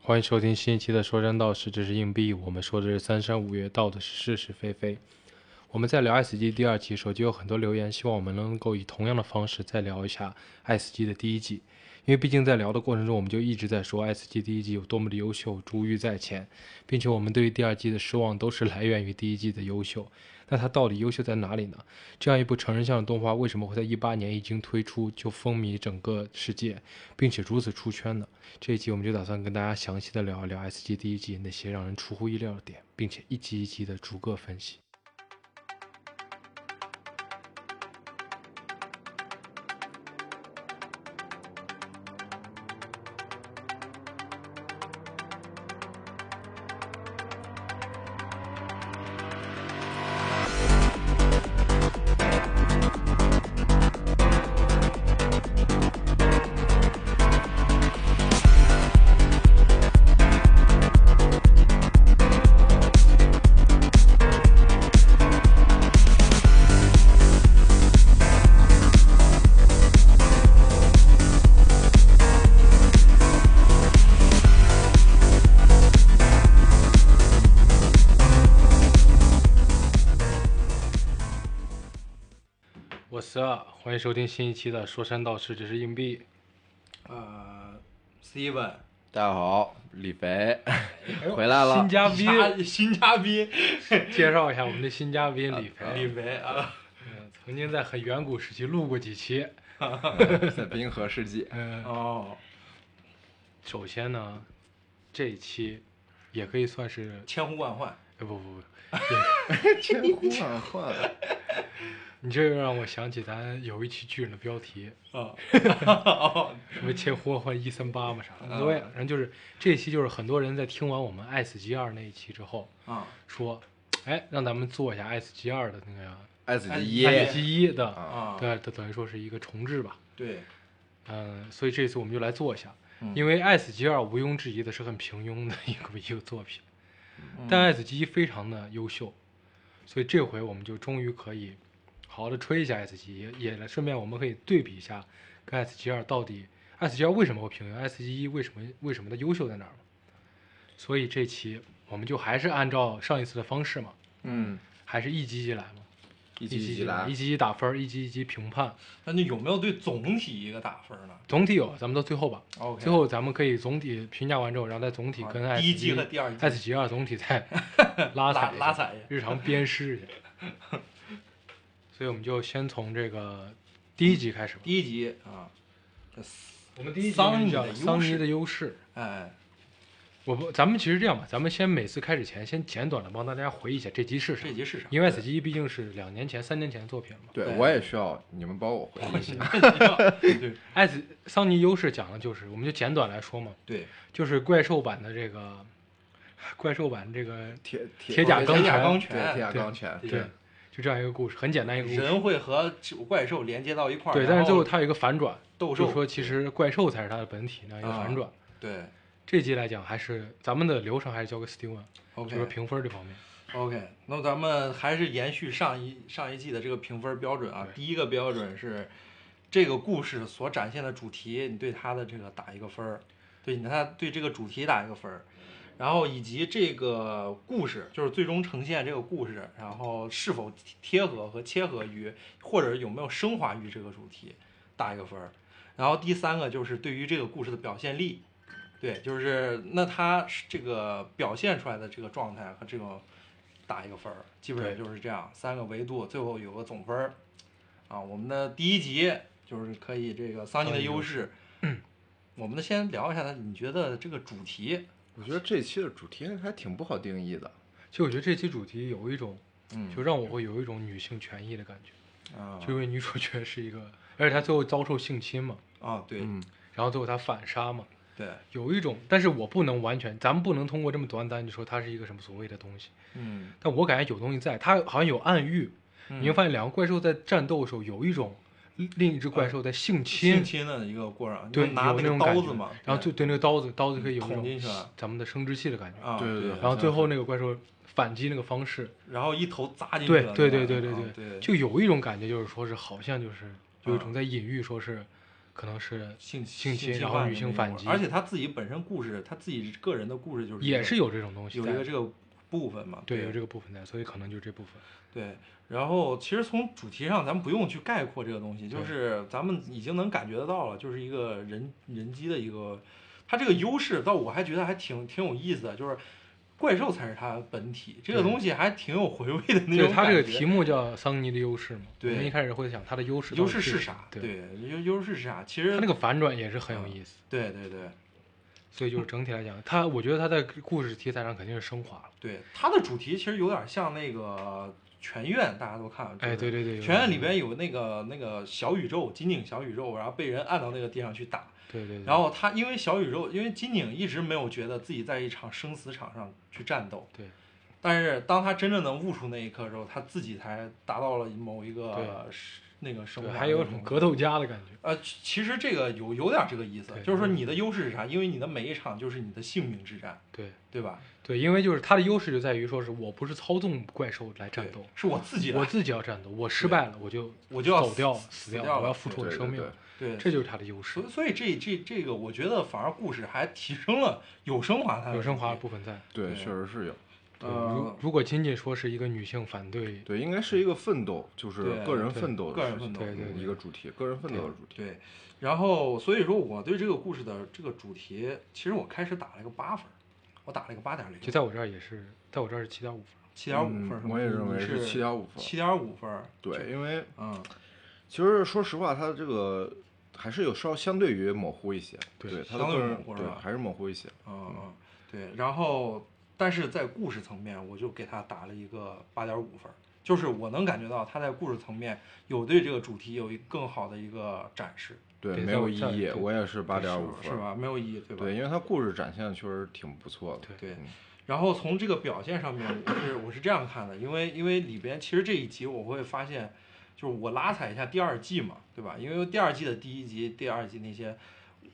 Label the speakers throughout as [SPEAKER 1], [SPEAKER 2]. [SPEAKER 1] 欢迎收听新一期的《说山道事》，这是硬币，我们说的是三山五岳，道的是是是非非。我们在聊《爱死机》第二期的时候，就有很多留言，希望我们能够以同样的方式再聊一下《爱死机》的第一季，因为毕竟在聊的过程中，我们就一直在说《爱死机》第一季有多么的优秀，珠玉在前，并且我们对于第二季的失望都是来源于第一季的优秀。那它到底优秀在哪里呢？这样一部成人向的动画为什么会在一八年一经推出就风靡整个世界，并且如此出圈呢？这一集我们就打算跟大家详细的聊一聊《S G》第一季那些让人出乎意料的点，并且一集一集的逐个分析。我是二，欢迎收听新一期的《说山道事》，这是硬币。
[SPEAKER 2] 呃，Steven
[SPEAKER 3] 大家好，李肥
[SPEAKER 2] 呦
[SPEAKER 3] 回来了
[SPEAKER 1] 新。嘉宾，
[SPEAKER 2] 嘉新嘉宾
[SPEAKER 1] 介绍一下我们的新嘉宾李
[SPEAKER 2] 李
[SPEAKER 1] 飞，
[SPEAKER 2] 维啊，
[SPEAKER 1] 嗯曾经在很远古时期录过几期。
[SPEAKER 3] 在冰河世纪，
[SPEAKER 1] 嗯，
[SPEAKER 2] 哦，
[SPEAKER 1] 首先呢，这一期也可以算是，
[SPEAKER 2] 千呼万唤，
[SPEAKER 1] 哎不不不，
[SPEAKER 3] 千呼万唤，
[SPEAKER 1] 你这又让我想起咱有一期巨人的标题，
[SPEAKER 2] 哦，
[SPEAKER 1] 什么千呼万唤一三八嘛啥的，无所谓。然后就是这一期就是很多人在听完我们《爱死机二》那一期之后，
[SPEAKER 2] 啊，
[SPEAKER 1] 说，哎，让咱们做一下《爱死机二》的那个
[SPEAKER 3] 爱死机
[SPEAKER 1] 《爱
[SPEAKER 3] 耶
[SPEAKER 1] 死机一》的，
[SPEAKER 3] 啊
[SPEAKER 2] 啊，
[SPEAKER 1] 对，它等于说是一个重置吧。
[SPEAKER 2] 对，
[SPEAKER 1] 嗯，所以这次我们就来做一下，
[SPEAKER 2] 嗯
[SPEAKER 1] 因为《爱死机二》毋庸置疑的是很平庸的一个 一个作品，
[SPEAKER 2] 嗯
[SPEAKER 1] 但《爱死机一》非常的优秀，所以这回我们就终于可以好好的吹一下《爱死机一》，也来顺便我们可以对比一下跟《爱死机二》到底《爱死机二》为什么会平庸，《爱死机一》为什么为什么它优秀在哪儿嘛所以这期我们就还是按照上一次的方式嘛，
[SPEAKER 3] 嗯，
[SPEAKER 1] 还是一集一集来嘛，
[SPEAKER 3] 一
[SPEAKER 1] 集
[SPEAKER 3] 集
[SPEAKER 1] 一
[SPEAKER 3] 集
[SPEAKER 1] 来，
[SPEAKER 3] 来
[SPEAKER 1] 一，集一打分儿，一集一集评判，
[SPEAKER 2] 那你有没有对总体一个打分呢
[SPEAKER 1] 总体有，咱们到最后吧。
[SPEAKER 2] ？OK，
[SPEAKER 1] 最后咱们可以总体评价完之后，然后再总体
[SPEAKER 2] 好
[SPEAKER 1] 跟 S
[SPEAKER 2] 第一季和第二季
[SPEAKER 1] S 级二总体 再拉
[SPEAKER 2] 拉
[SPEAKER 1] 踩一下
[SPEAKER 2] 拉踩一下
[SPEAKER 1] 日常鞭尸一下。 所以我们就先从这个第一集开始吧。
[SPEAKER 2] 第一集啊，这四
[SPEAKER 1] 我们
[SPEAKER 2] 第一集
[SPEAKER 1] 桑尼
[SPEAKER 2] 叫
[SPEAKER 1] 的
[SPEAKER 2] 优势
[SPEAKER 1] 桑尼的优势。
[SPEAKER 2] 哎，
[SPEAKER 1] 我不，咱们其实这样吧，咱们先每次开始前先简短的帮大家回忆一下这集是啥
[SPEAKER 2] 这，集是啥？
[SPEAKER 1] 因为 S 级毕竟是两年前、三年前的作品了嘛。
[SPEAKER 3] 对
[SPEAKER 2] 对
[SPEAKER 3] 我也需要你们帮我回忆一下。
[SPEAKER 2] 对
[SPEAKER 1] S 桑尼优势讲的就是，我们就简短来说嘛，
[SPEAKER 2] 对，
[SPEAKER 1] 就是怪兽版的这个，怪兽版这个
[SPEAKER 3] 铁
[SPEAKER 1] 铁甲钢
[SPEAKER 2] 铁甲
[SPEAKER 1] 拳
[SPEAKER 2] 钢
[SPEAKER 3] 对铁
[SPEAKER 2] 拳，
[SPEAKER 3] 甲钢拳，
[SPEAKER 1] 对，就这样一个故事，很简单一个故事。
[SPEAKER 2] 人会和怪兽连接到一块儿，
[SPEAKER 1] 对，
[SPEAKER 2] 然
[SPEAKER 1] 但是最后
[SPEAKER 2] 后
[SPEAKER 1] 它有一个反转，
[SPEAKER 2] 斗
[SPEAKER 1] 就
[SPEAKER 2] 兽啊
[SPEAKER 1] 是，说其实怪兽才是它的本体那样一个反转。
[SPEAKER 2] 对
[SPEAKER 1] 这集来讲还是咱们的流程还是交给 Steven，就
[SPEAKER 2] ，OK，
[SPEAKER 1] 是说评分这方面。
[SPEAKER 2] OK，那咱们还是延续上一上一季的这个评分标准啊。第一个标准是这个故事所展现的主题，你对它的这个打一个分儿，对你对它对这个主题打一个分儿，然后以及这个故事就是最终呈现这个故事，然后是否贴合和切合于或者有没有升华于这个主题打一个分儿，然后第三个就是对于这个故事的表现力。对，就是那它是这个表现出来的这个状态和这种打一个分儿，基本上
[SPEAKER 1] 对
[SPEAKER 2] 就是这样三个维度，最后有个总分儿。啊，我们的第一集就是可以这个桑尼的优势。
[SPEAKER 1] 嗯
[SPEAKER 2] 我们先聊一下，你觉得这个主题，
[SPEAKER 3] 我觉得这期的主题还挺不好定义的。
[SPEAKER 1] 其实我觉得这期主题有一种，
[SPEAKER 2] 嗯
[SPEAKER 1] 就让我会有一种女性权益的感觉，
[SPEAKER 2] 啊
[SPEAKER 1] 就因为女主角是一个，而且她最后遭受性侵嘛，
[SPEAKER 2] 啊，对
[SPEAKER 3] 嗯，
[SPEAKER 1] 然后最后她反杀嘛，
[SPEAKER 2] 对，
[SPEAKER 1] 有一种，但是我不能完全，咱们不能通过这么短单就说它是一个什么所谓的东西，
[SPEAKER 2] 嗯，
[SPEAKER 1] 但我感觉有东西在，它好像有暗喻。你会发现两个怪兽在战斗的时候，有一种另一只怪兽在性侵
[SPEAKER 2] 亲，亲的一个过程，
[SPEAKER 1] 对，
[SPEAKER 2] 就拿
[SPEAKER 1] 有
[SPEAKER 2] 那
[SPEAKER 1] 那种
[SPEAKER 2] 个
[SPEAKER 1] 感
[SPEAKER 2] 刀
[SPEAKER 1] 觉
[SPEAKER 2] 子嘛，
[SPEAKER 1] 然后就对那个刀子，刀子可以有一
[SPEAKER 2] 捅进
[SPEAKER 1] 种
[SPEAKER 2] 去了
[SPEAKER 1] 咱们的生殖器的感觉。
[SPEAKER 2] 啊，
[SPEAKER 3] 对对对
[SPEAKER 1] 然后最后那个怪兽反击那个方式，
[SPEAKER 2] 然后一头扎进去
[SPEAKER 1] 对
[SPEAKER 2] 了，
[SPEAKER 1] 对
[SPEAKER 2] 那
[SPEAKER 1] 对
[SPEAKER 2] 个
[SPEAKER 1] 对
[SPEAKER 2] 啊
[SPEAKER 1] 对
[SPEAKER 2] 对，嗯
[SPEAKER 1] 就有一种感觉，就是说是好像就是有一种
[SPEAKER 2] 啊
[SPEAKER 1] 在隐喻，说是可能是
[SPEAKER 2] 性
[SPEAKER 1] 性侵
[SPEAKER 2] 侵
[SPEAKER 1] 然后
[SPEAKER 2] 犯
[SPEAKER 1] 女
[SPEAKER 2] 这
[SPEAKER 1] 性
[SPEAKER 2] 么一
[SPEAKER 1] 反
[SPEAKER 2] 块儿
[SPEAKER 1] 击
[SPEAKER 2] 而且他自己本身故事，他自己个人的故事就是一
[SPEAKER 1] 也
[SPEAKER 2] 个
[SPEAKER 1] 是有这种东西
[SPEAKER 2] 有
[SPEAKER 1] 在
[SPEAKER 2] 一
[SPEAKER 1] 的，
[SPEAKER 2] 个这个部分嘛，
[SPEAKER 1] 对，有这
[SPEAKER 2] 个
[SPEAKER 1] 个部分在，所以可能就这部分。
[SPEAKER 2] 对。然后其实从主题上，咱们不用去概括这个东西，就
[SPEAKER 1] 对
[SPEAKER 2] 是咱们已经能感觉得到了，就是一个人人机的一个，它这个优势，倒我还觉得还挺挺有意思的，就是怪兽才是它本体，这个
[SPEAKER 1] 对
[SPEAKER 2] 东西还挺有回味的那
[SPEAKER 1] 对
[SPEAKER 2] 种感觉。
[SPEAKER 1] 他这个题目叫桑尼的优势嘛，
[SPEAKER 2] 对
[SPEAKER 1] 我们一开始会想他的优势到
[SPEAKER 2] 优
[SPEAKER 1] 底
[SPEAKER 2] 势是
[SPEAKER 1] 什
[SPEAKER 2] 啥
[SPEAKER 1] 么？对，
[SPEAKER 2] 对，优优势是啥？其
[SPEAKER 1] 他
[SPEAKER 2] 实
[SPEAKER 1] 那个反转也是很有
[SPEAKER 2] 嗯
[SPEAKER 1] 意思，
[SPEAKER 2] 对对对
[SPEAKER 1] 所以就是整体来讲，他我觉得他在故事题材上肯定是升华了。
[SPEAKER 2] 对，它的主题其实有点像那个全院，大家都看了。
[SPEAKER 1] 哎，对对
[SPEAKER 2] 对。
[SPEAKER 1] 对，有
[SPEAKER 2] 全院里
[SPEAKER 1] 点
[SPEAKER 2] 边有那个那个小宇宙，金井小宇宙，然后被人按到那个地上去打，
[SPEAKER 1] 对对，对
[SPEAKER 2] 然后他因为小宇宙，因为金井一直没有觉得自己在一场生死场上去战斗，
[SPEAKER 1] 对
[SPEAKER 2] 但是当他真正能悟出那一刻的时候，他自己才达到了某一个
[SPEAKER 1] 对
[SPEAKER 2] 是那个升
[SPEAKER 1] 对，
[SPEAKER 2] 华，
[SPEAKER 1] 还有一种格斗家的感觉。
[SPEAKER 2] 呃，其其实这个有有点这个意思
[SPEAKER 1] 对，
[SPEAKER 2] 就是说你的优势是啥？因为你的每一场就是你的性命之战，
[SPEAKER 1] 对
[SPEAKER 2] 对吧？
[SPEAKER 1] 对，因为就是他的优势就在于说是我不是操纵怪兽来战
[SPEAKER 2] 对
[SPEAKER 1] 斗，
[SPEAKER 2] 是我自己来
[SPEAKER 1] 我自己要战斗，我失败了我就
[SPEAKER 2] 我就要
[SPEAKER 1] 走
[SPEAKER 2] 死
[SPEAKER 1] 掉
[SPEAKER 2] 死
[SPEAKER 1] 死
[SPEAKER 2] 掉
[SPEAKER 1] 掉，我
[SPEAKER 2] 了
[SPEAKER 1] 要付出我的
[SPEAKER 3] 对
[SPEAKER 1] 生
[SPEAKER 3] 对
[SPEAKER 1] 命，
[SPEAKER 2] 对，
[SPEAKER 1] 这就是他的优势
[SPEAKER 2] 所以，所以这这这个，我觉得反而故事还提升了有升华它的
[SPEAKER 1] 有升
[SPEAKER 2] 主
[SPEAKER 1] 华的
[SPEAKER 2] 题
[SPEAKER 1] 部分在。
[SPEAKER 3] 对，
[SPEAKER 2] 对
[SPEAKER 3] 确实是有。
[SPEAKER 1] 对，
[SPEAKER 2] 呃
[SPEAKER 1] 如如果仅仅说是一个女性反对，
[SPEAKER 3] 对，应该是一个奋斗，就是
[SPEAKER 2] 对
[SPEAKER 3] 个人
[SPEAKER 1] 对
[SPEAKER 3] 奋斗
[SPEAKER 2] 个
[SPEAKER 3] 的
[SPEAKER 2] 人
[SPEAKER 3] 事
[SPEAKER 2] 奋
[SPEAKER 3] 情，
[SPEAKER 2] 斗
[SPEAKER 1] 对对
[SPEAKER 3] 嗯
[SPEAKER 1] 对
[SPEAKER 3] 一个主题，个人奋斗的主题。
[SPEAKER 2] 对，然后所以说我对这个故事的这个主题，其实我开始打了一个八分儿，我打了一个八点零，
[SPEAKER 1] 就在我这儿也是，在我这儿是七点五分。
[SPEAKER 2] 七点五分儿
[SPEAKER 3] 嗯
[SPEAKER 2] 是吧，
[SPEAKER 3] 我也认为
[SPEAKER 2] 是
[SPEAKER 3] 是七点五分。
[SPEAKER 2] 七点五分儿，
[SPEAKER 3] 对，
[SPEAKER 2] 就，
[SPEAKER 3] 因为
[SPEAKER 2] 嗯，
[SPEAKER 3] 其实说实话，它这个还是有稍相对于模糊一些，
[SPEAKER 1] 对
[SPEAKER 3] 对，它的
[SPEAKER 2] 相对
[SPEAKER 3] 个
[SPEAKER 2] 模
[SPEAKER 3] 人
[SPEAKER 2] 糊是
[SPEAKER 3] 对
[SPEAKER 2] 吧
[SPEAKER 3] 还是模糊一些。
[SPEAKER 2] 嗯嗯，对，然后但是在故事层面，我就给他打了一个八点五分儿，就是我能感觉到他在故事层面有对这个主题有一更好的一个展示，
[SPEAKER 3] 对，
[SPEAKER 1] 对
[SPEAKER 3] 没
[SPEAKER 1] 在我
[SPEAKER 3] 有意
[SPEAKER 1] 这儿
[SPEAKER 3] 义，
[SPEAKER 1] 对
[SPEAKER 3] 我也是八点五
[SPEAKER 2] 是是。
[SPEAKER 3] 分
[SPEAKER 2] 吧？没有意义，对吧？
[SPEAKER 3] 对，因为它故事展现的确实挺不错的。
[SPEAKER 2] 对
[SPEAKER 3] 嗯
[SPEAKER 2] 然后从这个表现上面，我是我是这样看的，因为因为里边其实这一集我会发现，就是我拉踩一下第二季嘛，对吧？因为第二季的第一集、第二季那些，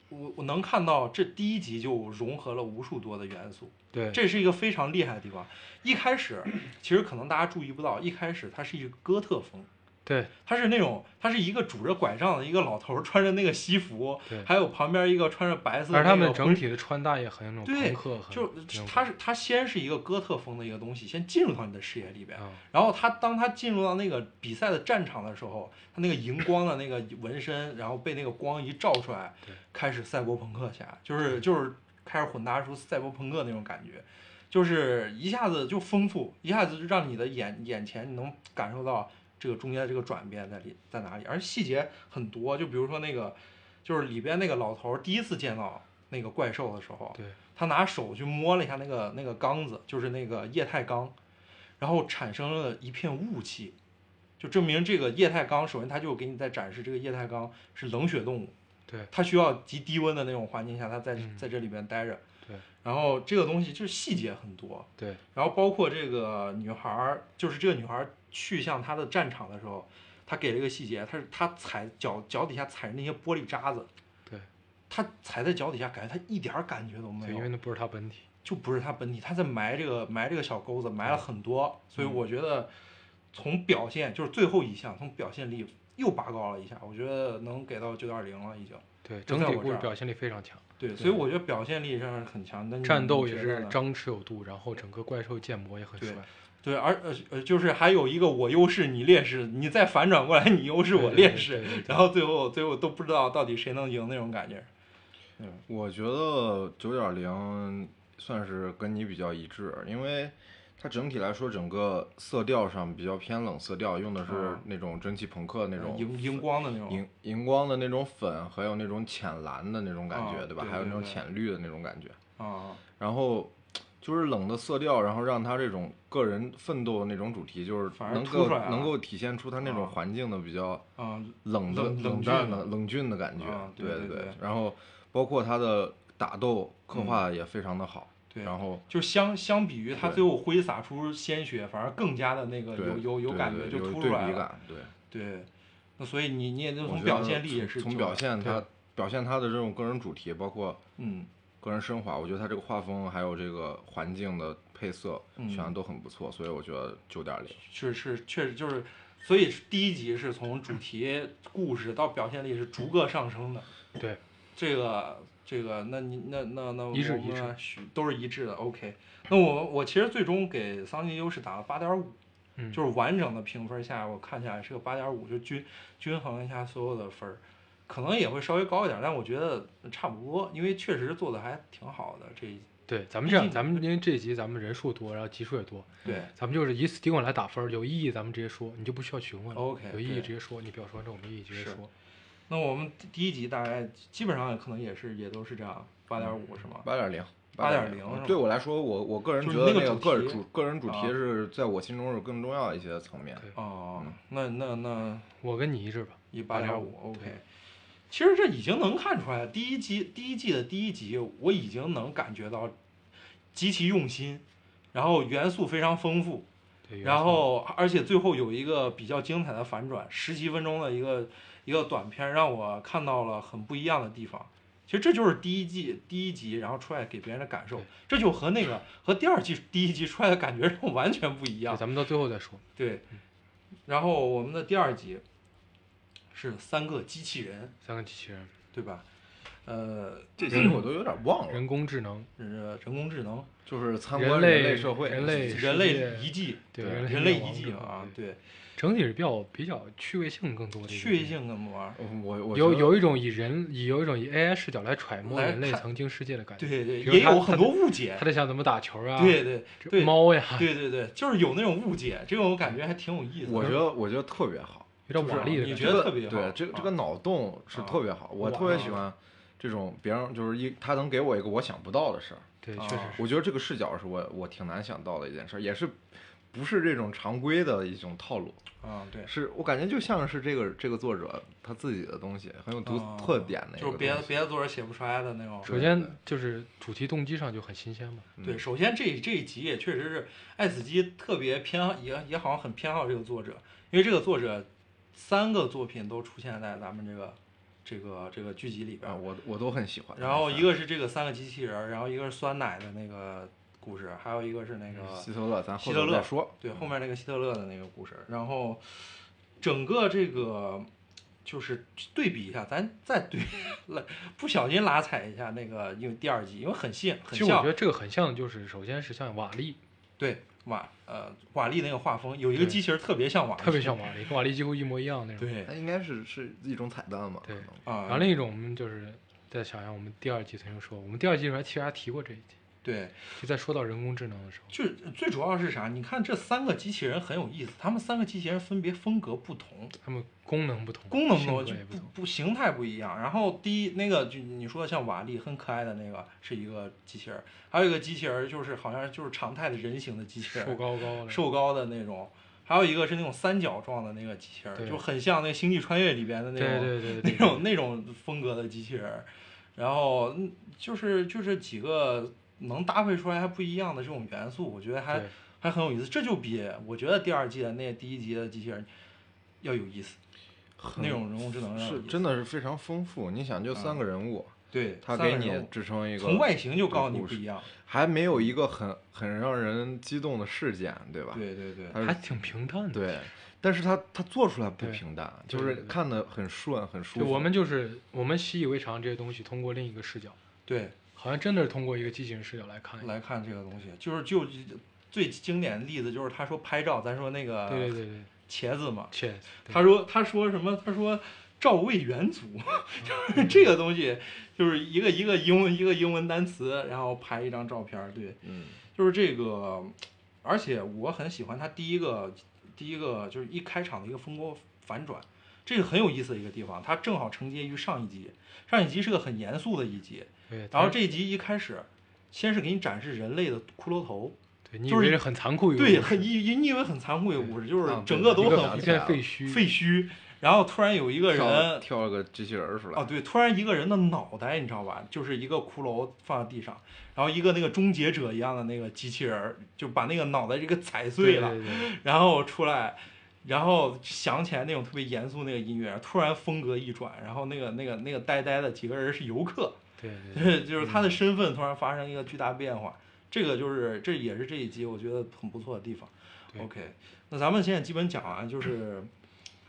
[SPEAKER 2] 我我能看到这第一集就融合了无数多的元素，
[SPEAKER 1] 对，
[SPEAKER 2] 这是一个非常厉害的地方。一开始其实可能大家注意不到，一开始它是一个哥特风，
[SPEAKER 1] 对
[SPEAKER 2] 它是那种它是一个拄着拐杖的一个老头儿穿着那个西服，
[SPEAKER 1] 对，
[SPEAKER 2] 还有旁边一个穿着白色的
[SPEAKER 1] 而
[SPEAKER 2] 那
[SPEAKER 1] 他
[SPEAKER 2] 个
[SPEAKER 1] 们
[SPEAKER 2] 婚
[SPEAKER 1] 整体的穿搭也很有那种
[SPEAKER 2] 对
[SPEAKER 1] 朋克，很
[SPEAKER 2] 就
[SPEAKER 1] 那
[SPEAKER 2] 是
[SPEAKER 1] 种
[SPEAKER 2] 它是它先是一个哥特风的一个东西，先进入到你的视野里边，
[SPEAKER 1] 啊，
[SPEAKER 2] 然后他当他进入到那个比赛的战场的时候，他那个荧光的那个纹身，然后被那个光一照出来
[SPEAKER 1] 对，
[SPEAKER 2] 开始赛博朋克起来，就是就是开始混搭出赛博朋克那种感觉，就是一下子就丰富，一下子就让你的眼眼前你能感受到这个中间的这个转变在里在哪里，而细节很多，就比如说那个就是里边那个老头儿第一次见到那个怪兽的时候，
[SPEAKER 1] 对
[SPEAKER 2] 他拿手去摸了一下那个那个缸子，就是那个液态缸，然后产生了一片雾气，就证明这个液态缸，首先它就给你在展示这个液态缸是冷血动物，
[SPEAKER 1] 对
[SPEAKER 2] 它需要极低温的那种环境下，它在
[SPEAKER 1] 嗯
[SPEAKER 2] 在这里边待着。
[SPEAKER 1] 对
[SPEAKER 2] 然后这个东西就是细节很多，
[SPEAKER 1] 对
[SPEAKER 2] 然后包括这个女孩儿，就是这个女孩儿去向她的战场的时候，她给了一个细节，她是她踩脚脚底下踩着那些玻璃渣子，
[SPEAKER 1] 对
[SPEAKER 2] 她踩在脚底下，感觉她一点儿感觉都没
[SPEAKER 1] 对，
[SPEAKER 2] 有
[SPEAKER 1] 因为。那不是他本体。
[SPEAKER 2] 就不是他本体，他在埋这个埋这个小钩子，埋了很
[SPEAKER 1] 嗯
[SPEAKER 2] 多，所以我觉得从表现就是最后一项，从表现力又拔高了一下，我觉得能给到九点零了已经。
[SPEAKER 1] 对，
[SPEAKER 2] 就
[SPEAKER 1] 整
[SPEAKER 2] 在
[SPEAKER 1] 体
[SPEAKER 2] 我
[SPEAKER 1] 故
[SPEAKER 2] 这
[SPEAKER 1] 事
[SPEAKER 2] 儿
[SPEAKER 1] 表现力非常强，
[SPEAKER 2] 对，所以我觉得表现力上是很强。但
[SPEAKER 1] 战斗也
[SPEAKER 2] 是
[SPEAKER 1] 是张弛有度，然后整个怪兽建模也很
[SPEAKER 2] 对
[SPEAKER 1] 帅。
[SPEAKER 2] 对，而呃呃，就是还有一个我优势你劣势，你再反转过来你优势我劣势，
[SPEAKER 1] 对，对对对对
[SPEAKER 2] 然后最后最后都不知道到底谁能赢那种感觉。
[SPEAKER 3] 我觉得九点零算是跟你比较一致，因为它整体来说整个色调上比较偏冷色调，用的是
[SPEAKER 2] 啊
[SPEAKER 3] 那种蒸汽朋克那种
[SPEAKER 2] 荧荧光的那种，
[SPEAKER 3] 荧荧光的那种粉，还有那种浅蓝的那种感觉，
[SPEAKER 2] 啊
[SPEAKER 3] 对吧？
[SPEAKER 2] 对
[SPEAKER 3] 还有那种
[SPEAKER 2] 对对
[SPEAKER 3] 浅绿的那种感觉。
[SPEAKER 2] 啊，
[SPEAKER 3] 然后就是冷的色调，然后让他这种个人奋斗的那种主题，就是
[SPEAKER 2] 反而
[SPEAKER 3] 能
[SPEAKER 2] 突
[SPEAKER 3] 够
[SPEAKER 2] 出来了
[SPEAKER 3] 能够体现出他那种
[SPEAKER 2] 啊
[SPEAKER 3] 环境的比较
[SPEAKER 2] 嗯
[SPEAKER 3] 冷的
[SPEAKER 2] 冷冷峻
[SPEAKER 3] 淡
[SPEAKER 2] 的
[SPEAKER 3] 的冷峻的感觉，
[SPEAKER 2] 啊对对
[SPEAKER 3] 对
[SPEAKER 2] 对
[SPEAKER 3] 然后包括他的打斗刻
[SPEAKER 2] 嗯
[SPEAKER 3] 画也非常的好，
[SPEAKER 2] 对
[SPEAKER 3] 然后
[SPEAKER 2] 就相相比于他
[SPEAKER 3] 对
[SPEAKER 2] 最后挥洒出鲜血，反而更加的那个
[SPEAKER 3] 对
[SPEAKER 2] 有有有
[SPEAKER 3] 对
[SPEAKER 2] 感觉，
[SPEAKER 3] 对
[SPEAKER 2] 就
[SPEAKER 3] 有
[SPEAKER 2] 突
[SPEAKER 3] 对
[SPEAKER 2] 出来
[SPEAKER 3] 比
[SPEAKER 2] 了。
[SPEAKER 3] 感，对，
[SPEAKER 2] 对，那所以你你也就
[SPEAKER 3] 我
[SPEAKER 2] 从
[SPEAKER 3] 觉
[SPEAKER 2] 表
[SPEAKER 3] 得
[SPEAKER 2] 现力也是
[SPEAKER 3] 从
[SPEAKER 2] 就
[SPEAKER 3] 从表现
[SPEAKER 1] 对
[SPEAKER 3] 他表现他的这种个人主题，包括
[SPEAKER 2] 嗯
[SPEAKER 3] 个人升华，我觉得他这个画风还有这个环境的配色
[SPEAKER 2] 嗯
[SPEAKER 3] 选的都很不错，所以我觉得九点零，
[SPEAKER 2] 是是确实就是所以第一集是从主题、故事到表现力是逐个上升的。
[SPEAKER 1] 对，
[SPEAKER 2] 这个这个，那你那那那我
[SPEAKER 1] 一致一
[SPEAKER 2] 们许都是一致的。OK，那我我其实最终给桑吉优是打了八点五，
[SPEAKER 1] 嗯
[SPEAKER 2] 就是完整的评分下，我看下来是个八点五，就均均衡一下所有的分儿，可能也会稍微高一点，但我觉得差不多，因为确实做的还挺好的这一
[SPEAKER 1] 对，咱们这样，
[SPEAKER 2] 毕竟
[SPEAKER 1] 咱们因为这一集咱们人数多，然后集数也多，
[SPEAKER 2] 对。
[SPEAKER 1] 咱们就是以 Steven 来打分儿，有意义咱们直接说，你就不需要询问了。
[SPEAKER 2] OK，
[SPEAKER 1] 有意义
[SPEAKER 2] 对
[SPEAKER 1] 直接说，你表示完整我们意义直接
[SPEAKER 2] 是
[SPEAKER 1] 说。
[SPEAKER 2] 那我们第第一集大概基本上可能也是也都是这样，八点五是吗？
[SPEAKER 3] 八点零，嗯
[SPEAKER 2] 8.0是吗
[SPEAKER 3] 零。对我来说，我我个人
[SPEAKER 2] 就
[SPEAKER 3] 觉
[SPEAKER 2] 是
[SPEAKER 3] 得
[SPEAKER 2] 那个主
[SPEAKER 3] 个个人
[SPEAKER 2] 题
[SPEAKER 3] 主个人主题
[SPEAKER 2] 啊
[SPEAKER 3] 是在我心中是更重要的一些层面。
[SPEAKER 2] 哦，那那那
[SPEAKER 1] 我跟你一致吧。
[SPEAKER 2] 一八点
[SPEAKER 1] 8.5
[SPEAKER 2] 五，OK。其实这已经能看出来，第一季第一季的第一集，我已经能感觉到极其用心，然后元素非常丰富，
[SPEAKER 1] 对，原
[SPEAKER 2] 然
[SPEAKER 1] 创
[SPEAKER 2] 后而且最后有一个比较精彩的反转，十七分钟的一个一个短片，让我看到了很不一样的地方。其实这就是第一季第一集，然后出来给别人的感受
[SPEAKER 1] 对，
[SPEAKER 2] 这就和那个和第二季第一集出来的感觉是完全不一样
[SPEAKER 1] 对，。咱们到最后再说。
[SPEAKER 2] 对，
[SPEAKER 1] 嗯
[SPEAKER 2] 然后我们的第二集是三个机器人，
[SPEAKER 1] 三个机器人，
[SPEAKER 2] 对吧？呃，
[SPEAKER 3] 这些我都有点忘了，
[SPEAKER 1] 人工智能，
[SPEAKER 2] 呃人工智能、
[SPEAKER 3] 就是参
[SPEAKER 1] 人
[SPEAKER 3] 观
[SPEAKER 1] 类
[SPEAKER 3] 类社会，
[SPEAKER 1] 人类世
[SPEAKER 2] 人类
[SPEAKER 1] 界
[SPEAKER 2] 遗迹、
[SPEAKER 1] 对
[SPEAKER 3] 对
[SPEAKER 1] 人
[SPEAKER 2] 人
[SPEAKER 1] 类
[SPEAKER 2] 类遗迹
[SPEAKER 1] 灭亡
[SPEAKER 2] 啊，
[SPEAKER 1] 对，
[SPEAKER 2] 对，
[SPEAKER 1] 整体是比较比较趣味性更多的一个
[SPEAKER 2] 趣味
[SPEAKER 1] 电影。
[SPEAKER 2] 性怎么玩？
[SPEAKER 3] 嗯我我
[SPEAKER 1] 有
[SPEAKER 3] 觉得
[SPEAKER 1] 有一种以人以有一种以 AI 视角来揣摩
[SPEAKER 2] 来
[SPEAKER 1] 人类
[SPEAKER 2] 看
[SPEAKER 1] 曾经世界的感觉，
[SPEAKER 2] 对对，
[SPEAKER 1] 比如
[SPEAKER 2] 也
[SPEAKER 1] 他
[SPEAKER 2] 有很多误解
[SPEAKER 1] 他。在想怎么打球啊，
[SPEAKER 2] 对对
[SPEAKER 1] 这
[SPEAKER 2] 对
[SPEAKER 1] 猫
[SPEAKER 3] 哎
[SPEAKER 1] 呀，
[SPEAKER 2] 对对对，就是有那种误解，这种感觉还挺有意思的。
[SPEAKER 3] 我觉得我觉得特别好，
[SPEAKER 1] 有点瓦力的
[SPEAKER 2] 你
[SPEAKER 1] 感
[SPEAKER 2] 觉得
[SPEAKER 3] 这个
[SPEAKER 2] 特别好
[SPEAKER 3] 对，这个
[SPEAKER 2] 啊
[SPEAKER 3] 这个脑洞是
[SPEAKER 2] 啊
[SPEAKER 3] 特别好，我
[SPEAKER 1] 哇
[SPEAKER 3] 特别喜欢这种别人就是一他能给我一个我想不到的事儿，
[SPEAKER 1] 对，
[SPEAKER 2] 啊
[SPEAKER 1] 确实
[SPEAKER 3] 我觉得这个视角是我我挺难想到的一件事儿，也是不是这种常规的一种套路，
[SPEAKER 2] 啊，对，
[SPEAKER 3] 是我感觉就像是这个这个作者他自己的东西，很有独
[SPEAKER 2] 啊
[SPEAKER 3] 特点的一个
[SPEAKER 2] 就是
[SPEAKER 3] 东
[SPEAKER 2] 别的
[SPEAKER 3] 西
[SPEAKER 2] 别的作者写不出来的那种。
[SPEAKER 1] 首
[SPEAKER 3] 对
[SPEAKER 1] 先就是主题动机上就很新鲜嘛，
[SPEAKER 3] 嗯
[SPEAKER 2] 对，首先这这一集也确实是爱死机特别偏好，也也好像很偏好这个作者，因为这个作者三个作品都出现在咱们这个这个这个剧集里边
[SPEAKER 3] 啊，
[SPEAKER 2] 儿。
[SPEAKER 3] 我我都很喜欢。嗯
[SPEAKER 2] 然后一个是这个三个机器人儿，然后一个是酸奶的那个故事，还有一个是那个
[SPEAKER 3] 希特勒，咱后
[SPEAKER 2] 希特
[SPEAKER 3] 头
[SPEAKER 2] 勒
[SPEAKER 3] 再说。
[SPEAKER 2] 对，后面那个希特勒的那个故事，然后整个这个就是对比一下，咱再对来不小心拉踩一下那个，因为第二集，因为很像，
[SPEAKER 1] 其
[SPEAKER 2] 很
[SPEAKER 1] 实我觉
[SPEAKER 2] 像，
[SPEAKER 1] 得这个很像，就是首先是像瓦力，
[SPEAKER 2] 对瓦呃瓦力那个画风，有一个
[SPEAKER 1] 对
[SPEAKER 2] 机器人特别像瓦力，
[SPEAKER 1] 特别像瓦力，跟瓦力几乎一模一样那种。
[SPEAKER 2] 对
[SPEAKER 3] 它应该是是一种彩蛋嘛？
[SPEAKER 1] 对
[SPEAKER 3] 可能
[SPEAKER 2] 啊
[SPEAKER 1] 然后，另一种我们就是在想想我们第二季曾经说，我们第二季的时候其实还提过这一集，
[SPEAKER 2] 对，
[SPEAKER 1] 就在说到人工智能的时候，
[SPEAKER 2] 就最主要是啥？你看这三个机器人很有意思，他们三个机器人分别风格不同，
[SPEAKER 1] 它们功能不同，
[SPEAKER 2] 功能不
[SPEAKER 1] 性
[SPEAKER 2] 同
[SPEAKER 1] 格
[SPEAKER 2] 就
[SPEAKER 1] 也不
[SPEAKER 2] 不
[SPEAKER 1] 同，
[SPEAKER 2] 不形态不一样。然后第一那个就你说的像瓦力很可爱的那个是一个机器人儿，还有一个机器人儿就是好像就是常态的人形的机器人
[SPEAKER 1] 瘦
[SPEAKER 2] 儿，
[SPEAKER 1] 高高的，
[SPEAKER 2] 瘦高的那种，还有一个是那种三角状的那个机器人儿，
[SPEAKER 1] 对
[SPEAKER 2] 就很像那个《星际穿越》里边的那
[SPEAKER 1] 对
[SPEAKER 2] 种
[SPEAKER 1] 对对
[SPEAKER 2] 那
[SPEAKER 1] 对对，
[SPEAKER 2] 种那种风格的机器人儿，然后嗯就是就是几个能搭配出来还不一样的这种元素，我觉得还
[SPEAKER 1] 对
[SPEAKER 2] 还很有意思。这就比我觉得第二季的那第一集的机器人要有意思，
[SPEAKER 3] 很
[SPEAKER 2] 那种人工智能要有
[SPEAKER 3] 是
[SPEAKER 2] 意思
[SPEAKER 3] 真的是非常丰富。你想，就三个人物，
[SPEAKER 2] 对，
[SPEAKER 3] 他
[SPEAKER 2] 三
[SPEAKER 3] 给
[SPEAKER 2] 个
[SPEAKER 3] 你
[SPEAKER 2] 人
[SPEAKER 3] 支撑一
[SPEAKER 2] 物
[SPEAKER 3] 个，
[SPEAKER 2] 从外形就
[SPEAKER 3] 一个
[SPEAKER 2] 告诉你
[SPEAKER 3] 故
[SPEAKER 2] 不
[SPEAKER 3] 事
[SPEAKER 2] 一样，
[SPEAKER 3] 还没有一个很很让人激动的事件，对吧？
[SPEAKER 2] 对对对
[SPEAKER 3] 它是
[SPEAKER 1] 还挺平淡的。
[SPEAKER 3] 对，但是他他做出来不
[SPEAKER 1] 对
[SPEAKER 3] 平淡，
[SPEAKER 1] 对
[SPEAKER 3] 就
[SPEAKER 1] 对
[SPEAKER 3] 是
[SPEAKER 1] 对
[SPEAKER 3] 看的很顺，很舒
[SPEAKER 1] 就
[SPEAKER 3] 服。
[SPEAKER 1] 我们就是我们习以为常这些东西，通过另一个视角，
[SPEAKER 2] 对，
[SPEAKER 1] 好像真的是通过一个机器人视角来
[SPEAKER 3] 哎
[SPEAKER 1] 看一下。
[SPEAKER 2] 来看这个东西，就是就最经典的例子就是他说拍照，咱说那
[SPEAKER 1] 对
[SPEAKER 2] 个
[SPEAKER 1] 对对对，
[SPEAKER 2] 茄子嘛，
[SPEAKER 1] 切，对
[SPEAKER 2] 他说他说什么？他说照魏元祖， 就是这个东西，就是一个一个英文一个英文单词，然后拍一张照片儿，对，
[SPEAKER 3] 嗯，
[SPEAKER 2] 就是这个，而且我很喜欢他第一个第一个就是一开场的一个风格反转，这是很有意思的一个地方，它正好承接于上一集，上一集是个很严肃的一集，
[SPEAKER 1] 对，
[SPEAKER 2] 然后
[SPEAKER 1] 他
[SPEAKER 2] 这一集一开始，先是给你展示人类的骷髅头，
[SPEAKER 1] 对你以
[SPEAKER 2] 就是
[SPEAKER 1] 为是很残酷一个
[SPEAKER 2] 对，
[SPEAKER 1] 故事
[SPEAKER 2] 很你你以为很残酷一个故事，就是
[SPEAKER 3] 啊
[SPEAKER 2] 整
[SPEAKER 3] 对
[SPEAKER 2] 个都
[SPEAKER 1] 一
[SPEAKER 2] 很
[SPEAKER 1] 个
[SPEAKER 3] 想
[SPEAKER 1] 一
[SPEAKER 3] 起
[SPEAKER 1] 片
[SPEAKER 3] 来了
[SPEAKER 1] 废墟，
[SPEAKER 2] 废墟，然后突然有一个
[SPEAKER 3] 跳了
[SPEAKER 2] 人
[SPEAKER 3] 跳了个机器人儿出来，
[SPEAKER 2] 哦，对，突然一个人的脑袋，你知道吧？就是一个骷髅放在地上，然后一个那个终结者一样的那个机器人儿，就把那个脑袋这个踩碎
[SPEAKER 1] 对
[SPEAKER 2] 了，
[SPEAKER 1] 对对
[SPEAKER 2] 然后出来，然后想起来那种特别严肃那个音乐，突然风格一转，然后那个那个那个呆呆的几个人是游客，
[SPEAKER 1] 对对 嗯
[SPEAKER 2] 就是就是他的身份突然发生一个巨大变化，这个就是这也是这一集我觉得很不错的地方。
[SPEAKER 1] 对
[SPEAKER 2] OK，那咱们现在基本讲完，就是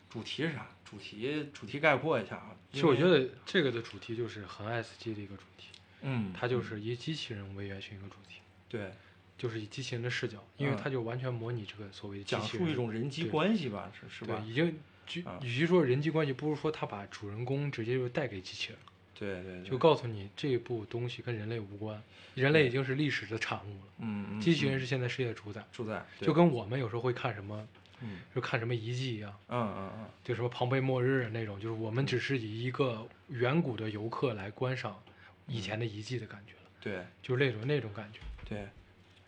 [SPEAKER 2] 主题是啥？主题主题概括一下啊。
[SPEAKER 1] 其实我
[SPEAKER 2] 因
[SPEAKER 1] 觉
[SPEAKER 2] 为，
[SPEAKER 1] 得这个的主题就是很 S G 的一个主题，
[SPEAKER 2] 嗯，
[SPEAKER 1] 它就是以机器人为原型一个主题，
[SPEAKER 2] 对，
[SPEAKER 1] 就是以机器人的视角，因为
[SPEAKER 2] 嗯
[SPEAKER 1] 它就完全模拟这个所谓的机
[SPEAKER 2] 讲
[SPEAKER 1] 器
[SPEAKER 2] 述
[SPEAKER 1] 人
[SPEAKER 2] 一种人际
[SPEAKER 1] 对
[SPEAKER 2] 关系吧，是是
[SPEAKER 1] 对
[SPEAKER 2] 吧？
[SPEAKER 1] 已经就
[SPEAKER 2] 啊
[SPEAKER 1] 与其说人际关系，不如说他把主人公直接就带给机器人，
[SPEAKER 2] 对对对，
[SPEAKER 1] 就告诉你这部东西跟人类无关，人类已经是历史的产物了，
[SPEAKER 2] 嗯，嗯
[SPEAKER 1] 机器
[SPEAKER 2] 嗯
[SPEAKER 1] 人是现在世界的主宰，
[SPEAKER 2] 住在，对
[SPEAKER 1] 就跟我们有时候会看什么
[SPEAKER 2] 嗯
[SPEAKER 1] 就看什么遗迹一样。
[SPEAKER 2] 嗯嗯嗯，
[SPEAKER 1] 就什么庞贝末日啊那种，就是我们只是以一个远古的游客来观赏以前的遗迹的感觉了，
[SPEAKER 2] 对
[SPEAKER 1] 就是那种那种感觉。
[SPEAKER 2] 对，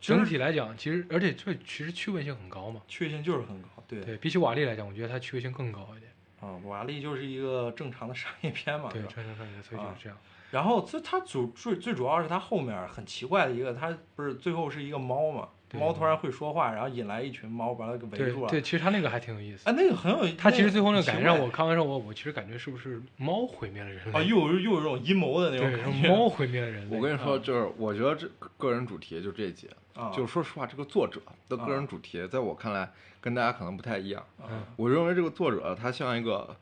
[SPEAKER 2] 其
[SPEAKER 1] 整
[SPEAKER 2] 实
[SPEAKER 1] 体来讲，其实而且这其实趣味性很高嘛。
[SPEAKER 2] 确信就是很高，对
[SPEAKER 1] 对比起瓦力来讲，我觉得它趣味性更高一点。
[SPEAKER 2] 啊，瓦力就是一个正常的商业片嘛，
[SPEAKER 1] 对，
[SPEAKER 2] 吧？
[SPEAKER 1] 穿山上也所以就是这样。
[SPEAKER 2] 然后这它主最最主要是它后面儿很奇怪的一个，它不是最后是一个猫嘛，
[SPEAKER 1] 对
[SPEAKER 2] 猫突然会说话，然后引来一群猫把它给围
[SPEAKER 1] 对
[SPEAKER 2] 住了。
[SPEAKER 1] 对，其实它那个还挺有意思。
[SPEAKER 2] 啊哎，那个很有，
[SPEAKER 1] 它其实最后那
[SPEAKER 2] 那
[SPEAKER 1] 个
[SPEAKER 2] 很
[SPEAKER 1] 感觉
[SPEAKER 2] 奇
[SPEAKER 1] 让
[SPEAKER 2] 怪
[SPEAKER 1] 我看完之后，我我其实感觉是不是猫毁灭了人
[SPEAKER 2] 啊，
[SPEAKER 1] 类？
[SPEAKER 2] 又有又有种阴谋的那种
[SPEAKER 1] 对，
[SPEAKER 2] 感
[SPEAKER 1] 是
[SPEAKER 2] 觉。
[SPEAKER 1] 猫毁灭了人类。
[SPEAKER 3] 我跟你说，
[SPEAKER 2] 嗯
[SPEAKER 3] 就是我觉得这个个人主题就这一集，
[SPEAKER 1] 嗯
[SPEAKER 2] 啊，
[SPEAKER 3] 就是说实话，这个作者的个
[SPEAKER 2] 啊
[SPEAKER 3] 人主题，在我看来跟大家可能不太一样。
[SPEAKER 2] 啊，
[SPEAKER 3] 我认为这个作者他像一个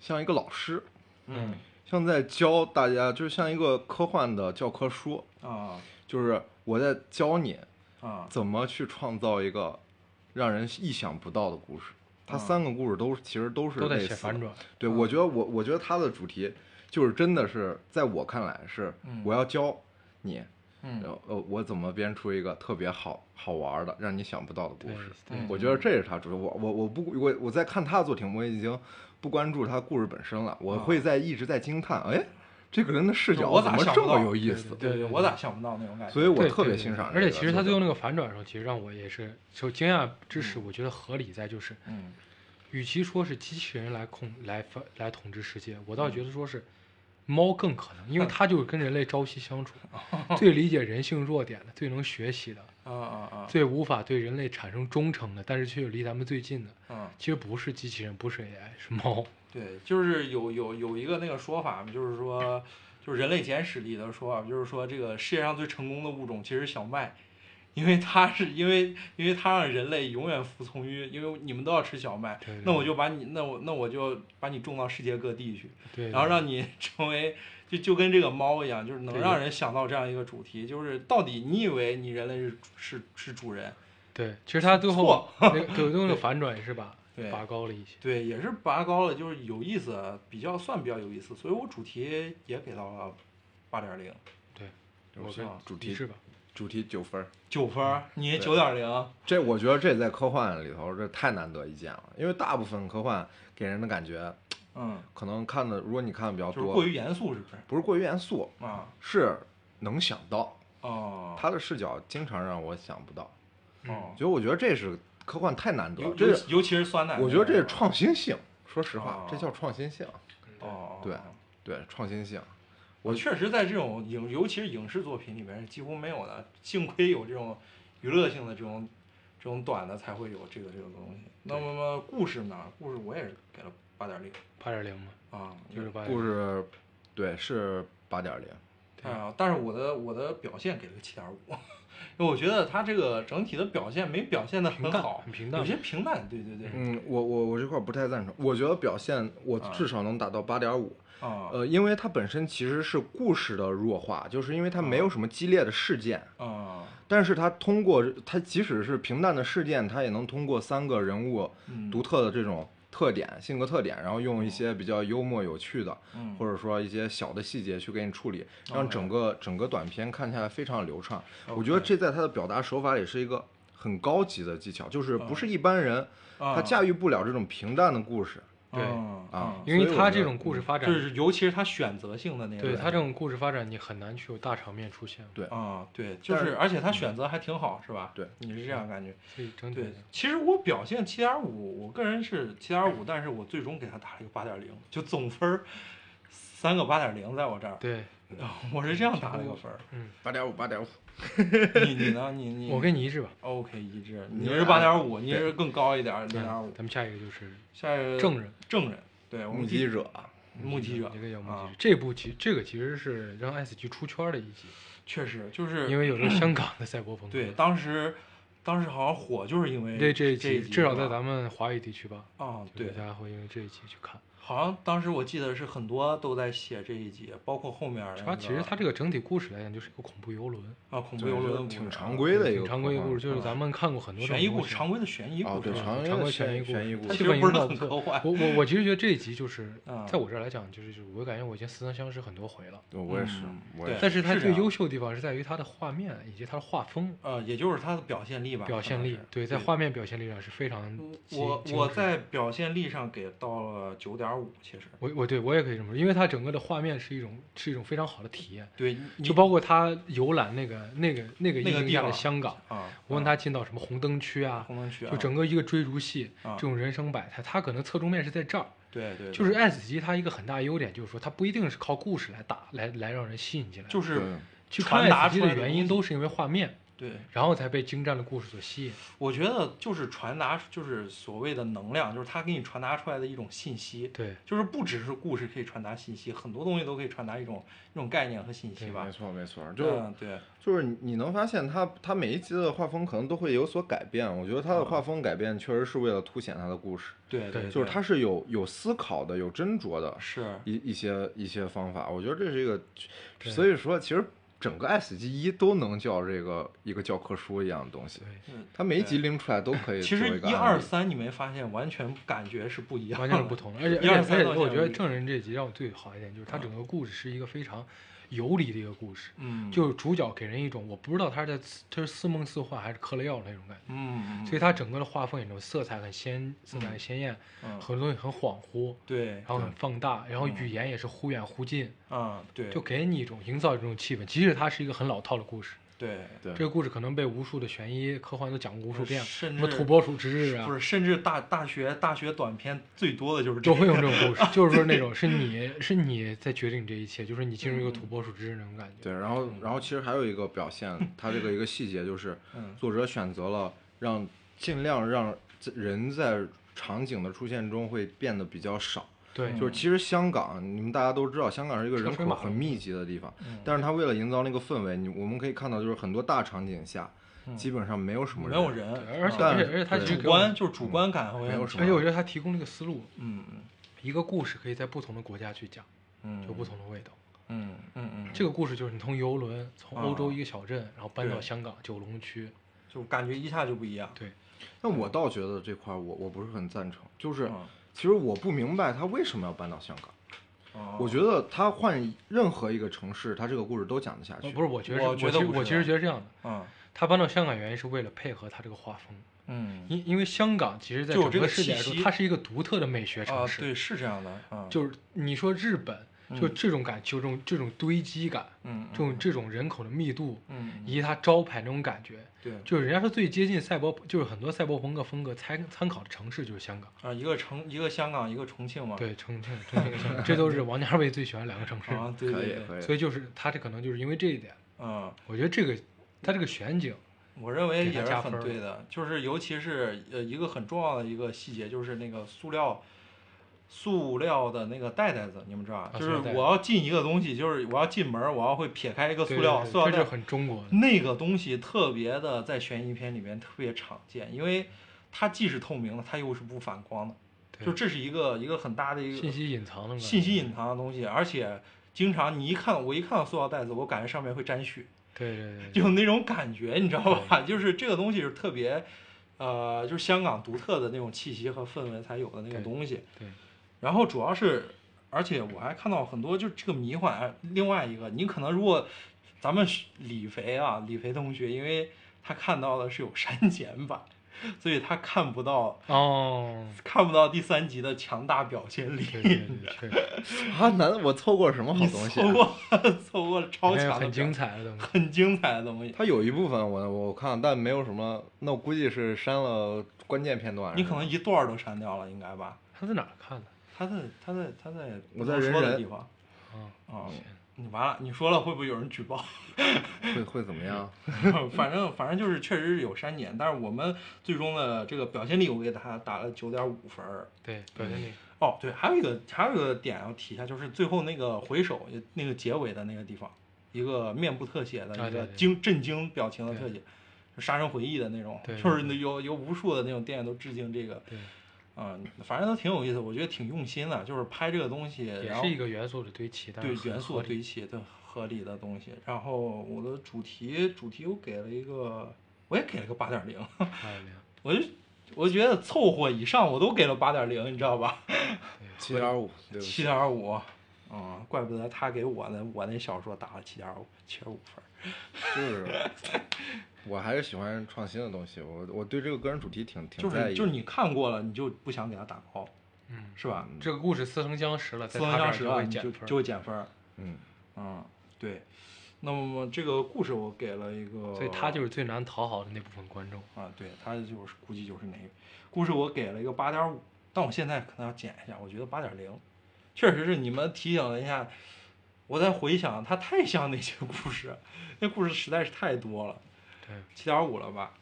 [SPEAKER 3] 像一个老师，
[SPEAKER 2] 嗯
[SPEAKER 3] 像在教大家，就是像一个科幻的教科书，
[SPEAKER 2] 啊
[SPEAKER 3] 就是我在教你
[SPEAKER 2] 啊
[SPEAKER 3] 怎么去创造一个让人意想不到的故事。
[SPEAKER 2] 啊
[SPEAKER 3] 它三个故事都是其实都是
[SPEAKER 1] 嗯都在
[SPEAKER 3] 类
[SPEAKER 1] 写
[SPEAKER 3] 似
[SPEAKER 1] 反
[SPEAKER 3] 的。
[SPEAKER 1] 转。嗯
[SPEAKER 3] 对，
[SPEAKER 2] 啊
[SPEAKER 3] 我觉得我我觉得它的主题就是真的是在我看来是
[SPEAKER 2] 嗯
[SPEAKER 3] 我要教你，
[SPEAKER 2] 嗯
[SPEAKER 3] 呃呃，我怎么编出一个特别好好玩的让你想不到的故
[SPEAKER 1] 对
[SPEAKER 3] 事。
[SPEAKER 1] 对
[SPEAKER 3] 我觉得这是他主题。我我我不我我在看他的作品，我已经不关注他故事本身了，我
[SPEAKER 2] 啊
[SPEAKER 3] 会在一直在惊叹，哎，这个人的视角
[SPEAKER 2] 我
[SPEAKER 3] 怎
[SPEAKER 2] 咋
[SPEAKER 3] 么
[SPEAKER 2] 想
[SPEAKER 3] 这
[SPEAKER 2] 不
[SPEAKER 3] 么
[SPEAKER 2] 到
[SPEAKER 3] 有意
[SPEAKER 1] 对
[SPEAKER 3] 思？嗯
[SPEAKER 2] 对
[SPEAKER 1] 对
[SPEAKER 2] 我咋想不到那种感觉？
[SPEAKER 3] 所以我
[SPEAKER 1] 对
[SPEAKER 3] 特
[SPEAKER 1] 对
[SPEAKER 3] 别
[SPEAKER 1] 对
[SPEAKER 3] 欣赏这
[SPEAKER 1] 而
[SPEAKER 3] 个作者。
[SPEAKER 1] 且其实他最后那个反转的时候，其实让我也是就惊讶之时，我觉得合理在就是，
[SPEAKER 2] 嗯
[SPEAKER 1] 与其说是机器人来控来发来统治世界，我倒
[SPEAKER 2] 嗯
[SPEAKER 1] 觉得说是猫更可能，因为它就是跟人类朝夕相处， 最理解人性弱点的，最能学习的，
[SPEAKER 2] 啊啊
[SPEAKER 1] 最无法对人类产生忠诚的，但是却又离咱们最近的，
[SPEAKER 2] 啊啊！
[SPEAKER 1] 其实不是机器人，不是 AI，是猫。
[SPEAKER 2] 对，就是有有有一个那个说法嘛，就是说，就是人类简史里的说啊法，就是说这个世界上最成功的物种其实是小麦，因为它是因为因为它让人类永远服从于，因为你们都要吃小麦，
[SPEAKER 1] 对对
[SPEAKER 2] 那我就把你那我那我就把你种到世界各地去，
[SPEAKER 1] 对，
[SPEAKER 2] 然后让你 成为就就跟这个猫一样，就是能
[SPEAKER 1] 对
[SPEAKER 2] 让人想到这样一个主题，就是到底你以为你人类是是是主人，
[SPEAKER 1] 对，其实它最后
[SPEAKER 2] 错
[SPEAKER 1] 那 个最后那个反转也是把
[SPEAKER 2] 对
[SPEAKER 1] 拔高了一些。
[SPEAKER 2] 对，也是拔高了，就是有意思，比较算比较有意思，所以我主题也给到了八点零。
[SPEAKER 1] 对，
[SPEAKER 3] 我
[SPEAKER 1] 我
[SPEAKER 3] 觉
[SPEAKER 1] 跟
[SPEAKER 3] 得主
[SPEAKER 1] 一
[SPEAKER 3] 题
[SPEAKER 1] 致吧。
[SPEAKER 2] 哦
[SPEAKER 3] 主题九分儿。
[SPEAKER 2] 九分儿，你
[SPEAKER 3] 嗯对
[SPEAKER 2] 九点零，
[SPEAKER 3] 这我觉得这在科幻里头这太难得一见了，因为大部分科幻给人的感觉，
[SPEAKER 2] 嗯，
[SPEAKER 3] 可能看的如果你看的比较
[SPEAKER 2] 就是过
[SPEAKER 3] 多，
[SPEAKER 2] 于严肃，是不是？
[SPEAKER 3] 不是过于严肃，
[SPEAKER 2] 啊，
[SPEAKER 3] 是能想到，
[SPEAKER 2] 哦，
[SPEAKER 3] 他的视角经常让我想不到，
[SPEAKER 2] 哦，
[SPEAKER 3] 所以我觉得这是科幻太难得
[SPEAKER 2] 尤，
[SPEAKER 3] 嗯这
[SPEAKER 2] 尤
[SPEAKER 3] 是
[SPEAKER 2] 其尤其是酸奶那个，
[SPEAKER 3] 我觉得这是创新性，说实话
[SPEAKER 2] 哦，
[SPEAKER 3] 这叫创新性，
[SPEAKER 2] 哦，哦，
[SPEAKER 3] 对
[SPEAKER 2] 哦
[SPEAKER 3] 对创新性，
[SPEAKER 2] 我确实在这种影，尤其是影视作品里面是几乎没有的，幸亏有这种娱乐性的这种这种短的才会有这个这个东西。那么么故事呢？故事我也是给了八点零
[SPEAKER 1] 八点零嘛，
[SPEAKER 2] 啊，
[SPEAKER 1] 就是八
[SPEAKER 3] 故事对是八点零，
[SPEAKER 2] 太好，啊但是我的我的表现给了个七点五，因为我觉得他这个整体的表现没表现的
[SPEAKER 1] 平
[SPEAKER 2] 很
[SPEAKER 1] 淡，
[SPEAKER 2] 好，
[SPEAKER 1] 很平淡
[SPEAKER 2] 有。些平淡，对对对，
[SPEAKER 3] 嗯，我我我这块儿不太赞成，我觉得表现我
[SPEAKER 2] 啊
[SPEAKER 3] 至少能达到八点五，
[SPEAKER 2] 啊
[SPEAKER 3] 呃，因为它本身其实是故事的弱化，就是因为它没有什么激烈的事件，
[SPEAKER 2] 啊，
[SPEAKER 3] 但是它通过它即使是平淡的事件，它也能通过三个人物
[SPEAKER 2] 嗯，
[SPEAKER 3] 独特的这种特点、性格特点，然后用一些比较幽默有趣的，
[SPEAKER 2] 嗯，哦
[SPEAKER 3] 或者说一些小的细节去给你处理，让
[SPEAKER 2] OK 哦
[SPEAKER 3] 整个整个短片看下来非常流畅。我
[SPEAKER 2] OK
[SPEAKER 3] 觉得这在它的表达手法里是一个很高级的技巧，就是
[SPEAKER 2] 哦
[SPEAKER 3] 不是一般人
[SPEAKER 2] 啊
[SPEAKER 3] 他驾驭不了这种平淡的故事
[SPEAKER 1] 对
[SPEAKER 2] 啊
[SPEAKER 3] 啊，
[SPEAKER 1] 因
[SPEAKER 3] 所
[SPEAKER 1] 为
[SPEAKER 3] 以
[SPEAKER 1] 它
[SPEAKER 3] 我觉
[SPEAKER 1] 这
[SPEAKER 3] 得
[SPEAKER 1] 种故事发展，
[SPEAKER 2] 就是尤其是他选择性的那个，
[SPEAKER 1] 对它这种故事发展，你很难去有大场面出现。
[SPEAKER 3] 对
[SPEAKER 2] 啊，对，就
[SPEAKER 3] 但
[SPEAKER 2] 是
[SPEAKER 3] 是
[SPEAKER 2] 而且他选择还挺好，是吧？
[SPEAKER 3] 对，
[SPEAKER 2] 你是这样感觉。
[SPEAKER 1] 所以整体来
[SPEAKER 2] 对
[SPEAKER 1] 讲，
[SPEAKER 2] 其实我表现七点五，我个人是七点五，但是我最终给他打了一个八点零，就总分儿三个八点零在我这儿，
[SPEAKER 1] 对，
[SPEAKER 2] 我是这样打了一个分儿。
[SPEAKER 3] 八点五八点五，
[SPEAKER 2] 你你呢？你你
[SPEAKER 1] 我跟你一哎致吧。
[SPEAKER 2] OK 一致，
[SPEAKER 3] 你
[SPEAKER 2] 你
[SPEAKER 3] 们
[SPEAKER 2] 是八
[SPEAKER 3] 俩
[SPEAKER 2] 点五，你是更高一点儿，零点五
[SPEAKER 1] 嗯。咱们下一个就是
[SPEAKER 2] 下一个
[SPEAKER 1] 证人嗯
[SPEAKER 2] 证人，对，我
[SPEAKER 3] 目
[SPEAKER 2] 们
[SPEAKER 3] 击者。啊
[SPEAKER 2] 呃目击者
[SPEAKER 1] 一个叫目击
[SPEAKER 2] 啊
[SPEAKER 1] 者。这部其这个其实是让 S 级出圈的一集，
[SPEAKER 2] 确实就是
[SPEAKER 1] 因为有了香港的赛博朋克。
[SPEAKER 2] 对，当时当时好像火就是因为
[SPEAKER 1] 对这一
[SPEAKER 2] 这
[SPEAKER 1] 集，
[SPEAKER 2] 集
[SPEAKER 1] 至少
[SPEAKER 2] 是吧
[SPEAKER 1] 在咱们华语地区吧，
[SPEAKER 2] 啊、
[SPEAKER 1] 就
[SPEAKER 2] 对
[SPEAKER 1] 大，家会因为这一集去看。
[SPEAKER 2] 好像当时我记得是很多都在写这一集，包括后面儿那
[SPEAKER 1] 它
[SPEAKER 2] 个
[SPEAKER 1] 其实它这个整体故事来讲，就是一个恐怖游轮，嗯
[SPEAKER 2] 啊恐怖
[SPEAKER 3] 对
[SPEAKER 2] 游
[SPEAKER 3] 就
[SPEAKER 2] 轮
[SPEAKER 3] 挺
[SPEAKER 2] 故事啊
[SPEAKER 3] 常规的一
[SPEAKER 1] 挺
[SPEAKER 3] 个
[SPEAKER 1] 常规的故事，
[SPEAKER 3] 科
[SPEAKER 1] 就是咱们看过很多这种
[SPEAKER 2] 悬疑
[SPEAKER 1] 东
[SPEAKER 2] 故事，
[SPEAKER 1] 西嗯
[SPEAKER 2] 常规的悬疑
[SPEAKER 3] 哦
[SPEAKER 2] 故事
[SPEAKER 3] 对
[SPEAKER 2] 嘛，
[SPEAKER 3] 常规
[SPEAKER 1] 常
[SPEAKER 3] 的
[SPEAKER 1] 规
[SPEAKER 3] 悬
[SPEAKER 1] 悬疑故
[SPEAKER 3] 悬疑
[SPEAKER 1] 事
[SPEAKER 3] 故
[SPEAKER 2] 它
[SPEAKER 1] 气
[SPEAKER 2] 其
[SPEAKER 1] 氛
[SPEAKER 2] 实
[SPEAKER 1] 营
[SPEAKER 2] 不是
[SPEAKER 1] 造
[SPEAKER 2] 很
[SPEAKER 1] 得
[SPEAKER 2] 科幻
[SPEAKER 1] 幻。我我我其实觉得这一集就是
[SPEAKER 2] 嗯，
[SPEAKER 1] 在我这儿来讲，就是我感觉我已经似曾相识很多回了。
[SPEAKER 3] 对我也是
[SPEAKER 2] 嗯，
[SPEAKER 3] 我
[SPEAKER 2] 对
[SPEAKER 3] 也是。
[SPEAKER 1] 但是它
[SPEAKER 2] 是这
[SPEAKER 1] 最
[SPEAKER 2] 样
[SPEAKER 1] 优秀的地方是在于它的画面以及它的画风、
[SPEAKER 2] 呃，也就是它的表现力吧，
[SPEAKER 1] 表
[SPEAKER 2] 可
[SPEAKER 1] 现
[SPEAKER 2] 能
[SPEAKER 1] 力
[SPEAKER 2] 是。
[SPEAKER 1] 对，在画面表现力上是非常精。
[SPEAKER 2] 嗯我
[SPEAKER 1] 精
[SPEAKER 2] 我
[SPEAKER 1] 致
[SPEAKER 2] 在表现力上给到了九点五，其实
[SPEAKER 1] 我我对我也可以这么说，因为它整个的画面是一种是一种非常好的体验，
[SPEAKER 2] 对，你
[SPEAKER 1] 就包括他游览那个那个那个疫
[SPEAKER 2] 那个
[SPEAKER 1] 情
[SPEAKER 2] 地
[SPEAKER 1] 下的
[SPEAKER 2] 方
[SPEAKER 1] 香港，
[SPEAKER 2] 啊，
[SPEAKER 1] 无论
[SPEAKER 2] 啊
[SPEAKER 1] 他进到什么红灯区啊，
[SPEAKER 2] 红灯区啊，
[SPEAKER 1] 就整个一个追逐戏，
[SPEAKER 2] 啊
[SPEAKER 1] 这种人生百态，它可能侧重面是在这儿。
[SPEAKER 2] 对对，对
[SPEAKER 1] 就是爱死机，它一个很大优点就是说，它不一定是靠故事来打来来让人吸引进来，
[SPEAKER 2] 就是
[SPEAKER 3] 对
[SPEAKER 1] 去看
[SPEAKER 2] 传达
[SPEAKER 1] 爱死机
[SPEAKER 2] 出来
[SPEAKER 1] 的
[SPEAKER 2] 的
[SPEAKER 1] 原因都是因为画面，
[SPEAKER 2] 对，
[SPEAKER 1] 然后才被精湛的故事所吸引。
[SPEAKER 2] 我觉得就是传达就是所谓的能量，就是它给你传达出来的一种信息，
[SPEAKER 1] 对，
[SPEAKER 2] 就是不只是故事可以传达信息，很多东西都可以传达一种一种概念和信息吧
[SPEAKER 3] 没。错没错，就
[SPEAKER 2] 嗯，对，
[SPEAKER 3] 就是你你能发现它它每一集的画风可能都会有所改变，我觉得它的画风改变确实是为了凸显它的故事，
[SPEAKER 2] 对啊
[SPEAKER 1] 对
[SPEAKER 3] 就是它是有有思考的、有斟酌的
[SPEAKER 2] 是
[SPEAKER 3] 一一些一些方法，我觉得这是一个，
[SPEAKER 1] 对
[SPEAKER 3] 所以说其实整个《爱死机一》都能叫这个一个教科书一样的东西，
[SPEAKER 1] 对，
[SPEAKER 2] 嗯
[SPEAKER 3] 它每一集拎出来都可以
[SPEAKER 2] 其
[SPEAKER 3] 作为
[SPEAKER 2] 实
[SPEAKER 3] 一个
[SPEAKER 2] 一
[SPEAKER 3] 案
[SPEAKER 2] 二
[SPEAKER 3] 例
[SPEAKER 2] 三你没发现完全感觉是不一样的，
[SPEAKER 1] 完全是不同的。而且
[SPEAKER 2] 一啊二
[SPEAKER 1] 而且
[SPEAKER 2] 三
[SPEAKER 1] 而且，
[SPEAKER 2] 到
[SPEAKER 1] 我觉
[SPEAKER 2] 现在
[SPEAKER 1] 得
[SPEAKER 2] 五
[SPEAKER 1] 证人这集让我最好一点就是它整个故事是一个非常游离的一个故事，
[SPEAKER 2] 嗯，
[SPEAKER 1] 就是主角给人一种我不知道他是在自他是似梦似幻还是嗑了药的那种感觉。
[SPEAKER 2] 嗯，嗯
[SPEAKER 1] 所以它整个的画风也种色彩很鲜，色彩很鲜艳，
[SPEAKER 2] 嗯
[SPEAKER 1] 很多东西很恍惚，
[SPEAKER 2] 对
[SPEAKER 1] 然，后很放大，然后
[SPEAKER 2] 嗯
[SPEAKER 1] 语言也是忽远忽近，
[SPEAKER 2] 嗯，对，
[SPEAKER 1] 就给你一种营造一种气氛。即使它是一个很老套的故事，
[SPEAKER 2] 对，
[SPEAKER 3] 对
[SPEAKER 1] 这个故事可能被无数的悬疑科幻都讲过无数遍了，
[SPEAKER 2] 甚
[SPEAKER 1] 什
[SPEAKER 2] 至
[SPEAKER 1] 么土拨鼠之日
[SPEAKER 2] 不
[SPEAKER 1] 啊，
[SPEAKER 2] 是，甚至大大学大学短片最多的就是这
[SPEAKER 1] 就
[SPEAKER 2] 个，
[SPEAKER 1] 会有这种故事，就是说那种是你是你在决定这一切，就是你进入一个土拨鼠之日那种感觉。
[SPEAKER 3] 对，然后然后其实还有一个表现，它这个一个细节就是
[SPEAKER 2] 嗯
[SPEAKER 3] 作者选择了让尽量让这人在场景的出现中会变得比较少。
[SPEAKER 1] 对，
[SPEAKER 2] 嗯
[SPEAKER 3] 就是其实香港，你们大家都知道，香港是一个人
[SPEAKER 1] 车水
[SPEAKER 3] 口
[SPEAKER 1] 马
[SPEAKER 3] 很
[SPEAKER 1] 龙
[SPEAKER 3] 密集的地方，
[SPEAKER 2] 嗯
[SPEAKER 3] 但是它为了营造那个氛围，你我们可以看到，就是很多大场景下，
[SPEAKER 2] 嗯
[SPEAKER 3] 基本上没有什么
[SPEAKER 2] 没
[SPEAKER 3] 人，
[SPEAKER 2] 有人，
[SPEAKER 1] 对而且
[SPEAKER 2] 啊
[SPEAKER 1] 而且而且它其
[SPEAKER 3] 但
[SPEAKER 1] 实
[SPEAKER 2] 主
[SPEAKER 1] 给我
[SPEAKER 2] 观
[SPEAKER 1] 们，
[SPEAKER 2] 就是主观感会
[SPEAKER 3] 没有
[SPEAKER 2] 很强
[SPEAKER 3] 什么
[SPEAKER 1] 而且我觉得它提供了一个思路，
[SPEAKER 2] 嗯
[SPEAKER 1] 一个故事可以在不同的国家去讲，
[SPEAKER 2] 嗯，
[SPEAKER 1] 有不同的味道。
[SPEAKER 2] 嗯嗯嗯，
[SPEAKER 1] 这个故事就是你从游轮从欧洲
[SPEAKER 2] 啊
[SPEAKER 1] 一个小镇，然后搬
[SPEAKER 2] 对
[SPEAKER 1] 到香港九龙区，
[SPEAKER 2] 就感觉一下就不一样，
[SPEAKER 1] 对，
[SPEAKER 3] 但我倒觉得这块儿我我不是很赞成，就是
[SPEAKER 2] 嗯
[SPEAKER 3] 其实我不明白他为什么要搬到香港，
[SPEAKER 2] 哦
[SPEAKER 3] 我觉得他换任何一个城市，他这个故事都讲得下
[SPEAKER 1] 呃
[SPEAKER 3] 去。
[SPEAKER 2] 哦
[SPEAKER 1] 不是，我觉得是
[SPEAKER 2] 啊
[SPEAKER 1] 我
[SPEAKER 2] 我觉
[SPEAKER 1] 其
[SPEAKER 2] 得
[SPEAKER 1] 实
[SPEAKER 2] 不是
[SPEAKER 1] 我其实觉得这样的，
[SPEAKER 2] 嗯
[SPEAKER 1] 他搬到香港原因是为了配合他这个画风，
[SPEAKER 2] 嗯
[SPEAKER 1] 因因为香港其实在
[SPEAKER 2] 就
[SPEAKER 1] 整
[SPEAKER 2] 有这
[SPEAKER 1] 个
[SPEAKER 2] 个
[SPEAKER 1] 世界
[SPEAKER 2] 气
[SPEAKER 1] 来说，
[SPEAKER 2] 息
[SPEAKER 1] 它是一个独特的美学城
[SPEAKER 2] 啊，
[SPEAKER 1] 市，
[SPEAKER 2] 对，是这样的，嗯，
[SPEAKER 1] 就是你说日本就
[SPEAKER 2] 嗯
[SPEAKER 1] 这种感，就这种这种堆积感，
[SPEAKER 2] 嗯
[SPEAKER 1] 这种这种人口的密度，
[SPEAKER 2] 嗯
[SPEAKER 1] 以及它招牌那种感觉，
[SPEAKER 2] 对
[SPEAKER 1] 就是人家说最接近赛博，就是很多赛博朋克风格参参考的城市就是香港。
[SPEAKER 2] 啊，一个重一个香港，一个重庆嘛，
[SPEAKER 1] 对，重庆、重 庆、香港，这都是王家卫最喜欢两个城市。
[SPEAKER 2] 啊，对
[SPEAKER 3] 可以
[SPEAKER 2] 对 对，
[SPEAKER 3] 可以，
[SPEAKER 1] 所以就是他这可能就是因为这一点，
[SPEAKER 2] 嗯。
[SPEAKER 1] 我觉得这个他这个选景，
[SPEAKER 2] 我认为
[SPEAKER 1] 给他
[SPEAKER 2] 也是
[SPEAKER 1] 加分
[SPEAKER 2] 很
[SPEAKER 1] 儿
[SPEAKER 2] 对的，就是尤其是呃一个很重要的一个细节，就是那个塑料塑料的那个袋袋子，你们知道吧？
[SPEAKER 1] 啊
[SPEAKER 2] 就
[SPEAKER 1] 塑料
[SPEAKER 2] 是
[SPEAKER 1] 袋子
[SPEAKER 2] 我要进一个东西，就是我要进门儿，我要会撇开一个
[SPEAKER 1] 对
[SPEAKER 2] 塑
[SPEAKER 1] 对
[SPEAKER 2] 料
[SPEAKER 1] 对
[SPEAKER 2] 塑料
[SPEAKER 1] 这就是
[SPEAKER 2] 袋，
[SPEAKER 1] 很中国的，
[SPEAKER 2] 那个东西特别的在悬疑片里面特别常见，因为它既是透明的，它又是不反光的，
[SPEAKER 1] 对
[SPEAKER 2] 就这是一个一个很大的一
[SPEAKER 1] 信
[SPEAKER 2] 个
[SPEAKER 1] 息隐藏的感觉
[SPEAKER 2] 嗯信息隐藏的东西，而且经常你一看我一看到塑料袋子，我感觉上面会沾血。
[SPEAKER 1] 对对对对，
[SPEAKER 2] 有那种感觉，你知道吧？就是这个东西是特别，呃，就是香港独特的那种气息和氛围才有的那个
[SPEAKER 1] 对
[SPEAKER 2] 东西。
[SPEAKER 1] 对
[SPEAKER 2] 然后主要是，而且我还看到很多，就这个迷幻。哎另外一个，你可能如果咱们是李肥啊，李肥同学，因为他看到的是有删减版，所以他看不到
[SPEAKER 1] 哦，
[SPEAKER 2] 看不到第三集的强大表现力。
[SPEAKER 1] 对 对对，确实，
[SPEAKER 3] 啊，难，我错过什么好
[SPEAKER 2] 你
[SPEAKER 3] 东西、
[SPEAKER 2] 错过错过了超
[SPEAKER 1] 里面有很
[SPEAKER 2] 强的表
[SPEAKER 1] 精彩的东西，
[SPEAKER 2] 很精彩的东西。
[SPEAKER 3] 它有一部分我我看，但没有什么，那我估计是删了关键片段。
[SPEAKER 2] 你
[SPEAKER 3] 是
[SPEAKER 2] 可
[SPEAKER 3] 吧
[SPEAKER 2] 能一段儿都删掉了，应该吧？
[SPEAKER 1] 他在哪儿看的？
[SPEAKER 2] 他在他在他在
[SPEAKER 3] 我
[SPEAKER 2] 不
[SPEAKER 3] 在
[SPEAKER 2] 能
[SPEAKER 3] 人
[SPEAKER 2] 说的
[SPEAKER 3] 人嗯
[SPEAKER 2] 地方
[SPEAKER 1] 啊，
[SPEAKER 2] 啊，你完了，你说了会不会有人举报？
[SPEAKER 3] 会会怎么样？
[SPEAKER 2] 反正反正就是确实是有删减，但是我们最终的这个表现力，我给他打了九点五分儿。
[SPEAKER 1] 对，表现力，
[SPEAKER 2] 哦，对，还有一个还有一个点要提一下，就是最后那个回首那个结尾的那个地方，一个面部特写的
[SPEAKER 1] 啊
[SPEAKER 2] 一
[SPEAKER 1] 对
[SPEAKER 2] 个
[SPEAKER 1] 对
[SPEAKER 2] 惊震惊表情的
[SPEAKER 1] 对
[SPEAKER 2] 特写，就杀人回忆的那种，
[SPEAKER 1] 对
[SPEAKER 2] 就
[SPEAKER 1] 对
[SPEAKER 2] 是有有无数的那种电影都致敬这个，
[SPEAKER 1] 对，
[SPEAKER 2] 嗯，反正都挺有意思，我觉得挺用心的，就是拍这个东西，
[SPEAKER 1] 也
[SPEAKER 2] 然后
[SPEAKER 1] 是一个元素的堆砌，但
[SPEAKER 2] 对
[SPEAKER 1] 是很
[SPEAKER 2] 元素
[SPEAKER 1] 合
[SPEAKER 2] 的
[SPEAKER 1] 理
[SPEAKER 2] 堆砌，对合理的东西。然后我的主题主题我给了一个，我也给了个八点零，
[SPEAKER 1] 八点零，
[SPEAKER 2] 我就我觉得凑合以上我都给了八点零，你知道吧？
[SPEAKER 3] 七点五，对不起
[SPEAKER 2] 七点五，嗯，怪不得他给我的我那小说打了七点五七点五分儿。
[SPEAKER 3] 就是， 我还是喜欢创新的东西。我我对这个个人主题挺挺
[SPEAKER 2] 就
[SPEAKER 3] 在
[SPEAKER 2] 是
[SPEAKER 3] 意。
[SPEAKER 2] 就是你看过了，你就不想给他打高，
[SPEAKER 1] 嗯，
[SPEAKER 2] 是吧？
[SPEAKER 1] 这个故事撕成僵尸了，
[SPEAKER 2] 四
[SPEAKER 1] 在
[SPEAKER 2] 分
[SPEAKER 1] 他这
[SPEAKER 2] 相
[SPEAKER 1] 儿
[SPEAKER 2] 十
[SPEAKER 1] 就
[SPEAKER 2] 了，
[SPEAKER 1] 会
[SPEAKER 2] 你
[SPEAKER 1] 减
[SPEAKER 2] 就
[SPEAKER 1] 分儿，
[SPEAKER 2] 就会减分儿。
[SPEAKER 3] 嗯，
[SPEAKER 2] 嗯，对。那么这个故事我给了一个，
[SPEAKER 1] 所以他就是最难讨好的那部分观众。
[SPEAKER 2] 啊，对，他就是估计就是哪个故事，我给了一个八点五，但我现在可能要减一下，我觉得八点零，确实是你们提醒了一下，我在回想，它太像那些故事，那故事实在是太多了，
[SPEAKER 1] 对，
[SPEAKER 2] 七点五了吧？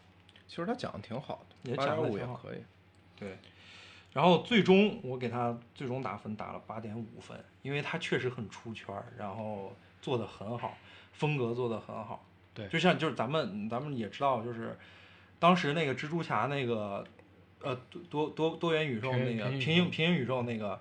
[SPEAKER 3] 其实他讲的挺好的，
[SPEAKER 2] 也
[SPEAKER 3] 八
[SPEAKER 2] 讲得
[SPEAKER 3] 点五也
[SPEAKER 2] 挺好
[SPEAKER 3] 可以。
[SPEAKER 2] 对，然后最终我给他最终打分打了八点五分，因为他确实很出圈儿，然后做的很好，风格做的很好。
[SPEAKER 1] 对
[SPEAKER 2] 就像就是咱们咱们也知道，就是当时那个蜘蛛侠那个呃多多多多元宇宙
[SPEAKER 1] 平
[SPEAKER 2] 那个
[SPEAKER 1] 平行宇
[SPEAKER 2] 平行平行宇宙那个，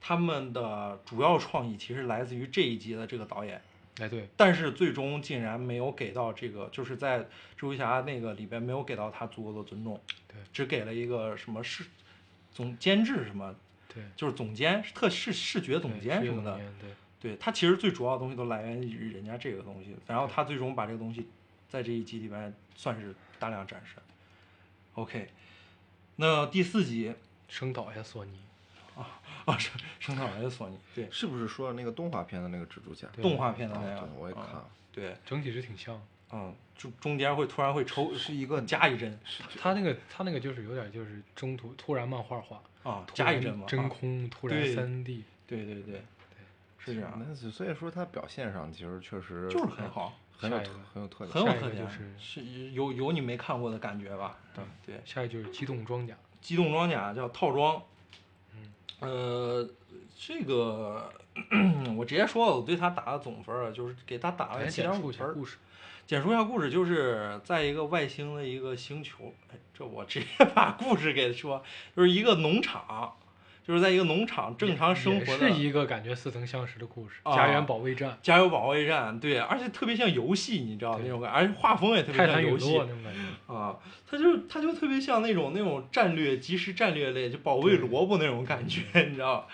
[SPEAKER 2] 他们的主要创意其实来自于这一集的这个导演。
[SPEAKER 1] 哎，对，
[SPEAKER 2] 但是最终竟然没有给到这个，就是在蜘蛛侠那个里边没有给到他足够的尊重，
[SPEAKER 1] 对，
[SPEAKER 2] 只给了一个什么视总监制什么，
[SPEAKER 1] 对，
[SPEAKER 2] 就是总监特视视觉总
[SPEAKER 1] 对
[SPEAKER 2] 监
[SPEAKER 1] 是
[SPEAKER 2] 什
[SPEAKER 1] 总
[SPEAKER 2] 么的，
[SPEAKER 1] 监对，
[SPEAKER 2] 对他其实最主要的东西都来源于人家这个东西，然后他最终把这个东西在这一集里边算是大量展示。OK，那第四集
[SPEAKER 1] 声导呀，索尼，
[SPEAKER 2] 啊是圣塔的索尼对
[SPEAKER 3] 是不是说那个动画片的那个蜘蛛侠？
[SPEAKER 1] 对
[SPEAKER 2] 动画片的
[SPEAKER 3] 啊
[SPEAKER 2] 那
[SPEAKER 3] 对
[SPEAKER 2] 样，，
[SPEAKER 3] 我也看
[SPEAKER 2] 嗯
[SPEAKER 3] 了。
[SPEAKER 2] 对，
[SPEAKER 1] 整体是挺像的。
[SPEAKER 2] 嗯，中中间会突然会抽
[SPEAKER 3] 是一个
[SPEAKER 2] 加一帧
[SPEAKER 1] 他那个他那个就是有点就是中途突然漫画化，
[SPEAKER 2] 啊，
[SPEAKER 1] 突
[SPEAKER 2] 加一
[SPEAKER 1] 然
[SPEAKER 2] 帧嘛，
[SPEAKER 1] 真
[SPEAKER 2] 啊
[SPEAKER 1] 空，突然
[SPEAKER 2] 对
[SPEAKER 1] 三 D，
[SPEAKER 2] 对对对，是这样，
[SPEAKER 3] 那是所以说他表现上其实确实
[SPEAKER 2] 就是很好，
[SPEAKER 3] 很有
[SPEAKER 1] 下一
[SPEAKER 3] 特
[SPEAKER 1] 个
[SPEAKER 3] 很有特
[SPEAKER 2] 很
[SPEAKER 3] 点。
[SPEAKER 2] 有
[SPEAKER 1] 下一
[SPEAKER 2] 特
[SPEAKER 1] 个
[SPEAKER 2] 点，
[SPEAKER 1] 啊就是
[SPEAKER 2] 有有你没看过的感觉吧？
[SPEAKER 1] 对
[SPEAKER 2] 对，
[SPEAKER 1] 下一个就是机动装甲，
[SPEAKER 2] 机动装甲叫套装，
[SPEAKER 1] 嗯
[SPEAKER 2] 呃，这个 我直接说了，我对它打的总分儿啊，就是给它打了
[SPEAKER 1] 来
[SPEAKER 2] 七
[SPEAKER 1] 简
[SPEAKER 2] 点
[SPEAKER 1] 述
[SPEAKER 2] 五
[SPEAKER 1] 一下
[SPEAKER 2] 分儿。
[SPEAKER 1] 故事。
[SPEAKER 2] 简述一下故事，就是在一个外星的一个星球，哎，这我直接把故事给说，就是一个农场，就是在一个农场正常生
[SPEAKER 1] 也
[SPEAKER 2] 活
[SPEAKER 1] 是
[SPEAKER 2] 的
[SPEAKER 1] 一个感觉似曾相识的故事，
[SPEAKER 2] 啊
[SPEAKER 1] 家园保卫战，
[SPEAKER 2] 加油保卫战，对，而且特别像游戏，你知道
[SPEAKER 1] 对
[SPEAKER 2] 那种感觉，而且画风也特别
[SPEAKER 1] 泰
[SPEAKER 2] 像
[SPEAKER 1] 坦陨
[SPEAKER 2] 游戏
[SPEAKER 1] 落那种感觉。
[SPEAKER 2] 啊，它就它就特别像那种那种战略即时战略类，就保卫
[SPEAKER 1] 对
[SPEAKER 2] 萝卜那种感觉， 你知道吧，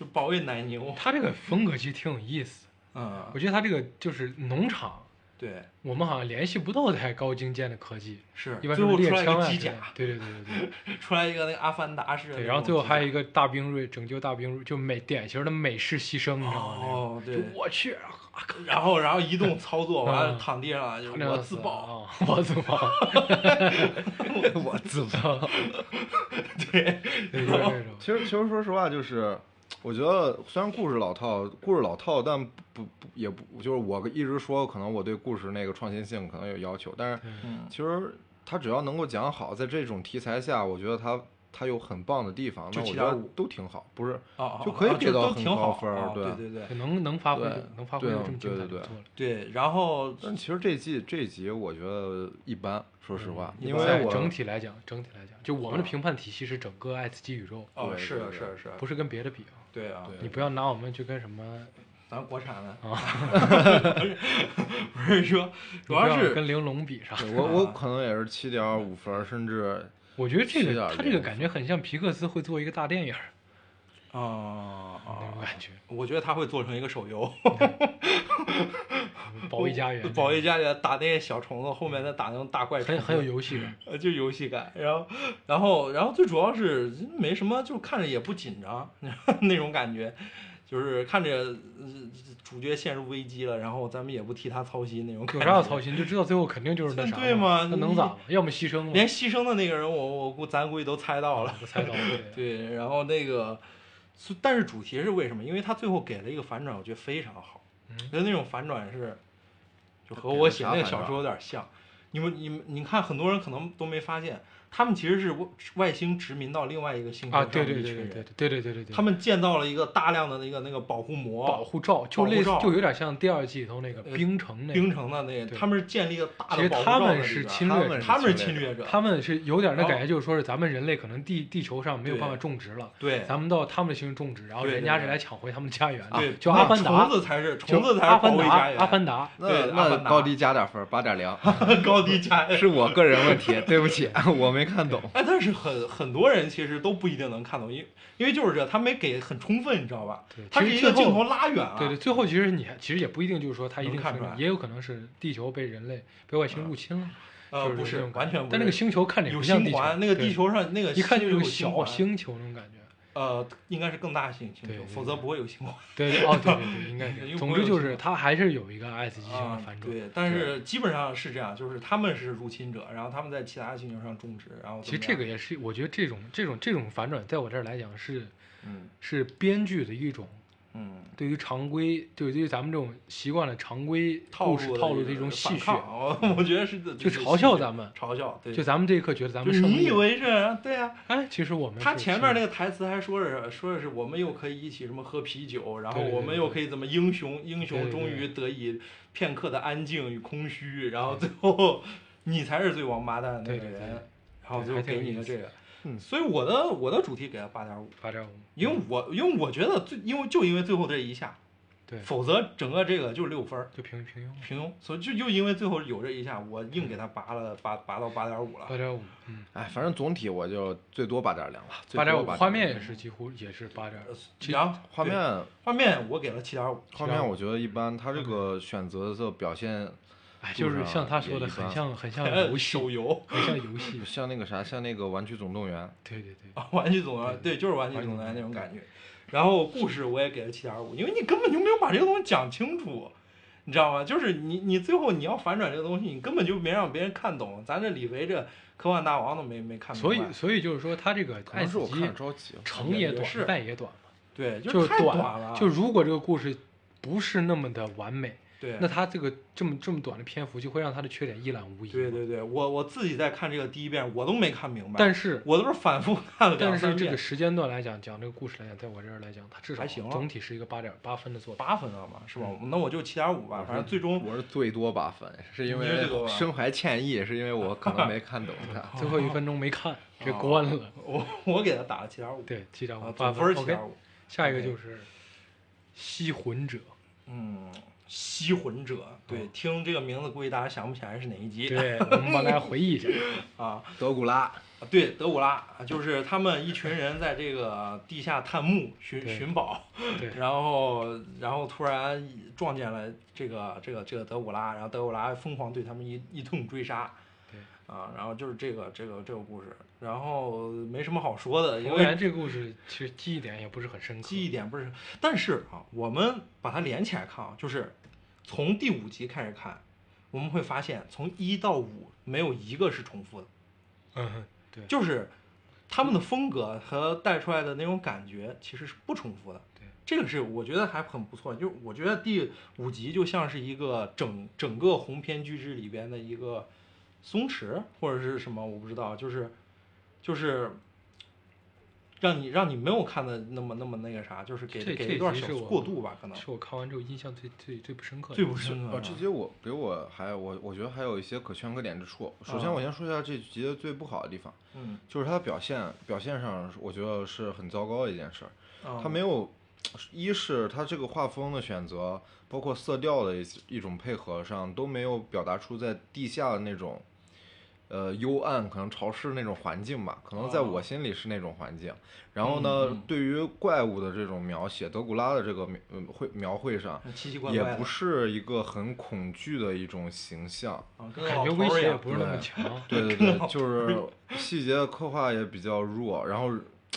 [SPEAKER 2] 就保卫奶牛，
[SPEAKER 1] 他这个风格其实挺有意思，
[SPEAKER 2] 嗯，
[SPEAKER 1] 我觉得他这个就是农场，
[SPEAKER 2] 对，
[SPEAKER 1] 我们好像联系不到太高精尖的科技，
[SPEAKER 2] 是，
[SPEAKER 1] 一般是
[SPEAKER 2] 最后
[SPEAKER 1] 猎
[SPEAKER 2] 出来一
[SPEAKER 1] 枪
[SPEAKER 2] 个
[SPEAKER 1] 啊
[SPEAKER 2] 机
[SPEAKER 1] 之类的，
[SPEAKER 2] 甲
[SPEAKER 1] 对对对对对。
[SPEAKER 2] 出来一个那个阿凡达式的那种机甲，
[SPEAKER 1] 对，然后最后还有一个大兵瑞拯救大兵瑞，就美典型的美式牺牲，你知道吗？那种
[SPEAKER 2] 哦，对
[SPEAKER 1] 就，我去，啊
[SPEAKER 2] 然后然后移动操作完了
[SPEAKER 1] 嗯
[SPEAKER 2] 躺地上了，就是
[SPEAKER 1] 那
[SPEAKER 2] 我
[SPEAKER 1] 样
[SPEAKER 2] 自
[SPEAKER 1] 子
[SPEAKER 2] 爆，嗯
[SPEAKER 1] 啊，我自 爆，
[SPEAKER 3] 我自爆。
[SPEAKER 2] 对，
[SPEAKER 1] 对，就是这种。
[SPEAKER 3] 其实其实说实话，就是我觉得虽然故事老套，故事老套，但不不也不就是我一直说，可能我对故事那个创新性可能有要求，但是
[SPEAKER 2] 嗯
[SPEAKER 3] 其实他只要能够讲好，在这种题材下，我觉得他他有很棒的地方，
[SPEAKER 2] 就
[SPEAKER 3] 那我觉得
[SPEAKER 2] 7.5
[SPEAKER 3] 都挺好，不是
[SPEAKER 2] 哦，
[SPEAKER 3] 就可以给到
[SPEAKER 2] 都
[SPEAKER 3] 很
[SPEAKER 2] 挺
[SPEAKER 3] 高
[SPEAKER 2] 好
[SPEAKER 3] 分儿
[SPEAKER 2] 哦
[SPEAKER 3] 对
[SPEAKER 2] 对对
[SPEAKER 1] 就能能发挥
[SPEAKER 3] 对
[SPEAKER 1] 就能发挥
[SPEAKER 3] 对
[SPEAKER 1] 就
[SPEAKER 3] 啊
[SPEAKER 1] 这么精彩
[SPEAKER 3] 对
[SPEAKER 1] 就
[SPEAKER 3] 对
[SPEAKER 1] 不错了。
[SPEAKER 2] 对，然后
[SPEAKER 3] 但其实这季这集我觉得一般，说实话，
[SPEAKER 2] 嗯
[SPEAKER 3] 因
[SPEAKER 2] 一般
[SPEAKER 3] 为
[SPEAKER 1] 在
[SPEAKER 3] 我
[SPEAKER 1] 整体来讲，整体来讲，就我们的
[SPEAKER 2] 啊
[SPEAKER 1] 评判体系是整个爱斯基宇宙，
[SPEAKER 2] 哦
[SPEAKER 3] 对
[SPEAKER 2] 是
[SPEAKER 3] 对
[SPEAKER 2] 是
[SPEAKER 3] 对
[SPEAKER 2] 是，
[SPEAKER 1] 不是跟别的比啊。
[SPEAKER 2] 对啊，
[SPEAKER 3] 对
[SPEAKER 1] 你不要拿我们去跟什么，
[SPEAKER 2] 咱国产的
[SPEAKER 1] 啊，
[SPEAKER 2] 不是说主
[SPEAKER 1] 你不
[SPEAKER 2] 要是
[SPEAKER 1] 跟玲珑比啥。
[SPEAKER 3] 对我我可能也是七点五分，甚至
[SPEAKER 1] 我觉得这
[SPEAKER 3] 是有点
[SPEAKER 1] 个他这个
[SPEAKER 3] 零
[SPEAKER 1] 感觉很像皮克斯会做一个大电影儿
[SPEAKER 2] 啊
[SPEAKER 1] 那种
[SPEAKER 2] 啊，
[SPEAKER 1] 感觉，
[SPEAKER 2] 我觉得他会做成一个手游，
[SPEAKER 1] 保卫家园，
[SPEAKER 2] 保卫家园打那些小虫子，后面再打那种大怪虫
[SPEAKER 1] 很
[SPEAKER 2] 子，
[SPEAKER 1] 很有游戏 感。
[SPEAKER 2] 呃，就游戏感，然后，然后，然后最主要是没什么，就看着也不紧张 那种感觉，就是看着、呃主角陷入危机了，然后咱们也不替他操心那种感
[SPEAKER 1] 有
[SPEAKER 2] 觉。
[SPEAKER 1] 啥要操心？就知道最后肯定就是那啥
[SPEAKER 2] 对嘛
[SPEAKER 1] 那能
[SPEAKER 2] 你
[SPEAKER 1] 咋了？要么牺牲嘛，
[SPEAKER 2] 连牺牲的那个人我，我估咱估计都猜到了。
[SPEAKER 1] 我猜到了。对
[SPEAKER 2] 对，然后那个，所但是主题是为什么？因为他最后给了一个反转，我觉得非常好。
[SPEAKER 1] 嗯
[SPEAKER 2] 觉得那种反转是，就和
[SPEAKER 3] 给了
[SPEAKER 2] 我写
[SPEAKER 3] 啥
[SPEAKER 2] 那个
[SPEAKER 3] 反
[SPEAKER 2] 小
[SPEAKER 3] 转
[SPEAKER 2] 说有点像。你们你们你看，很多人可能都没发现，他们其实是外外星殖民到另外一个星球
[SPEAKER 1] 啊，
[SPEAKER 2] 上的
[SPEAKER 1] 对对
[SPEAKER 2] 一群
[SPEAKER 1] 对对
[SPEAKER 2] 人，
[SPEAKER 1] 对对对对对对，
[SPEAKER 2] 他们建造了一个大量的那个那个保护膜，
[SPEAKER 1] 保护罩就
[SPEAKER 2] 保护
[SPEAKER 1] 类似
[SPEAKER 2] 罩
[SPEAKER 1] 就有点像第二季里头那个
[SPEAKER 2] 呃
[SPEAKER 1] 冰城那个，
[SPEAKER 2] 冰城的那个，
[SPEAKER 1] 对
[SPEAKER 2] 他们是建立一个大
[SPEAKER 1] 其实
[SPEAKER 2] 的保护
[SPEAKER 1] 他
[SPEAKER 2] 罩
[SPEAKER 1] 们
[SPEAKER 2] 在里
[SPEAKER 1] 是
[SPEAKER 2] 边儿
[SPEAKER 1] 侵
[SPEAKER 3] 他
[SPEAKER 1] 略
[SPEAKER 3] 们
[SPEAKER 1] 者
[SPEAKER 2] 他们是侵
[SPEAKER 3] 侵
[SPEAKER 2] 略者，
[SPEAKER 1] 他们是有点那
[SPEAKER 2] 然后
[SPEAKER 1] 感觉，就是说是咱们人类可能地地球上没有
[SPEAKER 2] 对
[SPEAKER 1] 办法种植了，
[SPEAKER 2] 对
[SPEAKER 1] 咱们到他们的星球种植，然后
[SPEAKER 2] 对
[SPEAKER 1] 人
[SPEAKER 2] 对
[SPEAKER 1] 家是
[SPEAKER 2] 对
[SPEAKER 1] 来抢回他们的家园的，
[SPEAKER 2] 对，
[SPEAKER 1] 就
[SPEAKER 2] 那
[SPEAKER 1] 阿凡达
[SPEAKER 2] 虫子才是
[SPEAKER 1] 就
[SPEAKER 2] 虫子才
[SPEAKER 1] 阿
[SPEAKER 2] 是保
[SPEAKER 1] 凡
[SPEAKER 2] 卫
[SPEAKER 1] 达
[SPEAKER 2] 家园，
[SPEAKER 1] 阿凡达，
[SPEAKER 3] 那
[SPEAKER 2] 对阿
[SPEAKER 3] 那
[SPEAKER 2] 凡达
[SPEAKER 3] 高低加点分儿，八点零，
[SPEAKER 2] 高低家园。
[SPEAKER 3] 是我个人问题，对不起， 我没看懂。
[SPEAKER 2] 哎，但是很很多人其实都不一定能看懂，因因为就是这，他没给很充分，你知道吧？
[SPEAKER 1] 对，
[SPEAKER 2] 他
[SPEAKER 1] 其
[SPEAKER 2] 是
[SPEAKER 1] 实最
[SPEAKER 2] 一个
[SPEAKER 1] 后
[SPEAKER 2] 镜头拉远啊了，
[SPEAKER 1] 对对，最后其实你还其实也不一定就是说它一
[SPEAKER 2] 能
[SPEAKER 1] 定
[SPEAKER 2] 看
[SPEAKER 1] 是
[SPEAKER 2] 出来啊
[SPEAKER 1] 也有可能是地球被人类被外星入侵了，
[SPEAKER 2] 呃，
[SPEAKER 1] 就
[SPEAKER 2] 不
[SPEAKER 1] 是那
[SPEAKER 2] 是
[SPEAKER 1] 种感
[SPEAKER 2] 完全不是，
[SPEAKER 1] 但那个星球看着也
[SPEAKER 2] 有
[SPEAKER 1] 不像
[SPEAKER 2] 星
[SPEAKER 1] 地球
[SPEAKER 2] 环，，那个地
[SPEAKER 1] 对
[SPEAKER 2] 球上那个
[SPEAKER 1] 一看就是
[SPEAKER 2] 有
[SPEAKER 1] 个
[SPEAKER 2] 星
[SPEAKER 1] 小
[SPEAKER 2] 环，
[SPEAKER 1] 星球那种感觉。
[SPEAKER 2] 呃，应该是更大星星
[SPEAKER 1] 对
[SPEAKER 2] 球，
[SPEAKER 1] 对
[SPEAKER 2] 否
[SPEAKER 1] 对
[SPEAKER 2] 则不会有星环
[SPEAKER 1] 对对哦对对对，应该
[SPEAKER 2] 因
[SPEAKER 1] 是。
[SPEAKER 2] 为
[SPEAKER 1] 总
[SPEAKER 2] 国
[SPEAKER 1] 之
[SPEAKER 2] 有
[SPEAKER 1] 就
[SPEAKER 2] 星
[SPEAKER 1] 是
[SPEAKER 2] 嘛
[SPEAKER 1] 它还是有一个爱斯基星的
[SPEAKER 2] 啊
[SPEAKER 1] 反。转。
[SPEAKER 2] 对，但是基本上是这样，就是他们是入侵者，然后他们在其他星球上种植，然后
[SPEAKER 1] 其实
[SPEAKER 2] 怎么
[SPEAKER 1] 这
[SPEAKER 2] 样
[SPEAKER 1] 个也是，我觉得这种这种这种反转，在我这儿来讲是
[SPEAKER 3] 嗯
[SPEAKER 1] 是编剧的一种
[SPEAKER 3] 嗯，
[SPEAKER 1] 对于常规，就是对于咱们这种习惯了常规
[SPEAKER 2] 套
[SPEAKER 1] 故事
[SPEAKER 2] 的
[SPEAKER 1] 套路的
[SPEAKER 2] 一
[SPEAKER 1] 一种戏
[SPEAKER 2] 反
[SPEAKER 1] 谑，
[SPEAKER 2] 抗我 我觉得是
[SPEAKER 1] 就
[SPEAKER 2] 这个
[SPEAKER 1] 嘲
[SPEAKER 2] 戏
[SPEAKER 1] 笑
[SPEAKER 2] 谑
[SPEAKER 1] 咱们，
[SPEAKER 2] 嘲笑，对，
[SPEAKER 1] 就咱们这一刻觉得咱
[SPEAKER 2] 就
[SPEAKER 1] 们胜
[SPEAKER 2] 你
[SPEAKER 1] 利
[SPEAKER 2] 以
[SPEAKER 1] 了，
[SPEAKER 2] 为是啊对呀、
[SPEAKER 1] 哎，其实我们
[SPEAKER 2] 他
[SPEAKER 1] 是
[SPEAKER 2] 前
[SPEAKER 1] 是
[SPEAKER 2] 面那个台词还说是说的是我们又可以一起什么喝啤酒，然后
[SPEAKER 1] 对对
[SPEAKER 2] 我
[SPEAKER 1] 对
[SPEAKER 2] 们又
[SPEAKER 1] 对
[SPEAKER 2] 可以怎么英雄英
[SPEAKER 1] 对
[SPEAKER 2] 雄
[SPEAKER 1] 对
[SPEAKER 2] 终
[SPEAKER 1] 对
[SPEAKER 2] 于得以片刻的安静与空虚，然后最后你才是最王八蛋的那
[SPEAKER 1] 对
[SPEAKER 2] 个
[SPEAKER 1] 对对
[SPEAKER 2] 人，
[SPEAKER 1] 对
[SPEAKER 2] 然后
[SPEAKER 1] 对
[SPEAKER 2] 最后
[SPEAKER 1] 还挺
[SPEAKER 2] 给
[SPEAKER 1] 有
[SPEAKER 2] 你
[SPEAKER 1] 意
[SPEAKER 2] 个
[SPEAKER 1] 思
[SPEAKER 2] 这个，
[SPEAKER 3] 嗯
[SPEAKER 2] 所以我的我的主题给了八点五，
[SPEAKER 1] 八点五，
[SPEAKER 2] 因
[SPEAKER 1] 嗯
[SPEAKER 2] 为我因为我觉得最因为就因为最后这一下，
[SPEAKER 1] 对
[SPEAKER 2] 否则整个这个就是六分儿
[SPEAKER 1] 就平平庸
[SPEAKER 2] 平庸，所以就就因为最后有这一下，我硬给他拔了拔拔到八点五了
[SPEAKER 1] 八，点五，嗯，
[SPEAKER 3] 哎，反正总体我就最多八点零了，最
[SPEAKER 1] 八点
[SPEAKER 3] 多
[SPEAKER 1] 五，
[SPEAKER 3] 8.0
[SPEAKER 1] 画面也是几乎也是八点
[SPEAKER 2] 呃，
[SPEAKER 1] 其
[SPEAKER 2] 然后
[SPEAKER 3] 画
[SPEAKER 2] 对
[SPEAKER 3] 面
[SPEAKER 2] 画面我给了七点五。
[SPEAKER 3] 画面我觉得一般，他这个选择的表现
[SPEAKER 1] 哎，就是像他说的，
[SPEAKER 3] 也一般
[SPEAKER 1] 很像很像
[SPEAKER 2] 呃
[SPEAKER 1] 游戏，
[SPEAKER 2] 手游，
[SPEAKER 1] 很像游 戏，
[SPEAKER 3] 像那个啥，像那个《玩具总动员
[SPEAKER 1] 对对对，
[SPEAKER 2] 啊， 玩具总动员，对，就是玩具总动员那种感觉。然后故事我也给了七点五，因为你根本就没有把这个东西讲清楚，你知道吗？就是你你最后你要反转这个东西，你根本就没让别人看懂。咱这李维这科幻大王都没没看明
[SPEAKER 1] 所
[SPEAKER 2] 白。
[SPEAKER 1] 以所以就是说他这个》，
[SPEAKER 3] 可
[SPEAKER 1] 爱
[SPEAKER 3] 能是
[SPEAKER 1] 死
[SPEAKER 3] 我
[SPEAKER 1] 机
[SPEAKER 3] 看着着急了。
[SPEAKER 1] 长
[SPEAKER 2] 也
[SPEAKER 1] 也
[SPEAKER 2] 也
[SPEAKER 1] 短，
[SPEAKER 2] 是啊
[SPEAKER 1] 败也短嘛，
[SPEAKER 2] 对，就是太
[SPEAKER 1] 短
[SPEAKER 2] 了，
[SPEAKER 1] 就如果这个故事不是那么的完美，
[SPEAKER 2] 对
[SPEAKER 1] 那。他这个这么这么短的篇幅就会让他的缺点一览无遗嘛。
[SPEAKER 2] 对对对，我我自己在看这个第一遍，我都没看明白，
[SPEAKER 1] 但是
[SPEAKER 2] 我都是反复看了两
[SPEAKER 1] 但是
[SPEAKER 2] 三
[SPEAKER 1] 这个
[SPEAKER 2] 遍。
[SPEAKER 1] 时间段来讲，讲这个故事来讲，在我这儿来讲，它至少
[SPEAKER 2] 还行啊了
[SPEAKER 1] 总体是一个八点八分的作品。
[SPEAKER 2] 八分了嘛，是吧？
[SPEAKER 1] 嗯
[SPEAKER 2] 那我就七点五吧，反正最终
[SPEAKER 3] 我是最多八分，是因
[SPEAKER 2] 你是最多
[SPEAKER 3] 为
[SPEAKER 2] 吧
[SPEAKER 3] 身怀歉意，是因为我可能没看懂它。
[SPEAKER 1] 最后一分钟没看，给
[SPEAKER 2] 哦
[SPEAKER 1] 关了。
[SPEAKER 2] 我我给他打了七点五，
[SPEAKER 1] 对，七点
[SPEAKER 2] 啊，
[SPEAKER 1] 五八
[SPEAKER 2] 总分儿七
[SPEAKER 1] OK，
[SPEAKER 2] 点五。
[SPEAKER 1] 下一个
[SPEAKER 2] OK
[SPEAKER 1] 就是《吸魂 者
[SPEAKER 2] 嗯，吸魂者，对，
[SPEAKER 1] 哦
[SPEAKER 2] 听这个名字估计大家想不起来是哪一》，集
[SPEAKER 1] 对，我们把大家回忆一 下。
[SPEAKER 2] 啊？
[SPEAKER 3] 德古 拉，
[SPEAKER 2] 对，德古拉，啊就是他们一群人在这个地下探墓寻
[SPEAKER 1] 对
[SPEAKER 2] 寻宝，
[SPEAKER 1] 对
[SPEAKER 2] 然后然后突然撞见了这个这个这个德古拉，然后德古拉疯狂对他们一一通追杀。
[SPEAKER 1] 对
[SPEAKER 2] 啊，然后就是这个这个这个故事，然后没什么好说的，因
[SPEAKER 1] 我
[SPEAKER 2] 为
[SPEAKER 1] 感觉这个故事其实记忆点也不是很深刻。
[SPEAKER 2] 记忆点不是，但是啊，我们把它连起来看啊，就是从第五集开始看，我们会发现从一到五没有一个是重复的，
[SPEAKER 1] 嗯哼，对
[SPEAKER 2] 就是他们的风格和带出来的那种感觉其实是不重复的。
[SPEAKER 1] 对，
[SPEAKER 2] 这个是我觉得还很不错，就是我觉得第五集就像是一个整整个鸿篇巨制里边的一个松弛或者是什么，我不知道，就是就是让你让你没有看的那么那么那个啥，就是给
[SPEAKER 1] 这
[SPEAKER 2] 给
[SPEAKER 1] 这
[SPEAKER 2] 一段
[SPEAKER 1] 集
[SPEAKER 2] 小
[SPEAKER 1] 是我
[SPEAKER 2] 过渡吧，可能
[SPEAKER 1] 是我看完之后印象最最最不深刻的。
[SPEAKER 2] 最不深
[SPEAKER 1] 嗯
[SPEAKER 2] 刻
[SPEAKER 1] 哦
[SPEAKER 3] 呃，
[SPEAKER 2] 的
[SPEAKER 3] 这集我给我还我我觉得还有一些可圈可点之处。首先，
[SPEAKER 1] 嗯
[SPEAKER 2] 啊
[SPEAKER 3] 我先说一下这集的最不好的地方，
[SPEAKER 2] 嗯，
[SPEAKER 3] 就是它的表现表现上，我觉得是很糟糕的一件事儿。
[SPEAKER 2] 他
[SPEAKER 3] 它没有，一是它这个画风的选择，包括色调的一一种配合上，都没有表达出在地下的那种，呃，幽暗可能潮湿那种环境吧，可能在我
[SPEAKER 2] 哦
[SPEAKER 3] 心里是那种环境。然后
[SPEAKER 2] 嗯
[SPEAKER 3] 呢
[SPEAKER 2] 嗯，
[SPEAKER 3] 对于怪物的这种描写，德古拉的这个描呃绘描绘上。
[SPEAKER 2] 奇奇怪怪
[SPEAKER 3] 也
[SPEAKER 2] 的，
[SPEAKER 3] 不是一个很恐惧的一种形象，
[SPEAKER 2] 啊，跟
[SPEAKER 1] 感
[SPEAKER 2] 老
[SPEAKER 1] 觉
[SPEAKER 2] 头
[SPEAKER 1] 威
[SPEAKER 2] 儿一
[SPEAKER 1] 胁也
[SPEAKER 2] 样，
[SPEAKER 1] 不是那么
[SPEAKER 3] 对
[SPEAKER 1] 强。
[SPEAKER 3] 对对对，就是细节的刻画也比较弱，然后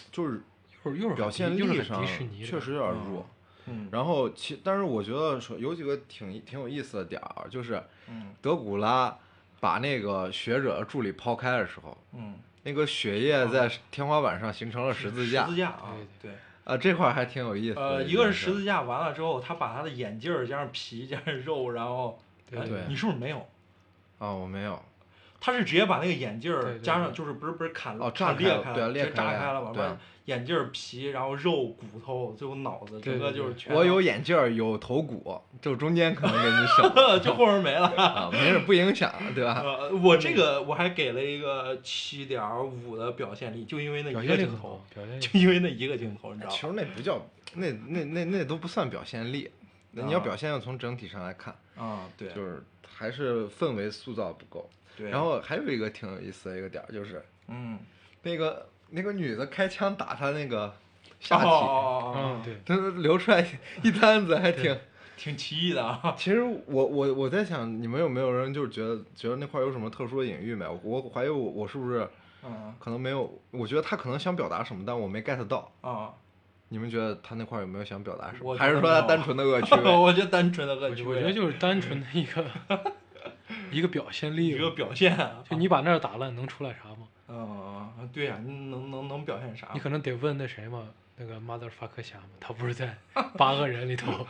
[SPEAKER 3] 就是
[SPEAKER 1] 又是又是很
[SPEAKER 3] 表
[SPEAKER 1] 迪
[SPEAKER 3] 现
[SPEAKER 1] 又
[SPEAKER 3] 力
[SPEAKER 1] 是很
[SPEAKER 3] 上
[SPEAKER 1] 迪士尼的
[SPEAKER 3] 确实有点
[SPEAKER 2] 嗯
[SPEAKER 3] 弱。
[SPEAKER 2] 嗯
[SPEAKER 3] 然后其，但是我觉得说有几个挺挺有意思的点儿，就是
[SPEAKER 2] 嗯
[SPEAKER 3] 德古拉把那个学者助理抛开的时候，
[SPEAKER 2] 嗯，
[SPEAKER 3] 那个血液在天花板上形成了十字架
[SPEAKER 2] 啊十字，架啊，对。
[SPEAKER 3] 啊，这块儿还挺有意思的件事儿。
[SPEAKER 2] 呃，一个是十字架，完了之后，他把他的眼镜儿加上皮加上肉，然后
[SPEAKER 1] 对
[SPEAKER 2] 哎
[SPEAKER 3] 对
[SPEAKER 2] 你是不是没有？
[SPEAKER 3] 啊，我没有，
[SPEAKER 2] 他是直接把那个眼镜
[SPEAKER 1] 对
[SPEAKER 2] 儿
[SPEAKER 1] 对
[SPEAKER 2] 加上，
[SPEAKER 1] 对
[SPEAKER 2] 就是不是不是砍
[SPEAKER 3] 哦炸
[SPEAKER 2] 砍
[SPEAKER 3] 开
[SPEAKER 2] 裂
[SPEAKER 3] 了对啊
[SPEAKER 2] 直
[SPEAKER 3] 裂
[SPEAKER 2] 接
[SPEAKER 3] 开
[SPEAKER 2] 炸
[SPEAKER 3] 了
[SPEAKER 2] 开了嘛，
[SPEAKER 3] 对
[SPEAKER 2] 把眼镜儿皮，然后肉、骨头，最后脑子，整
[SPEAKER 1] 对
[SPEAKER 2] 个
[SPEAKER 1] 对
[SPEAKER 2] 就是
[SPEAKER 1] 对
[SPEAKER 2] 全
[SPEAKER 3] 我有眼镜儿，有头骨，就中间可能给你 少
[SPEAKER 2] 就后面没 了。
[SPEAKER 3] 啊，没事，不影响，对吧？
[SPEAKER 2] 呃，我
[SPEAKER 1] 嗯
[SPEAKER 2] 这个我还给了一个七点五的表现力，就因为那
[SPEAKER 1] 表
[SPEAKER 2] 一个
[SPEAKER 1] 现力
[SPEAKER 2] 镜
[SPEAKER 1] 很
[SPEAKER 2] 头
[SPEAKER 1] 好，，表现力
[SPEAKER 2] 就因为那一个镜头，你知道
[SPEAKER 3] 其
[SPEAKER 2] 吗？
[SPEAKER 3] 实那不叫，那那那那都不算表现力。那你要
[SPEAKER 2] 啊
[SPEAKER 3] 表现，要从整体上来看，
[SPEAKER 2] 啊，对，
[SPEAKER 3] 就是还是氛围塑造不够。
[SPEAKER 2] 对，
[SPEAKER 3] 然后还有一个挺有意思的一个点儿，就是
[SPEAKER 2] 嗯，
[SPEAKER 3] 那个那个女的开枪打他那个
[SPEAKER 2] 哦
[SPEAKER 3] 下体，
[SPEAKER 2] 哦 哦哦
[SPEAKER 1] 嗯，
[SPEAKER 2] 哦，
[SPEAKER 1] 对，
[SPEAKER 3] 他流出来一摊子，还挺。
[SPEAKER 2] 挺奇异的啊，
[SPEAKER 3] 其实我我我在想，你们有没有人就是觉得觉得那块儿有什么特殊的隐喻没？我我怀疑我我是不是
[SPEAKER 2] 嗯
[SPEAKER 3] 可能没有？我觉得他可能想表达什么，但我没 get 到。
[SPEAKER 2] 啊，
[SPEAKER 3] 你们觉得他那块儿有没有想表达什么？
[SPEAKER 2] 我
[SPEAKER 3] 还是
[SPEAKER 2] 觉
[SPEAKER 3] 说
[SPEAKER 2] 得
[SPEAKER 3] 他
[SPEAKER 2] 没有
[SPEAKER 3] 单纯的恶趣味？
[SPEAKER 2] 我觉得单纯的恶
[SPEAKER 1] 我
[SPEAKER 2] 趣
[SPEAKER 1] 觉
[SPEAKER 2] 味，
[SPEAKER 1] 我觉得就是单纯的一个 一个表现力
[SPEAKER 2] 一
[SPEAKER 1] 吧，
[SPEAKER 2] 个表现啊，
[SPEAKER 1] 就你把那儿打烂，能出来啥吗？
[SPEAKER 2] 嗯，对呀，你能能能表现啥
[SPEAKER 1] 你？可能得问那谁嘛，那个 motherfucker 侠嘛，他不是在 八个人里头，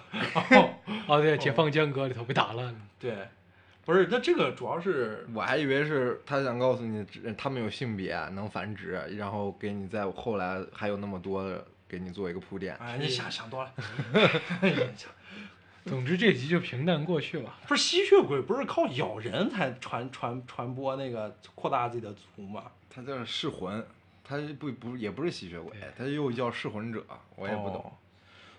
[SPEAKER 1] 哦对，解放间隔里头被打烂了，
[SPEAKER 2] 对，不是，那这个主要是
[SPEAKER 3] 我还以为是他想告诉你，只他们有性别能繁殖，然后给你在后来还有那么多的给你做一个铺垫。
[SPEAKER 2] 哎，你想想多了。
[SPEAKER 1] 总之这集就平淡过去吧。
[SPEAKER 2] 不是吸血鬼，不是靠咬人才传传传播那个扩大自己的族吗？
[SPEAKER 3] 他叫噬魂，他不不也不是吸血鬼，他又叫噬魂者，我也不懂。
[SPEAKER 2] 哦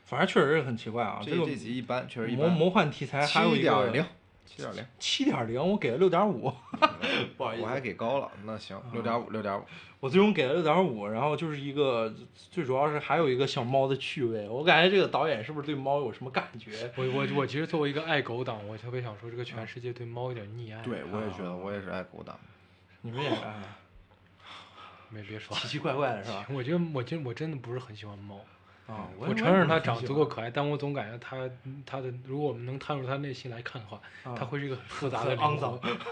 [SPEAKER 2] 反正确实是很奇怪啊。
[SPEAKER 3] 这
[SPEAKER 2] 个
[SPEAKER 3] 这集一般，确实一
[SPEAKER 2] 魔
[SPEAKER 3] 般。
[SPEAKER 2] 魔幻题材还有
[SPEAKER 3] 七
[SPEAKER 2] 一
[SPEAKER 3] 点零
[SPEAKER 2] 个，
[SPEAKER 3] 七点零，
[SPEAKER 2] 七点零，我给了六点五， 不好意思，
[SPEAKER 3] 嗯我还给高了，那行，六点五，六点五。
[SPEAKER 2] 我最终给了六点五，然后就是一个最主要是还有一个小猫的趣味，我感觉这个导演是不是对猫有什么感觉？
[SPEAKER 1] 我我我其实作为一个爱狗党，我特别想说，这个全世界对猫有点溺爱。
[SPEAKER 3] 对，我也觉得，我也是爱狗党。
[SPEAKER 2] 你们也是哎
[SPEAKER 1] 没别说，
[SPEAKER 2] 奇奇怪怪的 是吧？
[SPEAKER 1] 我觉得我真我真的不是很喜欢猫。
[SPEAKER 2] 啊，
[SPEAKER 1] 哎我承认它长得足够可爱，但我总感觉它它的，如果我们能探入它内心来看的话，
[SPEAKER 2] 啊
[SPEAKER 1] 它会是一个很复杂的
[SPEAKER 2] 很肮
[SPEAKER 1] 灵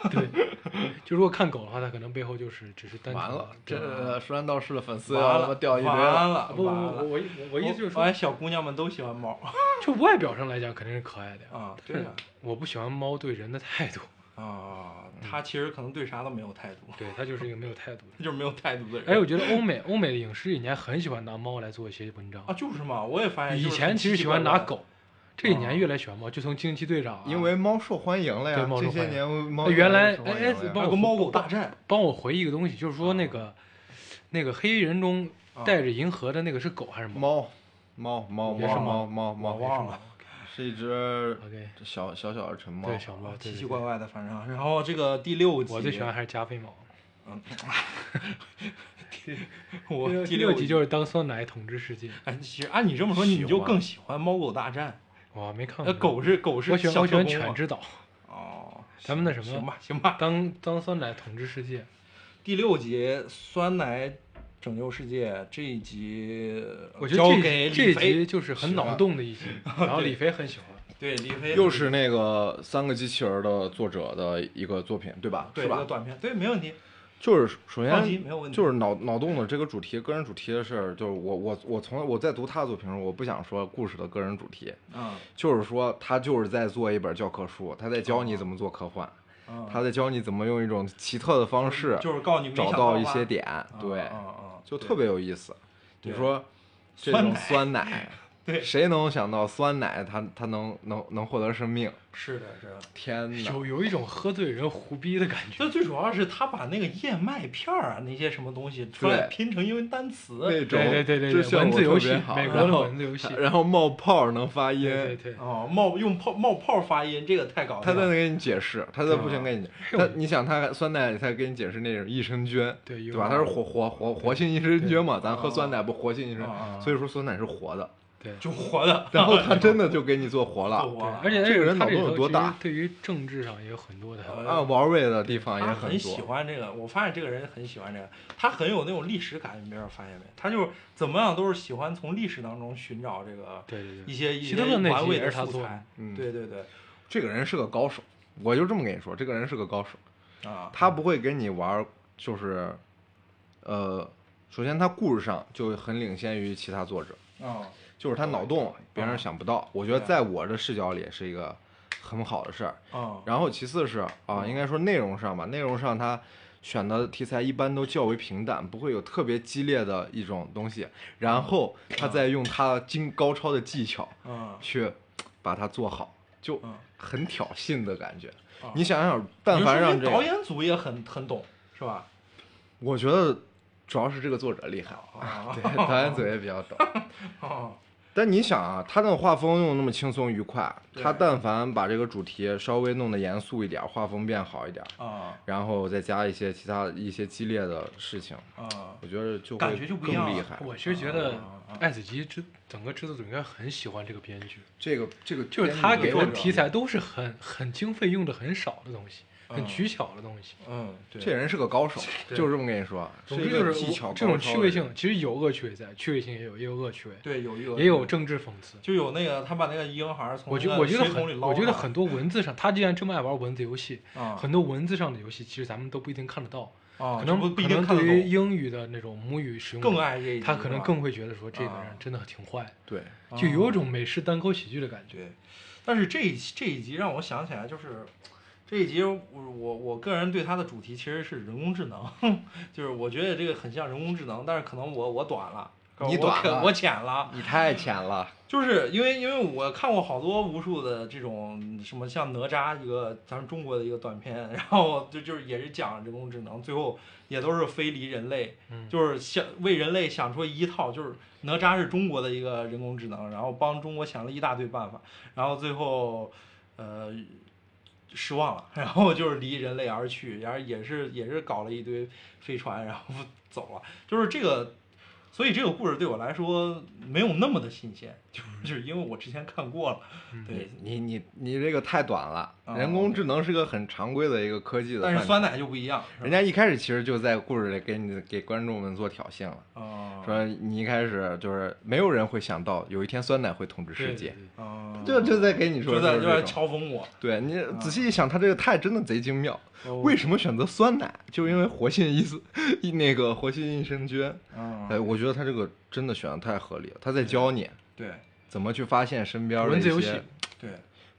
[SPEAKER 1] 魂。 对，就如果看狗的话，它可能背后就是只是单纯
[SPEAKER 3] 完
[SPEAKER 1] 的
[SPEAKER 3] 了，
[SPEAKER 1] 对啊
[SPEAKER 3] 这呃蜀山道士的粉丝
[SPEAKER 2] 完
[SPEAKER 3] 要他妈
[SPEAKER 2] 了，
[SPEAKER 3] 掉一堆
[SPEAKER 2] 完
[SPEAKER 3] 了。
[SPEAKER 2] 了，
[SPEAKER 1] 不不不，
[SPEAKER 2] 完
[SPEAKER 1] 我
[SPEAKER 2] 了。
[SPEAKER 1] 我我意思就是
[SPEAKER 2] 我
[SPEAKER 1] 说，
[SPEAKER 2] 看小姑娘们都喜欢猫
[SPEAKER 1] 就外表上来讲肯定是可爱的呀，
[SPEAKER 2] 啊， 对呀、
[SPEAKER 1] 我不喜欢猫对人的态度，
[SPEAKER 2] 啊，他其实可能对啥都没有态度，
[SPEAKER 1] 对它就是一个没有态度的。
[SPEAKER 2] 他就是没有态度的人。
[SPEAKER 1] 哎，我觉得欧美欧美的影视以前很喜欢拿猫来做一些文章
[SPEAKER 2] 啊，，就是嘛，我也发现
[SPEAKER 1] 以
[SPEAKER 2] 就是
[SPEAKER 1] 前其实喜欢拿狗，这几
[SPEAKER 2] 啊
[SPEAKER 1] 年越来越喜欢猫，就从惊奇队长啊，
[SPEAKER 3] 因为猫受欢迎了呀
[SPEAKER 1] 对，猫
[SPEAKER 3] 这
[SPEAKER 1] 受
[SPEAKER 3] 些
[SPEAKER 1] 欢迎
[SPEAKER 3] 年猫
[SPEAKER 1] 哎原来
[SPEAKER 3] 受欢迎
[SPEAKER 1] 哎哎
[SPEAKER 3] 了呀
[SPEAKER 1] 猫
[SPEAKER 2] 有个猫狗大战
[SPEAKER 1] 帮我回忆一个东西，就是说那个、那个黑衣人中带着银河的那个是狗还是猫？
[SPEAKER 3] 猫猫猫
[SPEAKER 1] 也是
[SPEAKER 3] 猫猫猫
[SPEAKER 2] 我
[SPEAKER 3] 猫，
[SPEAKER 2] 忘了，
[SPEAKER 3] 是一只
[SPEAKER 1] OK，
[SPEAKER 3] 小小小的橙猫
[SPEAKER 1] 对，。小猫，对
[SPEAKER 2] 啊奇
[SPEAKER 1] 对
[SPEAKER 2] 奇怪怪的，反正。然后这个第六
[SPEAKER 1] 对
[SPEAKER 2] 集，
[SPEAKER 1] 我最喜欢还是加菲猫。第
[SPEAKER 2] 我
[SPEAKER 1] 六
[SPEAKER 2] 第
[SPEAKER 1] 第六集
[SPEAKER 2] 集。
[SPEAKER 1] 就是当酸奶统治世界。
[SPEAKER 2] 哎，其实按你这么说，
[SPEAKER 3] 喜欢
[SPEAKER 2] 你就更喜欢猫狗大战。
[SPEAKER 1] 哇，没看过。
[SPEAKER 2] 那呃狗是狗啊是
[SPEAKER 1] 我喜欢
[SPEAKER 2] 小
[SPEAKER 1] 我喜欢
[SPEAKER 2] 特工嘛
[SPEAKER 1] 犬之岛。
[SPEAKER 2] 哦，
[SPEAKER 1] 咱们那什
[SPEAKER 2] 行
[SPEAKER 1] 么，
[SPEAKER 2] 吧行吧。
[SPEAKER 1] 当当酸奶统治世界，
[SPEAKER 2] 第六集酸奶拯救世界这一集，
[SPEAKER 1] 我觉得
[SPEAKER 2] 交
[SPEAKER 1] 这
[SPEAKER 2] 给
[SPEAKER 1] 一这
[SPEAKER 2] 李
[SPEAKER 1] 一集
[SPEAKER 2] 飞，
[SPEAKER 1] 就是很脑洞的 一集，然后李飞很喜欢。
[SPEAKER 2] 对李飞
[SPEAKER 3] 又是那个三个机器人的作者的一个作品，对吧？
[SPEAKER 2] 对
[SPEAKER 3] 是
[SPEAKER 2] 一
[SPEAKER 3] 吧
[SPEAKER 2] 个？短片，对没问题。
[SPEAKER 3] 就是首
[SPEAKER 2] 放心
[SPEAKER 3] 先
[SPEAKER 2] 没有问题
[SPEAKER 3] 就是脑脑洞的这个主题，个人主题的事儿，就是我我我从来我在读他的作品时，我不想说故事的个人主题，
[SPEAKER 2] 嗯，
[SPEAKER 3] 就是说他就是在做一本教科书，他在教你怎么做科幻，
[SPEAKER 2] 嗯
[SPEAKER 3] 他在教你怎么用一种奇特的方式
[SPEAKER 2] 就是告诉你没
[SPEAKER 3] 找
[SPEAKER 2] 想
[SPEAKER 3] 到
[SPEAKER 2] 吧
[SPEAKER 3] 一些，点，对，
[SPEAKER 2] 嗯
[SPEAKER 3] 就特别有意思。你
[SPEAKER 2] 对
[SPEAKER 3] 说这
[SPEAKER 2] 酸
[SPEAKER 3] 种
[SPEAKER 2] 奶
[SPEAKER 3] 酸奶，
[SPEAKER 2] 对
[SPEAKER 3] 谁能想到酸奶它它能能能获得生命？
[SPEAKER 2] 是的，是的。
[SPEAKER 3] 天哪！
[SPEAKER 1] 有有一种喝醉人胡逼的感觉
[SPEAKER 2] 这，最主要是他把那个燕麦片儿啊那些什么东西出来拼成英文单词，
[SPEAKER 3] 那种
[SPEAKER 1] 对对对对
[SPEAKER 3] 这
[SPEAKER 1] 对
[SPEAKER 3] 效
[SPEAKER 1] 文
[SPEAKER 3] 果
[SPEAKER 1] 字
[SPEAKER 3] 特
[SPEAKER 1] 游
[SPEAKER 3] 别
[SPEAKER 1] 戏
[SPEAKER 3] 好
[SPEAKER 1] 美国
[SPEAKER 3] 然
[SPEAKER 1] 的
[SPEAKER 3] 后
[SPEAKER 1] 文字游戏
[SPEAKER 3] 然后冒泡能发音，
[SPEAKER 1] 对对对，
[SPEAKER 2] 哦，冒用泡冒泡发音，这个太搞笑
[SPEAKER 3] 他在那
[SPEAKER 2] 了。
[SPEAKER 3] 给你解释，他在不停
[SPEAKER 2] 哎
[SPEAKER 3] 给你，他你想他酸奶里他给你解释那种益生菌，
[SPEAKER 1] 对
[SPEAKER 3] 对
[SPEAKER 1] 有
[SPEAKER 2] 啊
[SPEAKER 3] 吧？它是活活活活性益生菌嘛，咱喝酸奶不活性益生
[SPEAKER 2] 啊啊啊
[SPEAKER 3] 菌，所以说酸奶是活的，
[SPEAKER 1] 对。
[SPEAKER 2] 就活的，
[SPEAKER 3] 然后他真的就给你做活
[SPEAKER 2] 做
[SPEAKER 3] 了，
[SPEAKER 2] 活了。
[SPEAKER 1] 而且
[SPEAKER 3] 这个人
[SPEAKER 1] 他
[SPEAKER 3] 脑洞
[SPEAKER 1] 里头
[SPEAKER 3] 有多
[SPEAKER 1] 其实
[SPEAKER 3] 大
[SPEAKER 1] 对于政治上也有很多的
[SPEAKER 2] 呃
[SPEAKER 3] 啊，玩味的地方也
[SPEAKER 2] 他很喜
[SPEAKER 3] 多，
[SPEAKER 2] 欢这个，我发现这个人很喜欢这个，他很有那种历史感，你没有发现没？他就是怎么样都是喜欢从历史当中寻找这个
[SPEAKER 1] 对对
[SPEAKER 2] 一
[SPEAKER 1] 对，
[SPEAKER 2] 些一
[SPEAKER 1] 希
[SPEAKER 2] 些
[SPEAKER 1] 特勒那
[SPEAKER 2] 玩
[SPEAKER 1] 集
[SPEAKER 2] 味
[SPEAKER 1] 也
[SPEAKER 2] 的
[SPEAKER 1] 是他
[SPEAKER 2] 素
[SPEAKER 1] 做的
[SPEAKER 2] 材。
[SPEAKER 3] 嗯
[SPEAKER 2] 对对对，
[SPEAKER 3] 这个人是个高手，我就这么跟你说，这个人是个高手，
[SPEAKER 2] 啊，
[SPEAKER 3] 他不会给你玩，就是，呃，首先他故事上就很领先于其他作者，
[SPEAKER 2] 啊，
[SPEAKER 3] 就是他脑洞别人想不到，我觉得在我的视角里是一个很好的事儿。
[SPEAKER 2] 嗯，
[SPEAKER 3] 然后其次是啊，应该说内容上吧，内容上它选的题材一般都较为平淡，不会有特别激烈的一种东西。然后他再用他精高超的技巧
[SPEAKER 2] 嗯，
[SPEAKER 3] 去把它做好，就
[SPEAKER 2] 嗯
[SPEAKER 3] 很挑衅的感觉
[SPEAKER 2] 啊。
[SPEAKER 3] 你想想，但凡
[SPEAKER 2] 你
[SPEAKER 3] 让
[SPEAKER 2] 就
[SPEAKER 3] 这
[SPEAKER 2] 说明导
[SPEAKER 3] 个，
[SPEAKER 2] 演组也很很懂，是吧？
[SPEAKER 3] 我觉得主要是这个作者 厉害，
[SPEAKER 2] 啊，
[SPEAKER 3] 对，导演组也比较懂。
[SPEAKER 2] 哦，
[SPEAKER 3] 但你想啊，他那个画风用那么轻松愉快，
[SPEAKER 2] 对
[SPEAKER 3] 他但凡把这个主题稍微弄得严肃一点，画风变好一点，
[SPEAKER 2] 啊
[SPEAKER 3] 然后再加一些其他一些激烈的事情，
[SPEAKER 2] 啊，
[SPEAKER 3] 我觉得就
[SPEAKER 2] 感
[SPEAKER 3] 会
[SPEAKER 2] 觉就不一样
[SPEAKER 3] 更厉
[SPEAKER 2] 了
[SPEAKER 3] 害。
[SPEAKER 1] 我其实觉得
[SPEAKER 2] 啊啊啊
[SPEAKER 1] 爱子基制整个制作组应该很喜欢这个编剧，
[SPEAKER 3] 这个这个
[SPEAKER 1] 就是
[SPEAKER 3] 编
[SPEAKER 1] 他
[SPEAKER 3] 剧
[SPEAKER 1] 给
[SPEAKER 3] 作
[SPEAKER 1] 的
[SPEAKER 3] 者
[SPEAKER 1] 题，材都是很很经费用的很少的东西，很
[SPEAKER 2] 嗯
[SPEAKER 1] 取巧的东西。
[SPEAKER 2] 嗯，对，
[SPEAKER 3] 这人是个高手，
[SPEAKER 1] 对
[SPEAKER 3] 就是这么跟你说，
[SPEAKER 1] 总
[SPEAKER 3] 是
[SPEAKER 1] 之
[SPEAKER 3] 一
[SPEAKER 1] 就
[SPEAKER 3] 个
[SPEAKER 1] 是
[SPEAKER 3] 技
[SPEAKER 1] 我
[SPEAKER 3] 巧
[SPEAKER 1] 这
[SPEAKER 3] 高
[SPEAKER 1] 种
[SPEAKER 3] 超
[SPEAKER 1] 趣
[SPEAKER 3] 的
[SPEAKER 1] 味
[SPEAKER 3] 人
[SPEAKER 1] 性，其实有恶趣味在，趣味性也有，也有恶趣味，
[SPEAKER 2] 对有一个
[SPEAKER 1] 也有政治讽刺。
[SPEAKER 2] 就有那个他把那个婴孩儿从
[SPEAKER 1] 我觉
[SPEAKER 2] 那个
[SPEAKER 1] 我觉得
[SPEAKER 2] 水桶里
[SPEAKER 1] 很，
[SPEAKER 2] 捞
[SPEAKER 1] 我觉
[SPEAKER 2] 上
[SPEAKER 1] 得
[SPEAKER 2] 来
[SPEAKER 1] 很多文字上，他既然这么爱玩文字游戏，
[SPEAKER 2] 啊
[SPEAKER 1] 很多文字上的游戏其实咱们都不一定看得到，
[SPEAKER 2] 啊，
[SPEAKER 1] 可
[SPEAKER 2] 这
[SPEAKER 1] 能
[SPEAKER 2] 不不一
[SPEAKER 1] 可
[SPEAKER 2] 定
[SPEAKER 1] 能
[SPEAKER 2] 看得
[SPEAKER 1] 对于
[SPEAKER 2] 懂，
[SPEAKER 1] 英语的那种母语使用者
[SPEAKER 2] 更爱这一集
[SPEAKER 1] 他可能
[SPEAKER 2] 是吧
[SPEAKER 1] 更会觉得说这个
[SPEAKER 2] 啊
[SPEAKER 1] 人真的挺坏，
[SPEAKER 3] 对，
[SPEAKER 1] 就有
[SPEAKER 2] 啊
[SPEAKER 1] 一种美式单口喜剧的感觉。
[SPEAKER 2] 对，但是这一期这一集让我想起来，就是这一集我我我个人对它的主题其实是人工智能， 就是我觉得这个很像人工智能，但是可能我我短了，
[SPEAKER 3] 你
[SPEAKER 2] 我
[SPEAKER 3] 短
[SPEAKER 2] 可
[SPEAKER 3] 了
[SPEAKER 2] 我浅了，
[SPEAKER 3] 你太浅了，
[SPEAKER 2] 就是因为因为我看过好多无数的这种什么像哪吒一个咱们中国的一个短片，然后就就是也是讲人工智能，最后也都是非离人类，
[SPEAKER 1] 嗯
[SPEAKER 2] 就是想为人类想出一套，就是哪吒是中国的一个人工智能，然后帮中国想了一大堆办法，然后最后呃失望了， 然后就是离人类而去，然后也是也是搞了一堆飞船，然后 走了，就是这个所以这个故事对我来说没有那么的新鲜，就是 就是因为我之前看过了，对。
[SPEAKER 3] 你你你这个太短了。
[SPEAKER 2] 啊
[SPEAKER 3] 人工智能是个很常规的一个科技的范畴，
[SPEAKER 2] 但是酸奶就不一样，
[SPEAKER 3] 人家一开始其实就在故事里给你给观众们做挑衅了，
[SPEAKER 2] 啊，
[SPEAKER 3] 说你一开始就是没有人会想到有一天酸奶会统治
[SPEAKER 1] 对
[SPEAKER 3] 世界，，
[SPEAKER 2] 啊，
[SPEAKER 3] 就就在给你说
[SPEAKER 2] 就在
[SPEAKER 3] 就
[SPEAKER 2] 就是在
[SPEAKER 3] 这
[SPEAKER 2] 嘲
[SPEAKER 3] 种
[SPEAKER 2] 讽我，
[SPEAKER 3] 对你仔细一想，他这个太真的贼精妙。
[SPEAKER 2] 哦
[SPEAKER 3] 为什么选择酸奶？就因为活性益生一那个活性益生菌。
[SPEAKER 2] 啊，
[SPEAKER 3] 哎，我觉得他这个真的选的太合理了，他在教你
[SPEAKER 2] 对
[SPEAKER 3] 怎么去发现身边的
[SPEAKER 1] 文字
[SPEAKER 3] 一
[SPEAKER 1] 游
[SPEAKER 3] 些
[SPEAKER 1] 戏
[SPEAKER 2] 对，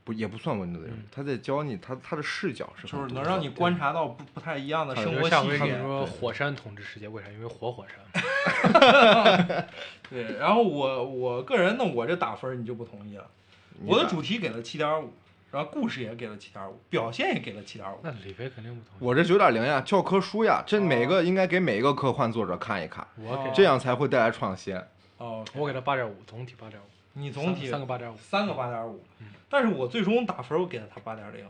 [SPEAKER 3] 不也不算文字游戏，他在教你他他的视角是
[SPEAKER 2] 就
[SPEAKER 3] 很
[SPEAKER 2] 是
[SPEAKER 3] 独
[SPEAKER 2] 能
[SPEAKER 3] 特
[SPEAKER 2] 让
[SPEAKER 3] 的
[SPEAKER 2] 你观察到不不太一样的生
[SPEAKER 1] 就
[SPEAKER 2] 活
[SPEAKER 1] 是下回
[SPEAKER 2] 细
[SPEAKER 1] 他们
[SPEAKER 2] 节，
[SPEAKER 1] 说火山统治世界，为啥？因为活火山。
[SPEAKER 2] 对。然后我我个人呢，我这打分儿你就不同意了，
[SPEAKER 3] 你
[SPEAKER 2] 我的
[SPEAKER 3] 把
[SPEAKER 2] 主题给了七点五，然后故事也给了七点五，表现也给了七点五，
[SPEAKER 1] 那李飞肯定不同意。
[SPEAKER 3] 我这九点零呀，教科书呀，这每
[SPEAKER 2] 哦
[SPEAKER 3] 个应该给每一个科幻作者看一看，
[SPEAKER 1] 我给
[SPEAKER 3] 这样才会带来创新。
[SPEAKER 2] 哦，
[SPEAKER 1] 我给他八点五，总体八点五，
[SPEAKER 2] 你总体
[SPEAKER 1] 三个嗯八点五，
[SPEAKER 2] 三个八点五，但是我最终打分儿我给了他八点零，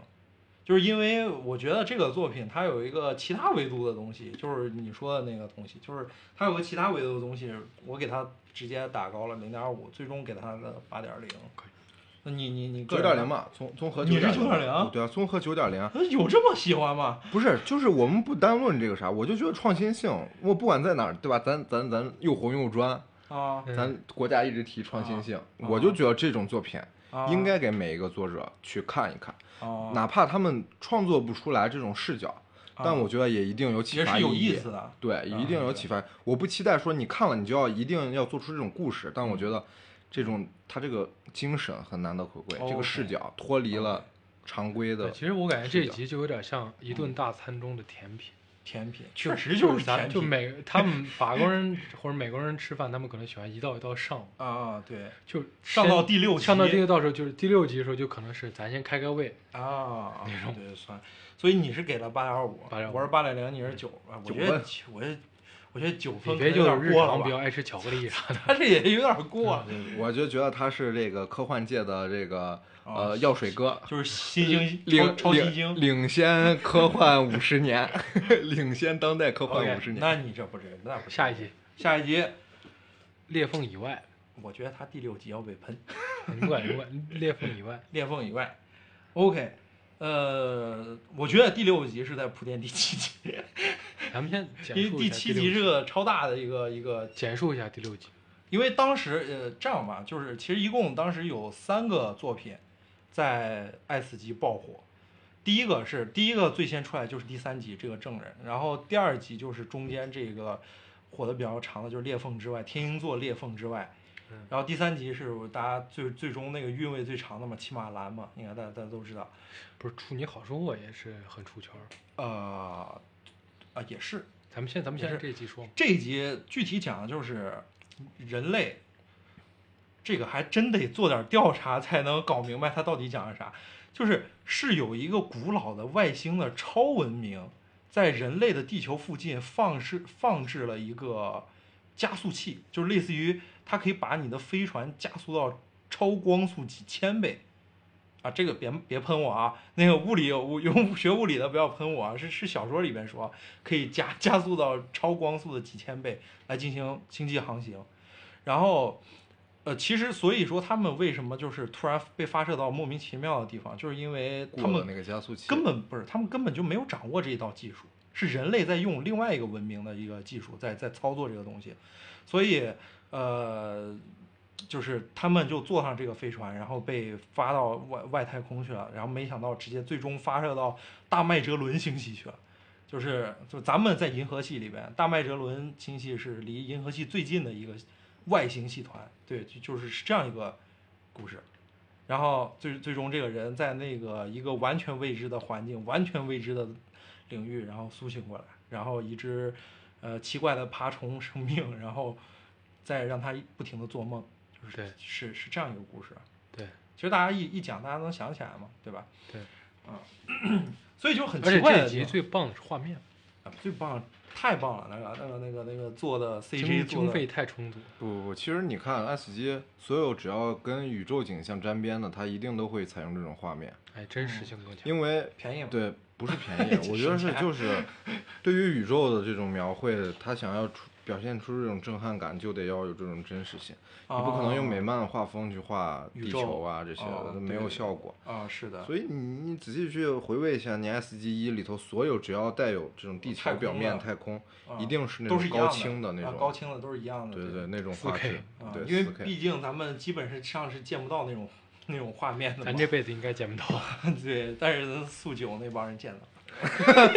[SPEAKER 2] 就是因为我觉得这个作品它有一个其他维度的东西，就是你说的那个东西，就是它有个其他维度的东西，我给它直接打高了零点五，最终给它的八点零
[SPEAKER 1] 可以。
[SPEAKER 2] 那你你你个
[SPEAKER 3] 九
[SPEAKER 2] 人
[SPEAKER 3] 点零？嘛，综综合
[SPEAKER 2] 你是
[SPEAKER 3] 零
[SPEAKER 2] 9.0，
[SPEAKER 3] 对啊，综合九点零，
[SPEAKER 2] 呃 有这么喜欢吗？
[SPEAKER 3] 不是，就是我们不单论这个啥，我就觉得创新性，我不管在哪儿，对吧？咱咱咱又红又专，
[SPEAKER 2] 啊
[SPEAKER 1] 嗯
[SPEAKER 3] 咱国家一直提创新性，
[SPEAKER 2] 啊
[SPEAKER 3] 我就觉得这种作品
[SPEAKER 2] 啊！
[SPEAKER 3] 应该给每一个作者去看一看，
[SPEAKER 2] 啊，
[SPEAKER 3] 哪怕他们创作不出来这种视角，
[SPEAKER 2] 啊
[SPEAKER 3] 但我觉得也一定有启
[SPEAKER 2] 也
[SPEAKER 3] 发
[SPEAKER 2] 是
[SPEAKER 3] 意
[SPEAKER 2] 有意
[SPEAKER 3] 义。
[SPEAKER 2] 思的。
[SPEAKER 3] 对，一定有
[SPEAKER 2] 对
[SPEAKER 3] 启发。我不期待说你看了你就要一定要做出这种故事，但
[SPEAKER 2] 嗯
[SPEAKER 3] 我觉得这种他这个精神很难得回归，这个
[SPEAKER 2] 哦 OK 哦
[SPEAKER 3] 视角脱离了常规的
[SPEAKER 1] 其实我感觉这
[SPEAKER 3] 视
[SPEAKER 1] 一
[SPEAKER 3] 角
[SPEAKER 1] 集就有点像一顿大餐中的甜 品，
[SPEAKER 2] 甜品
[SPEAKER 1] 就
[SPEAKER 2] 确实嗯就是
[SPEAKER 1] 咱
[SPEAKER 2] 甜
[SPEAKER 1] 就
[SPEAKER 2] 品
[SPEAKER 1] 美 他们法国人或者美国人吃饭，他们可能喜欢一道一道上，
[SPEAKER 2] 啊啊对，
[SPEAKER 1] 就
[SPEAKER 2] 上
[SPEAKER 1] 先
[SPEAKER 2] 到第六集，
[SPEAKER 1] 上到第六道时候，就是第六集的时候，就可能是咱先开个胃，
[SPEAKER 2] 啊，
[SPEAKER 1] 那种
[SPEAKER 2] 对算，所以你是给了八点五，
[SPEAKER 1] 8.25
[SPEAKER 2] 我是八点零，你是九啊，我
[SPEAKER 3] 九
[SPEAKER 2] 觉得
[SPEAKER 3] 分
[SPEAKER 2] 九我觉得我觉得九
[SPEAKER 1] 李
[SPEAKER 2] 分可
[SPEAKER 1] 飞
[SPEAKER 2] 能
[SPEAKER 1] 就
[SPEAKER 2] 有
[SPEAKER 1] 是
[SPEAKER 2] 点
[SPEAKER 1] 日
[SPEAKER 2] 过了
[SPEAKER 1] 常比较
[SPEAKER 2] 吧，
[SPEAKER 1] 爱吃巧克力啥的。
[SPEAKER 2] 他这也有点过了，
[SPEAKER 3] 我就觉得他是这个科幻界的这个
[SPEAKER 2] 啊
[SPEAKER 3] 呃药水哥，
[SPEAKER 2] 就是新兴
[SPEAKER 3] 领
[SPEAKER 2] 超超新
[SPEAKER 3] 领
[SPEAKER 2] 星，
[SPEAKER 3] 领先科幻五十年， 领先当代科幻
[SPEAKER 1] OK，
[SPEAKER 3] 五十年。
[SPEAKER 2] 那你这不是那不是
[SPEAKER 1] 下一 集
[SPEAKER 2] 下一集，
[SPEAKER 1] 裂缝以外，
[SPEAKER 2] 我觉得他第六集要被喷，
[SPEAKER 1] 你不管你不管裂缝以外，
[SPEAKER 2] 裂缝以外，OK，呃，我觉得第六集是在铺垫第七集，
[SPEAKER 1] 咱们先 简
[SPEAKER 2] 因为
[SPEAKER 1] 述
[SPEAKER 2] 第
[SPEAKER 1] 一下
[SPEAKER 2] 七
[SPEAKER 1] 六
[SPEAKER 2] 集是个超大的一个一个
[SPEAKER 1] 简述一下第六集，
[SPEAKER 2] 因为当时呃这样吧，就是其实一共当时有三个作品在爱死集爆火。第一个是第一个最先出来就是第三集这个证人，然后第二集就是中间这个火的比较长的就是裂缝之外，天鹰座裂缝之外，
[SPEAKER 1] 嗯
[SPEAKER 2] 然后第三集是我大家最最终那个韵味最长的嘛，骑马兰嘛，应该大家大家都知道。
[SPEAKER 1] 不是处女好生活也是很出圈儿。
[SPEAKER 2] 呃，啊也是，
[SPEAKER 1] 咱们现咱们现在
[SPEAKER 2] 也
[SPEAKER 1] 这一集说嘛，
[SPEAKER 2] 这一集具体讲的就是人类，这个还真得做点调查才能搞明白它到底讲的啥。就是是有一个古老的外星的超文明，在人类的地球附近放置放置了一个加速器，就是类似于它可以把你的飞船加速到超光速几千倍。啊，这个别别喷我啊！那个物理我用学物理的不要喷我啊，是是小说里边说可以加加速到超光速的几千倍来进行星际航行，然后，呃，其实所以说他们为什么就是突然被发射到莫名其妙的地方，就是因为他
[SPEAKER 3] 过了
[SPEAKER 2] 们
[SPEAKER 3] 那个加速器，
[SPEAKER 2] 根本不是，他们根本就没有掌握这一道技术，是人类在用另外一个文明的一个技术在在操作这个东西，所以呃，就是他们就坐上这个飞船，然后被发到外外太空去了，然后没想到直接最终发射到大麦哲伦星系去了。就是就咱们在银河系里边，大麦哲伦星系是离银河系最近的一个外星系团，对，就就是是这样一个故事。然后最最终这个人在那个一个完全未知的环境、完全未知的领域，然后苏醒过来，然后一只呃奇怪的爬虫生命，然后再让他不停的做梦，就是
[SPEAKER 1] 对
[SPEAKER 2] 是是这样一个故事。
[SPEAKER 1] 对
[SPEAKER 2] 其实大家一一讲，大家能想起来嘛，对吧？
[SPEAKER 1] 对，
[SPEAKER 2] 啊， 所以就很
[SPEAKER 1] 而且
[SPEAKER 2] 奇怪
[SPEAKER 1] 这
[SPEAKER 2] 的
[SPEAKER 1] 一
[SPEAKER 2] 地
[SPEAKER 1] 集
[SPEAKER 2] 方
[SPEAKER 1] 最棒的是画面，
[SPEAKER 2] 啊最棒，太棒了！那个、那个、那个、那个做的 CG
[SPEAKER 1] 经
[SPEAKER 2] 做
[SPEAKER 1] 经
[SPEAKER 2] 的
[SPEAKER 1] 费太充足，
[SPEAKER 3] 不不不，其实你看《爱死机》，所有只要跟宇宙景象沾边的，它一定都会采用这种画面，
[SPEAKER 1] 哎，真实性更强。
[SPEAKER 3] 因为
[SPEAKER 2] 便宜嘛，，
[SPEAKER 3] 对，不是便 宜我觉得
[SPEAKER 2] 省
[SPEAKER 3] 是
[SPEAKER 2] 钱
[SPEAKER 3] 就是对于宇宙的这种描绘，他想要出表现出这种震撼感，就得要有这种真实性，你不可能用美漫的画风去画
[SPEAKER 2] 哦宇
[SPEAKER 3] 地
[SPEAKER 2] 宙
[SPEAKER 3] 球啊这些
[SPEAKER 2] 哦
[SPEAKER 3] 的，
[SPEAKER 2] 对
[SPEAKER 3] 没
[SPEAKER 2] 对
[SPEAKER 3] 有
[SPEAKER 2] 对
[SPEAKER 3] 效果。
[SPEAKER 2] 啊，是的，
[SPEAKER 3] 所以你你仔细去回味一下，你 S G 一里头所有只要带有这种地
[SPEAKER 2] 太
[SPEAKER 3] 球
[SPEAKER 2] 空
[SPEAKER 3] 表面
[SPEAKER 2] 的
[SPEAKER 3] 太空，
[SPEAKER 2] 啊
[SPEAKER 3] 一定是那
[SPEAKER 2] 都是
[SPEAKER 3] 种
[SPEAKER 2] 一样
[SPEAKER 3] 高清的那
[SPEAKER 2] 啊
[SPEAKER 3] 种，
[SPEAKER 2] 高清的都是一样的，
[SPEAKER 3] 对
[SPEAKER 2] 对
[SPEAKER 3] 对，那种画
[SPEAKER 1] 4K
[SPEAKER 3] 质，
[SPEAKER 2] 啊，
[SPEAKER 3] 对，
[SPEAKER 2] 因为
[SPEAKER 3] 4K
[SPEAKER 2] 毕竟咱们基本是上是见不到那种那种画面的嘛，
[SPEAKER 1] 咱这辈子应该见不到。
[SPEAKER 2] 对，但是速九那帮人见到了，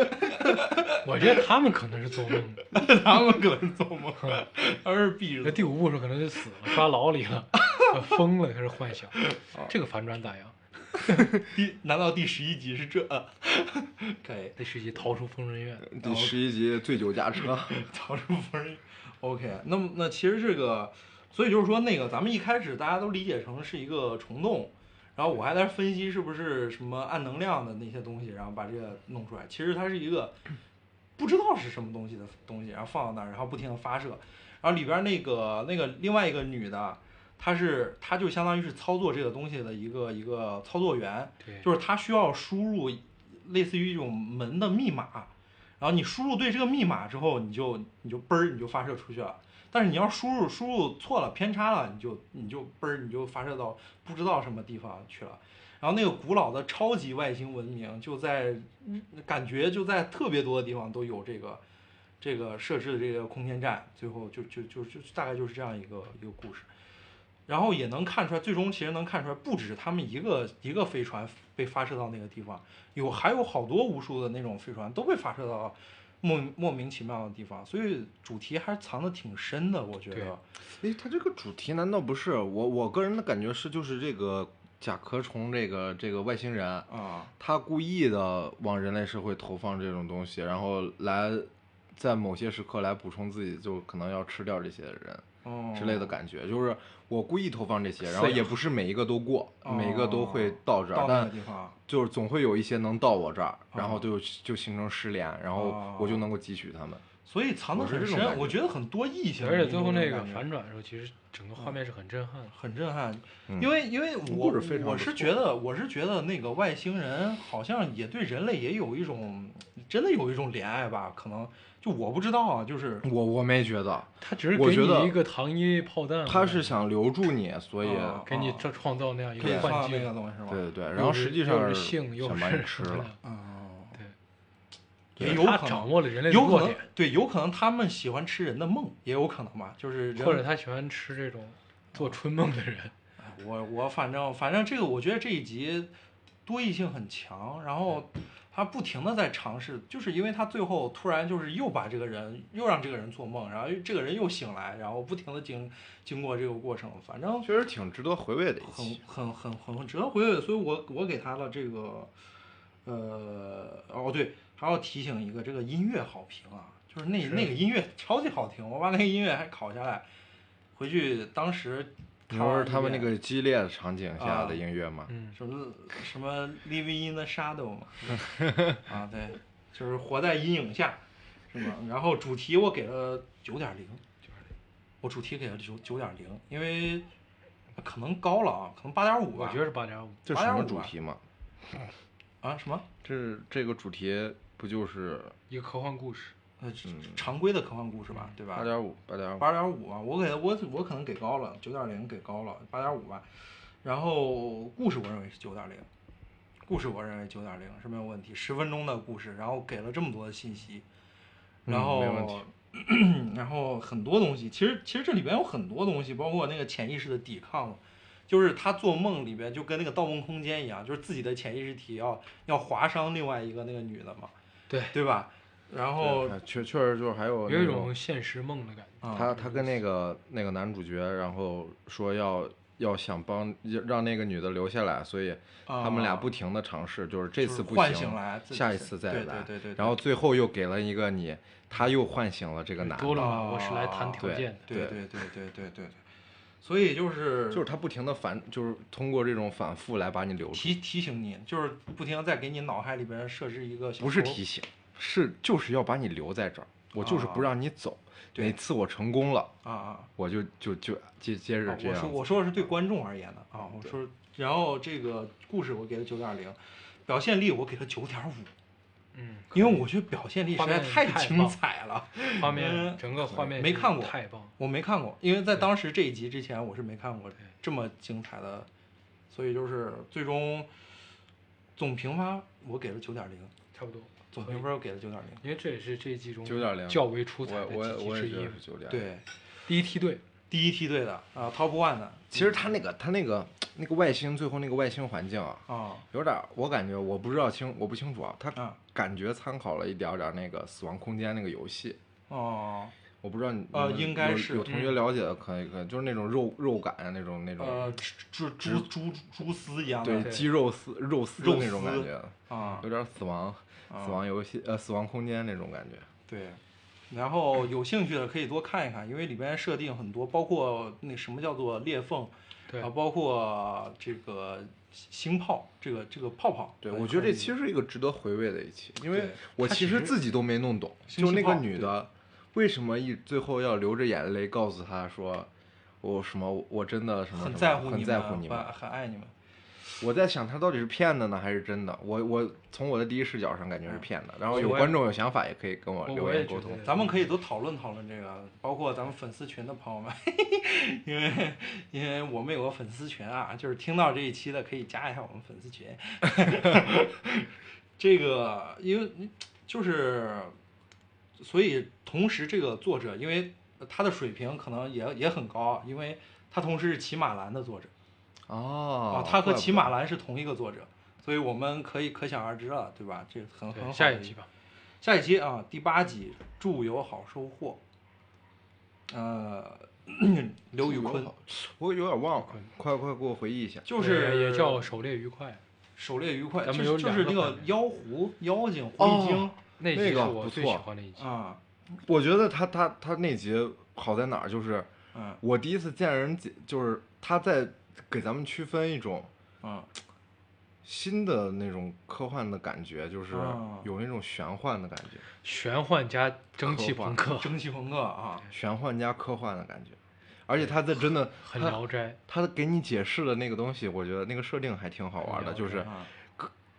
[SPEAKER 1] 我觉得他们可能是做梦的，
[SPEAKER 2] 他们可能做 梦，他们是闭
[SPEAKER 1] 那
[SPEAKER 2] 着
[SPEAKER 1] 第五部时候可能就死了，抓牢里 了，疯了，开始幻想。 这个反转咋样？
[SPEAKER 2] 第，难道第十一集是这？ 啊可以，
[SPEAKER 1] 第十集逃出疯人院，
[SPEAKER 3] 第十一集醉酒 驾车，
[SPEAKER 2] 曹树峰儿 OK，那么那其实这个，所以就是说那个，咱们一开始大家都理解成是一个虫洞，然后我还在分析是不是什么暗能量的那些东西，然后把这个弄出来。其实它是一个不知道是什么东西的东西，然后放到那儿，然后不停的发射。然后里边那个那个另外一个女的，她是她就相当于是操作这个东西的一个一个操作员，
[SPEAKER 1] 对，
[SPEAKER 2] 就是它需要输入类似于一种门的密码，然后你输入对这个密码之后，你就你就嘣儿你就发射出去了。但是你要输入输入错了偏差了，你就你就嘣儿你就发射到不知道什么地方去了。然后那个古老的超级外星文明就在感觉就在特别多的地方都有这个这个设置的这个空间站，最后就就就就大概就是这样一个一个故事。然后也能看出来，最终其实能看出来，不只是他们一个一个飞船被发射到那个地方，有还有好多无数的那种飞船都被发射到莫莫名其妙的地方，所以主题还是藏的挺深的，我觉
[SPEAKER 1] 对
[SPEAKER 2] 得。
[SPEAKER 3] 诶，它这个主题难道不是我我个人的感觉是就是这个甲壳虫这个这个外星人，
[SPEAKER 2] 啊，
[SPEAKER 3] 他故意的往人类社会投放这种东西，然后来在某些时刻来补充自己就可能要吃掉这些人
[SPEAKER 2] 哦
[SPEAKER 3] 嗯之类的感觉，就是我故意投放这些，然后
[SPEAKER 1] 饲养
[SPEAKER 3] 也不是每一个都过，
[SPEAKER 2] 哦
[SPEAKER 3] 每一个都会到这儿，
[SPEAKER 2] 到那个
[SPEAKER 3] 啊但
[SPEAKER 2] 地方。
[SPEAKER 3] 就是总会有一些能到我这儿，然
[SPEAKER 2] 哦
[SPEAKER 3] 后就就形成失联，然
[SPEAKER 2] 哦
[SPEAKER 3] 后我就能够汲取他们。
[SPEAKER 2] 所以藏的
[SPEAKER 3] 我是
[SPEAKER 2] 很
[SPEAKER 3] 这种感
[SPEAKER 2] 深，
[SPEAKER 3] 觉
[SPEAKER 2] 我觉得很多异性的
[SPEAKER 1] 而
[SPEAKER 2] 种感觉，
[SPEAKER 1] 且最后那个反转的时候，其实整个画面是很震撼的。
[SPEAKER 2] 很震撼，
[SPEAKER 3] 嗯
[SPEAKER 2] 因为因为我
[SPEAKER 3] 故事非常
[SPEAKER 2] 我
[SPEAKER 3] 不
[SPEAKER 2] 是
[SPEAKER 3] 错
[SPEAKER 2] 觉得我是觉得那个外星人好像也对人类也有一种真的有一种怜爱吧，可能就我不知道啊，就是
[SPEAKER 3] 我我没觉得，
[SPEAKER 1] 他只是
[SPEAKER 3] 我
[SPEAKER 1] 给
[SPEAKER 3] 觉得
[SPEAKER 1] 你一个糖衣炮弹，
[SPEAKER 3] 他是想啊留住你，所以
[SPEAKER 2] 嗯哦
[SPEAKER 1] 给你创创造那样一
[SPEAKER 2] 可以
[SPEAKER 1] 个
[SPEAKER 2] 放
[SPEAKER 1] 幻
[SPEAKER 2] 到那
[SPEAKER 1] 境
[SPEAKER 2] 个，东西是吧？
[SPEAKER 3] 对对对，然
[SPEAKER 1] 又
[SPEAKER 3] 后
[SPEAKER 1] 是
[SPEAKER 3] 实际
[SPEAKER 1] 又
[SPEAKER 3] 上
[SPEAKER 1] 是性，又
[SPEAKER 3] 想
[SPEAKER 1] 是
[SPEAKER 3] 把 你吃
[SPEAKER 1] 什么
[SPEAKER 3] 了。
[SPEAKER 1] 的
[SPEAKER 2] 哦，
[SPEAKER 1] 对，
[SPEAKER 2] 也
[SPEAKER 1] 就是
[SPEAKER 2] 有
[SPEAKER 1] 他
[SPEAKER 2] 可
[SPEAKER 1] 掌
[SPEAKER 2] 能，
[SPEAKER 1] 握了人类的
[SPEAKER 2] 有
[SPEAKER 1] 弱
[SPEAKER 2] 可能
[SPEAKER 1] 点，
[SPEAKER 2] 对，有可能他们喜欢吃人的梦，也有可能吧，就是人
[SPEAKER 1] 或者他喜欢吃这种做春梦的人。
[SPEAKER 2] 哎我我反正反正这个我觉得这一集多义性很强，然后他不停的在尝试，就是因为他最后突然就是又把这个人又让这个人做梦，然后这个人又醒来，然后不停的经经过这个过程，反正
[SPEAKER 3] 确实挺值得回味的一
[SPEAKER 2] 很
[SPEAKER 3] 期。
[SPEAKER 2] 很很很很值得回味，所以我我给他了这个，呃，哦对，还要提醒一个这个音乐好评啊，就是那
[SPEAKER 3] 是
[SPEAKER 2] 那个音乐超级好听，我把那个音乐还拷下来，回去当时
[SPEAKER 3] 你
[SPEAKER 2] 看完
[SPEAKER 3] 说
[SPEAKER 2] 一
[SPEAKER 3] 是他们那
[SPEAKER 2] 遍
[SPEAKER 3] 个激烈的场景下
[SPEAKER 2] 啊
[SPEAKER 3] 的音乐吗？
[SPEAKER 1] 嗯，
[SPEAKER 2] 什么什么 living in the shadow 嘛，啊对，就是活在阴影下，是吧？然后主题我给了九点零，我主题给了九九点零，因为可能高了啊，可能八点五吧。
[SPEAKER 1] 我觉得是八点五，
[SPEAKER 3] 这是什么主题嘛？
[SPEAKER 2] 啊什么？
[SPEAKER 3] 这这个主题不就是嗯
[SPEAKER 1] 一个科幻故事，
[SPEAKER 2] 呃，这
[SPEAKER 1] 嗯
[SPEAKER 2] 常规的科幻故事吧，对吧
[SPEAKER 3] 八？点五、八点五？
[SPEAKER 2] 八点五啊，我给我我可能给高了，九点零给高了，八点五吧。然后故事我认为是九点零，故事我认为九点零是没有问题，十分钟的故事，然后给了这么多的信息，然
[SPEAKER 3] 嗯
[SPEAKER 2] 后、
[SPEAKER 3] 没问题
[SPEAKER 2] 然后很多东西，其实其实这里边有很多东西，包括那个潜意识的抵抗嘛，就是他做梦里边就跟那个《盗梦空间》一样，就是自己的潜意识体要要划伤另外一个那个女的嘛，
[SPEAKER 1] 对
[SPEAKER 2] 对吧？然后
[SPEAKER 3] 对确确实就是还
[SPEAKER 1] 有
[SPEAKER 3] 有那
[SPEAKER 1] 一种现实梦的感觉。
[SPEAKER 2] 啊
[SPEAKER 3] 他他跟那个那个男主角，然后说要要想帮让那个女的留下来，所以他们俩
[SPEAKER 2] 啊
[SPEAKER 3] 不停的尝试，就是这
[SPEAKER 2] 就是
[SPEAKER 3] 次不
[SPEAKER 2] 唤
[SPEAKER 3] 行
[SPEAKER 2] 醒来自己
[SPEAKER 3] 下
[SPEAKER 2] 是
[SPEAKER 3] 一次再
[SPEAKER 2] 对
[SPEAKER 3] 来，
[SPEAKER 2] 对对对对
[SPEAKER 3] 然后最后又给了一个你，他又唤醒了这个男
[SPEAKER 1] 多
[SPEAKER 3] 的，
[SPEAKER 1] 了嘛，我是来谈
[SPEAKER 2] 哦
[SPEAKER 1] 条件的。
[SPEAKER 2] 对对对对对对对，所以就是
[SPEAKER 3] 就是他不停的反，就是通过这种反复来把你留住，
[SPEAKER 2] 提提醒你，就是不停的在给你脑海里边设置一个小
[SPEAKER 3] 不是
[SPEAKER 2] 球
[SPEAKER 3] 提醒，是就是要把你留在这儿，我就是不
[SPEAKER 2] 啊
[SPEAKER 3] 让你走，
[SPEAKER 2] 对
[SPEAKER 3] 每次我成功了，
[SPEAKER 2] 啊啊，
[SPEAKER 3] 我就就就接接着
[SPEAKER 2] 啊
[SPEAKER 3] 这
[SPEAKER 2] 我
[SPEAKER 3] 样
[SPEAKER 2] 说
[SPEAKER 3] 子，
[SPEAKER 2] 我说的是对观众而言的啊，我说然后这个故事我给了九点零，表现力我给了九点五，
[SPEAKER 1] 嗯，
[SPEAKER 2] 因为我觉得表现力实
[SPEAKER 1] 画
[SPEAKER 2] 在
[SPEAKER 1] 面
[SPEAKER 2] 太
[SPEAKER 1] 太
[SPEAKER 2] 精
[SPEAKER 1] 棒
[SPEAKER 2] 彩了，
[SPEAKER 1] 画面
[SPEAKER 2] 嗯
[SPEAKER 1] 整个画面
[SPEAKER 2] 没
[SPEAKER 1] 真
[SPEAKER 2] 看
[SPEAKER 1] 的
[SPEAKER 2] 过
[SPEAKER 1] 太棒。
[SPEAKER 2] 我没看过，因为在当时这一集之前我是没看过这么精彩的，所以就是最终总评分我给了九点零，
[SPEAKER 1] 差不多，
[SPEAKER 2] 总评分我给了九点零。
[SPEAKER 1] 因为这也是这一季中
[SPEAKER 3] 9.0
[SPEAKER 1] 较为出彩
[SPEAKER 3] 我
[SPEAKER 1] 的
[SPEAKER 3] 我
[SPEAKER 1] 几集
[SPEAKER 3] 我
[SPEAKER 1] 之
[SPEAKER 3] 也觉
[SPEAKER 1] 一
[SPEAKER 3] 得
[SPEAKER 1] 嘛
[SPEAKER 3] 是。九点，
[SPEAKER 2] 对，
[SPEAKER 1] 第一梯队，
[SPEAKER 2] 第一梯队的啊，Top One 的
[SPEAKER 3] 其实他那个他那个那个外星最后那个外星环境啊，
[SPEAKER 2] 啊
[SPEAKER 3] 有点儿我感觉我不知道清我不清楚啊，他
[SPEAKER 2] 啊
[SPEAKER 3] 感觉参考了一点儿点儿那个《死亡空间》那个游戏，
[SPEAKER 2] 哦，
[SPEAKER 3] 我不知道你
[SPEAKER 2] 呃
[SPEAKER 3] 你们
[SPEAKER 2] 应该
[SPEAKER 3] 有
[SPEAKER 2] 是嗯
[SPEAKER 3] 有同学了解的可以可以，就是那种肉肉感啊那种那种，
[SPEAKER 2] 呃，猪猪猪蛛丝一样
[SPEAKER 3] 对
[SPEAKER 2] 的
[SPEAKER 1] 对
[SPEAKER 3] 鸡肉丝肉丝
[SPEAKER 2] 肉
[SPEAKER 3] 那种感
[SPEAKER 2] 丝
[SPEAKER 3] 觉，
[SPEAKER 2] 啊
[SPEAKER 3] 有，点儿死亡死亡游戏呃死亡空间那种感觉，
[SPEAKER 2] 对。然后有兴趣的可以多看一看，因为里边设定很多，包括那什么叫做裂缝，
[SPEAKER 1] 对
[SPEAKER 2] 啊，包括这个星泡，这个这个泡泡。
[SPEAKER 3] 对
[SPEAKER 2] 呃
[SPEAKER 3] 我觉得这
[SPEAKER 2] 可以
[SPEAKER 3] 其实是一个值得回味的一期，因为
[SPEAKER 2] 对
[SPEAKER 3] 我
[SPEAKER 1] 它其
[SPEAKER 3] 其实
[SPEAKER 1] 实
[SPEAKER 3] 自己都没弄懂，
[SPEAKER 2] 信
[SPEAKER 3] 就
[SPEAKER 2] 息
[SPEAKER 3] 那个
[SPEAKER 2] 爆
[SPEAKER 3] 女
[SPEAKER 2] 对
[SPEAKER 3] 的为什么一最后要流着眼泪告诉他说。我什么？我真的什么什么？
[SPEAKER 2] 很在乎
[SPEAKER 3] 很
[SPEAKER 2] 你
[SPEAKER 3] 在
[SPEAKER 2] 们，
[SPEAKER 3] 乎你们
[SPEAKER 2] 很，很爱你们。
[SPEAKER 3] 我在想他到底是骗的呢，还是真的？我我从我的第一视角上感觉是骗的，然后有
[SPEAKER 1] 我也
[SPEAKER 3] 观众有想嗯法也可以跟我
[SPEAKER 1] 我
[SPEAKER 3] 留
[SPEAKER 1] 我也
[SPEAKER 3] 言
[SPEAKER 1] 觉
[SPEAKER 3] 沟
[SPEAKER 1] 得
[SPEAKER 3] 通。
[SPEAKER 2] 咱们可以多讨论讨论这个，包括咱们粉丝群的朋友们， 因为因为我们有个粉丝群啊，就是听到这一期的可以加一下我们粉丝群。 这个因为就是，所以同时这个作者，因为他的水平可能也也很高，啊因为他同时是骑马兰的作者啊
[SPEAKER 3] 哦
[SPEAKER 2] 他和
[SPEAKER 3] 怪不
[SPEAKER 2] 骑
[SPEAKER 3] 得
[SPEAKER 2] 马兰是同一个作者，所以我们可以可想而知了，对吧？这很很好
[SPEAKER 1] 对
[SPEAKER 2] 的
[SPEAKER 1] 下一
[SPEAKER 2] 个
[SPEAKER 1] 集吧。
[SPEAKER 2] 下一期啊，第八集祝有好收获。呃，刘宇
[SPEAKER 3] 我
[SPEAKER 2] 昆
[SPEAKER 3] 有我有点忘了，快快给我回忆一下。
[SPEAKER 2] 就是
[SPEAKER 1] 也也叫狩猎愉快，
[SPEAKER 2] 狩猎愉快，
[SPEAKER 1] 咱
[SPEAKER 2] 就
[SPEAKER 1] 们
[SPEAKER 2] 是
[SPEAKER 1] 有
[SPEAKER 2] 就是
[SPEAKER 1] 两个
[SPEAKER 2] 那
[SPEAKER 1] 版
[SPEAKER 2] 个
[SPEAKER 1] 本
[SPEAKER 2] 妖狐、妖精、狐
[SPEAKER 3] 哦
[SPEAKER 2] 狸精
[SPEAKER 1] 那集
[SPEAKER 3] 那
[SPEAKER 1] 是
[SPEAKER 3] 个
[SPEAKER 1] 我
[SPEAKER 3] 不
[SPEAKER 1] 最
[SPEAKER 3] 错
[SPEAKER 1] 喜欢的一集。
[SPEAKER 2] 啊，
[SPEAKER 3] 我觉得他他他那集好在哪儿，就是
[SPEAKER 2] 嗯
[SPEAKER 3] 我第一次见人解，就是他在给咱们区分一种
[SPEAKER 2] 嗯，
[SPEAKER 3] 新的那种科幻的感觉，就是
[SPEAKER 2] 哦
[SPEAKER 3] 有那种玄幻的感觉，
[SPEAKER 1] 玄幻加蒸汽朋 克，
[SPEAKER 2] 嗯蒸汽朋克啊，
[SPEAKER 3] 玄幻加科幻的感觉，而且他在真的
[SPEAKER 1] 很
[SPEAKER 3] 他
[SPEAKER 1] 聊斋。
[SPEAKER 3] 他给你解释的那个东西，我觉得那个设定还挺好玩的，
[SPEAKER 1] 了解
[SPEAKER 3] 就是
[SPEAKER 2] 啊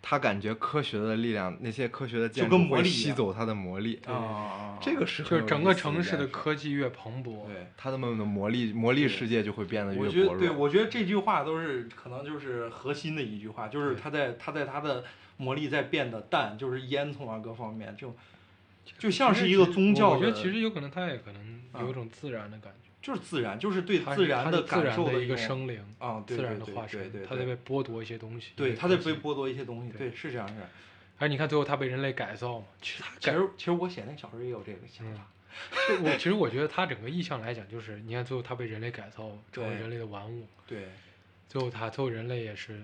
[SPEAKER 3] 他感觉科学的力量，那些科学的建
[SPEAKER 2] 就
[SPEAKER 3] 筑
[SPEAKER 2] 跟魔
[SPEAKER 3] 会
[SPEAKER 2] 力一
[SPEAKER 3] 吸
[SPEAKER 2] 样
[SPEAKER 3] 走它的魔力。
[SPEAKER 2] 啊啊，
[SPEAKER 3] 这 个
[SPEAKER 2] 是
[SPEAKER 3] 是
[SPEAKER 1] 就是整个城市的
[SPEAKER 3] 科，
[SPEAKER 1] 科技越蓬勃，
[SPEAKER 2] 对。
[SPEAKER 3] 他们的魔力魔力世界就会变得
[SPEAKER 2] 我
[SPEAKER 3] 越
[SPEAKER 2] 觉
[SPEAKER 3] 薄
[SPEAKER 2] 得，对
[SPEAKER 3] 弱。
[SPEAKER 2] 我觉得这句话都是可能就是核心的一句话，就是他在他在他的魔力在变得淡，就是烟囱啊各方面，就就像是一个
[SPEAKER 1] 其实
[SPEAKER 2] 宗教的。
[SPEAKER 1] 我觉得其实有可能它也可能有
[SPEAKER 2] 啊
[SPEAKER 1] 一种自然的感觉，
[SPEAKER 2] 就是自然，就是对
[SPEAKER 1] 它
[SPEAKER 2] 自
[SPEAKER 1] 是它
[SPEAKER 2] 然
[SPEAKER 1] 是自
[SPEAKER 2] 感
[SPEAKER 1] 然
[SPEAKER 2] 受
[SPEAKER 1] 的一
[SPEAKER 2] 一
[SPEAKER 1] 个
[SPEAKER 2] 种，
[SPEAKER 1] 生灵，
[SPEAKER 2] 啊，对
[SPEAKER 1] 自
[SPEAKER 2] 对
[SPEAKER 1] 然的
[SPEAKER 2] 对
[SPEAKER 1] 化
[SPEAKER 2] 对
[SPEAKER 1] 身
[SPEAKER 2] 对，
[SPEAKER 1] 它在被剥夺一些东西，
[SPEAKER 2] 对，
[SPEAKER 1] 一些
[SPEAKER 2] 他在
[SPEAKER 1] 东
[SPEAKER 2] 被
[SPEAKER 1] 西
[SPEAKER 2] 剥夺一些东西，对，是这样是这样。
[SPEAKER 1] 而你看最后他被人类改造嘛，其实
[SPEAKER 2] 他其
[SPEAKER 1] 改
[SPEAKER 2] 实其实我写那小说也有这个想
[SPEAKER 1] 嗯
[SPEAKER 2] 法，
[SPEAKER 1] 就我其实我觉得他整个意象来讲，就是你看最后他被人类改造成为
[SPEAKER 2] 对
[SPEAKER 1] 人类的玩物，
[SPEAKER 2] 对，
[SPEAKER 1] 最后他最后人类也是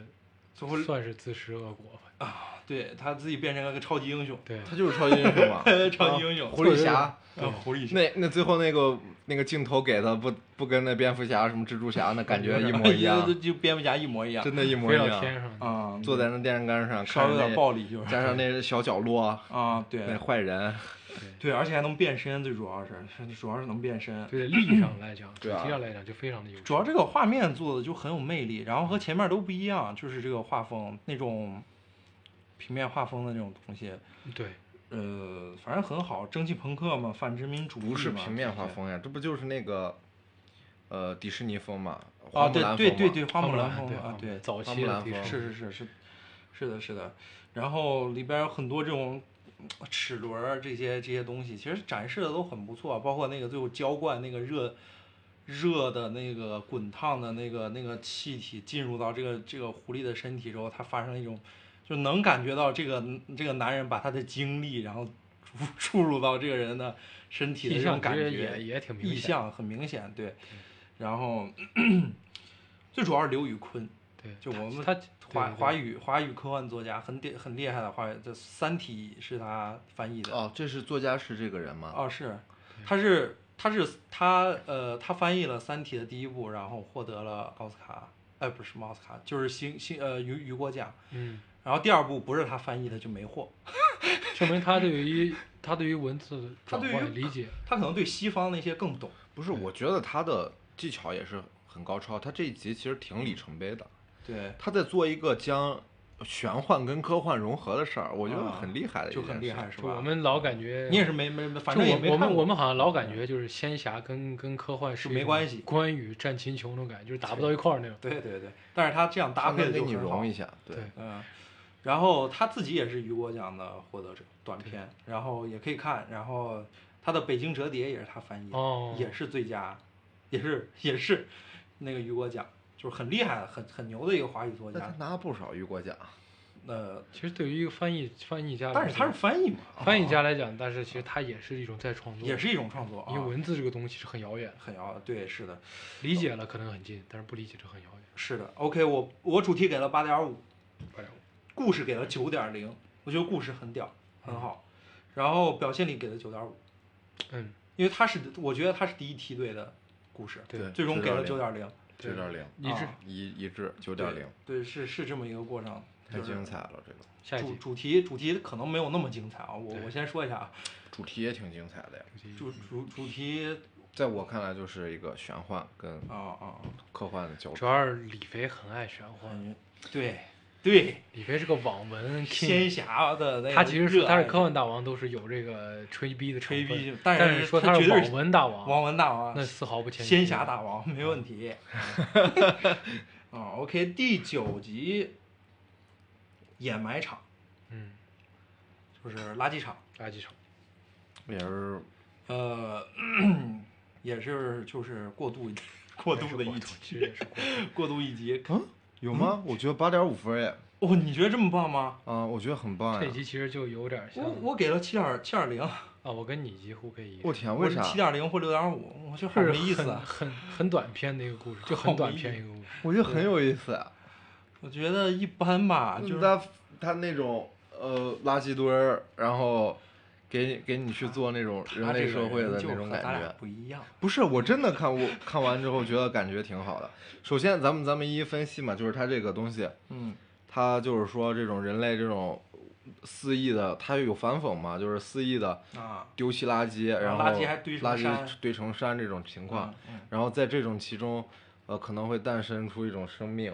[SPEAKER 2] 最后
[SPEAKER 1] 算是自食恶果吧。
[SPEAKER 2] 啊，对他自己变成了个超级英雄，，
[SPEAKER 1] 对，
[SPEAKER 3] 他就是超级英雄嘛
[SPEAKER 2] 超级英雄，
[SPEAKER 3] 狐狸侠。
[SPEAKER 2] 啊，狐狸侠，
[SPEAKER 3] 那那最后那个那个镜头给他不不跟那蝙蝠侠什么蜘蛛侠那感觉一模一 样
[SPEAKER 2] 就，就蝙蝠侠一模一样，
[SPEAKER 3] 真的，一模
[SPEAKER 1] 飞
[SPEAKER 3] 一
[SPEAKER 1] 到
[SPEAKER 3] 样。
[SPEAKER 1] 天上，
[SPEAKER 2] 啊，
[SPEAKER 3] 坐在那电线杆上，
[SPEAKER 2] 稍微有
[SPEAKER 3] 看
[SPEAKER 2] 点
[SPEAKER 3] 着
[SPEAKER 2] 暴力就是
[SPEAKER 3] 那，加上那小角落，
[SPEAKER 2] 啊，
[SPEAKER 3] 那
[SPEAKER 2] 对
[SPEAKER 3] 坏人，
[SPEAKER 2] 对，而且还能变身，最主要是是主要是能变身，
[SPEAKER 1] 对力上来 讲，主
[SPEAKER 3] 对啊
[SPEAKER 1] 题上来讲就非常的有趣。
[SPEAKER 2] 主要这个画面做的就很有魅力，然后和前面都不一样，就是这个画风那种平面画风的那种东西，
[SPEAKER 1] 对，
[SPEAKER 2] 呃，反正很好，蒸汽朋克嘛，反殖民主义嘛，
[SPEAKER 3] 不是平面画
[SPEAKER 2] 这些
[SPEAKER 3] 风呀，这不就是那个呃迪士尼风嘛？
[SPEAKER 2] 啊，
[SPEAKER 3] 花木
[SPEAKER 2] 对
[SPEAKER 3] 兰
[SPEAKER 2] 对
[SPEAKER 3] 风
[SPEAKER 2] 对
[SPEAKER 3] 嘛
[SPEAKER 2] 对，花木兰
[SPEAKER 1] 兰
[SPEAKER 2] 风
[SPEAKER 1] 对
[SPEAKER 2] 啊，对，
[SPEAKER 1] 早
[SPEAKER 3] 花
[SPEAKER 1] 期
[SPEAKER 3] 木
[SPEAKER 1] 的
[SPEAKER 3] 兰
[SPEAKER 1] 迪士
[SPEAKER 3] 风
[SPEAKER 1] 尼
[SPEAKER 2] 是是是是，是的，是的。然后里边有很多这种嗯齿轮儿这些这些东西，其实展示的都很不错，包括那个最后浇灌那个热热的那个滚烫的那个那个气体进入到这个这个狐狸的身体之后，它发生一种就能感觉到这个这个男人把他的精力然后注注入到这个人的身体的
[SPEAKER 1] 意
[SPEAKER 2] 这种
[SPEAKER 1] 象
[SPEAKER 2] 感
[SPEAKER 1] 其
[SPEAKER 2] 觉
[SPEAKER 1] 实也也挺明
[SPEAKER 2] 意
[SPEAKER 1] 显。嗯
[SPEAKER 2] 象很明显，对。然后最主要是刘宇昆，
[SPEAKER 1] 对，
[SPEAKER 2] 就我们
[SPEAKER 1] 他
[SPEAKER 2] 华华
[SPEAKER 1] 语
[SPEAKER 2] 语华语科幻作家很典很厉害的华语，这《三体》是他翻译的。
[SPEAKER 3] 哦，这是作家是这个人吗？
[SPEAKER 2] 哦，是，他是他是他呃，他翻译了《三体》的第一部，然后获得了奥斯卡，哎，不是什么奥斯卡，就是新新呃雨雨果奖。
[SPEAKER 1] 嗯，
[SPEAKER 2] 然后第二部不是他翻译的就没获，
[SPEAKER 1] 说明他对于他对于文字
[SPEAKER 2] 他
[SPEAKER 1] 转
[SPEAKER 2] 对于
[SPEAKER 1] 换的理解，
[SPEAKER 2] 他可能对西方那些更懂。
[SPEAKER 3] 不是，我觉得他的技巧也是很高超。他这一集其实挺里程碑的，
[SPEAKER 2] 对，
[SPEAKER 3] 他在做一个将玄幻跟科幻融合的事儿，我觉得
[SPEAKER 2] 啊
[SPEAKER 3] 很厉害的一
[SPEAKER 2] 就
[SPEAKER 3] 件事。
[SPEAKER 2] 很厉害是
[SPEAKER 1] 就
[SPEAKER 2] 吧？
[SPEAKER 1] 我们老感觉
[SPEAKER 2] 你也是没没没，反
[SPEAKER 1] 就
[SPEAKER 2] 正也
[SPEAKER 1] 我
[SPEAKER 2] 没
[SPEAKER 1] 我
[SPEAKER 2] 看
[SPEAKER 1] 们
[SPEAKER 2] 过
[SPEAKER 1] 我们好像老感觉就是仙侠跟跟科幻
[SPEAKER 2] 是
[SPEAKER 1] 一
[SPEAKER 2] 没
[SPEAKER 1] 种
[SPEAKER 2] 关系
[SPEAKER 1] 关羽战秦琼那种感觉，就是打不到一块儿那种。
[SPEAKER 2] 对对对，但是他这样搭配的
[SPEAKER 3] 他能给
[SPEAKER 2] 就
[SPEAKER 3] 你
[SPEAKER 2] 很好
[SPEAKER 3] 融。一下，对
[SPEAKER 1] 对
[SPEAKER 2] 嗯，然后他自己也是雨果奖的获得者，短片，然后也可以看，然后他的《北京折叠》也是他翻译的，
[SPEAKER 1] 哦，
[SPEAKER 2] 也是最佳，也是也是那个雨果奖，就是很厉害、很很牛的一个华语作
[SPEAKER 3] 那他
[SPEAKER 2] 家。
[SPEAKER 3] 拿了不少雨果奖，
[SPEAKER 2] 呃，
[SPEAKER 1] 其实对于一个翻译翻译家来说，
[SPEAKER 2] 但是他是翻译嘛，
[SPEAKER 1] 翻译家来讲，但是其实他也是一种再创作，
[SPEAKER 2] 也是一种创作啊
[SPEAKER 1] 嗯因为，文字这个东西是很遥远的，
[SPEAKER 2] 很遥对，是的，
[SPEAKER 1] 理解了可能很近，但是不理解就很遥远。
[SPEAKER 2] 是的。OK，我我主题给了八点五，
[SPEAKER 1] 不然
[SPEAKER 2] 故事给了九点零，我觉得故事很屌，很好，然后表现力给了九点五，
[SPEAKER 1] 嗯，
[SPEAKER 2] 因为他是我觉得他是第一梯队的故事，
[SPEAKER 1] 对
[SPEAKER 2] 最终给了九点零。
[SPEAKER 1] 对
[SPEAKER 3] 九点零，
[SPEAKER 1] 一致。
[SPEAKER 2] 啊
[SPEAKER 3] 一一致九点零，
[SPEAKER 2] 对，是是这么一个过程。
[SPEAKER 3] 太
[SPEAKER 2] 就是
[SPEAKER 3] 精彩了，这个
[SPEAKER 1] 下一
[SPEAKER 2] 主
[SPEAKER 1] 集
[SPEAKER 2] 主题主题可能没有那么精彩啊，我
[SPEAKER 1] 对
[SPEAKER 2] 我先说一下啊，
[SPEAKER 3] 主题也挺精彩的呀。
[SPEAKER 2] 主主主题
[SPEAKER 3] 在我看来，就是一个玄幻跟
[SPEAKER 2] 啊啊，
[SPEAKER 3] 科幻的交
[SPEAKER 1] 主
[SPEAKER 3] 织。
[SPEAKER 1] 要是李飞很爱玄
[SPEAKER 2] 我
[SPEAKER 1] 幻，
[SPEAKER 2] 感觉对对
[SPEAKER 1] 李飞是个网文 king，
[SPEAKER 2] 仙侠的那个热爱，
[SPEAKER 1] 他其实说他是科幻大王，都是有这个吹逼的成
[SPEAKER 2] 吹
[SPEAKER 1] 分，
[SPEAKER 2] 逼，
[SPEAKER 1] 但
[SPEAKER 2] 是
[SPEAKER 1] 说他
[SPEAKER 2] 他绝
[SPEAKER 1] 是
[SPEAKER 2] 对
[SPEAKER 1] 网文大王，
[SPEAKER 2] 王文大王，
[SPEAKER 1] 那丝毫不谦虚。
[SPEAKER 2] 仙侠大王没问 题。啊，OK，第九集掩埋场
[SPEAKER 1] 嗯，
[SPEAKER 2] 就是垃圾场，
[SPEAKER 1] 垃圾场，
[SPEAKER 3] 也是
[SPEAKER 2] 呃， 也是就是过渡 过渡的一集，
[SPEAKER 1] 其实也是过度
[SPEAKER 2] 过渡一集。
[SPEAKER 3] 嗯，有吗？我觉得八点五分耶，
[SPEAKER 2] 哦，你觉得这么棒吗？
[SPEAKER 3] 啊，我觉得很棒
[SPEAKER 1] 这
[SPEAKER 3] 呀。
[SPEAKER 1] 集其实就有点像
[SPEAKER 2] 我我给了七点七点零，
[SPEAKER 1] 啊，我跟你几乎可以，
[SPEAKER 3] 我天，为啥？
[SPEAKER 2] 七点零或六点五，我觉得好
[SPEAKER 1] 是
[SPEAKER 2] 没意思
[SPEAKER 1] 很
[SPEAKER 2] 啊！
[SPEAKER 1] 很很短篇的一个故事，就
[SPEAKER 2] 好
[SPEAKER 1] 很
[SPEAKER 2] 没
[SPEAKER 1] 短
[SPEAKER 2] 意
[SPEAKER 1] 篇
[SPEAKER 2] 思
[SPEAKER 1] 一个故事。
[SPEAKER 3] 我觉得很有意思啊。
[SPEAKER 2] 我觉得一般吧，
[SPEAKER 3] 嗯
[SPEAKER 2] 啊就是
[SPEAKER 3] 他他那种呃垃圾堆儿，然后给你给你去做那种
[SPEAKER 2] 他
[SPEAKER 3] 人类
[SPEAKER 2] 这个
[SPEAKER 3] 社会的
[SPEAKER 2] 人就
[SPEAKER 3] 那种
[SPEAKER 2] 和
[SPEAKER 3] 感
[SPEAKER 2] 咱俩
[SPEAKER 3] 觉。
[SPEAKER 2] 不一样。
[SPEAKER 3] 不是，我真的看我看完之后觉得感觉挺好的。首先，咱们咱们一一分析嘛，就是它这个东西，
[SPEAKER 2] 嗯，
[SPEAKER 3] 它就是说这种人类这种肆意的，它有反讽嘛，就是肆意的
[SPEAKER 2] 啊，
[SPEAKER 3] 丢弃垃圾，然后
[SPEAKER 2] 哦垃圾还堆成
[SPEAKER 3] 垃
[SPEAKER 2] 山
[SPEAKER 3] 圾堆成山这种情况，
[SPEAKER 2] 嗯嗯
[SPEAKER 3] 然后在这种其中，呃，可能会诞生出一种生命，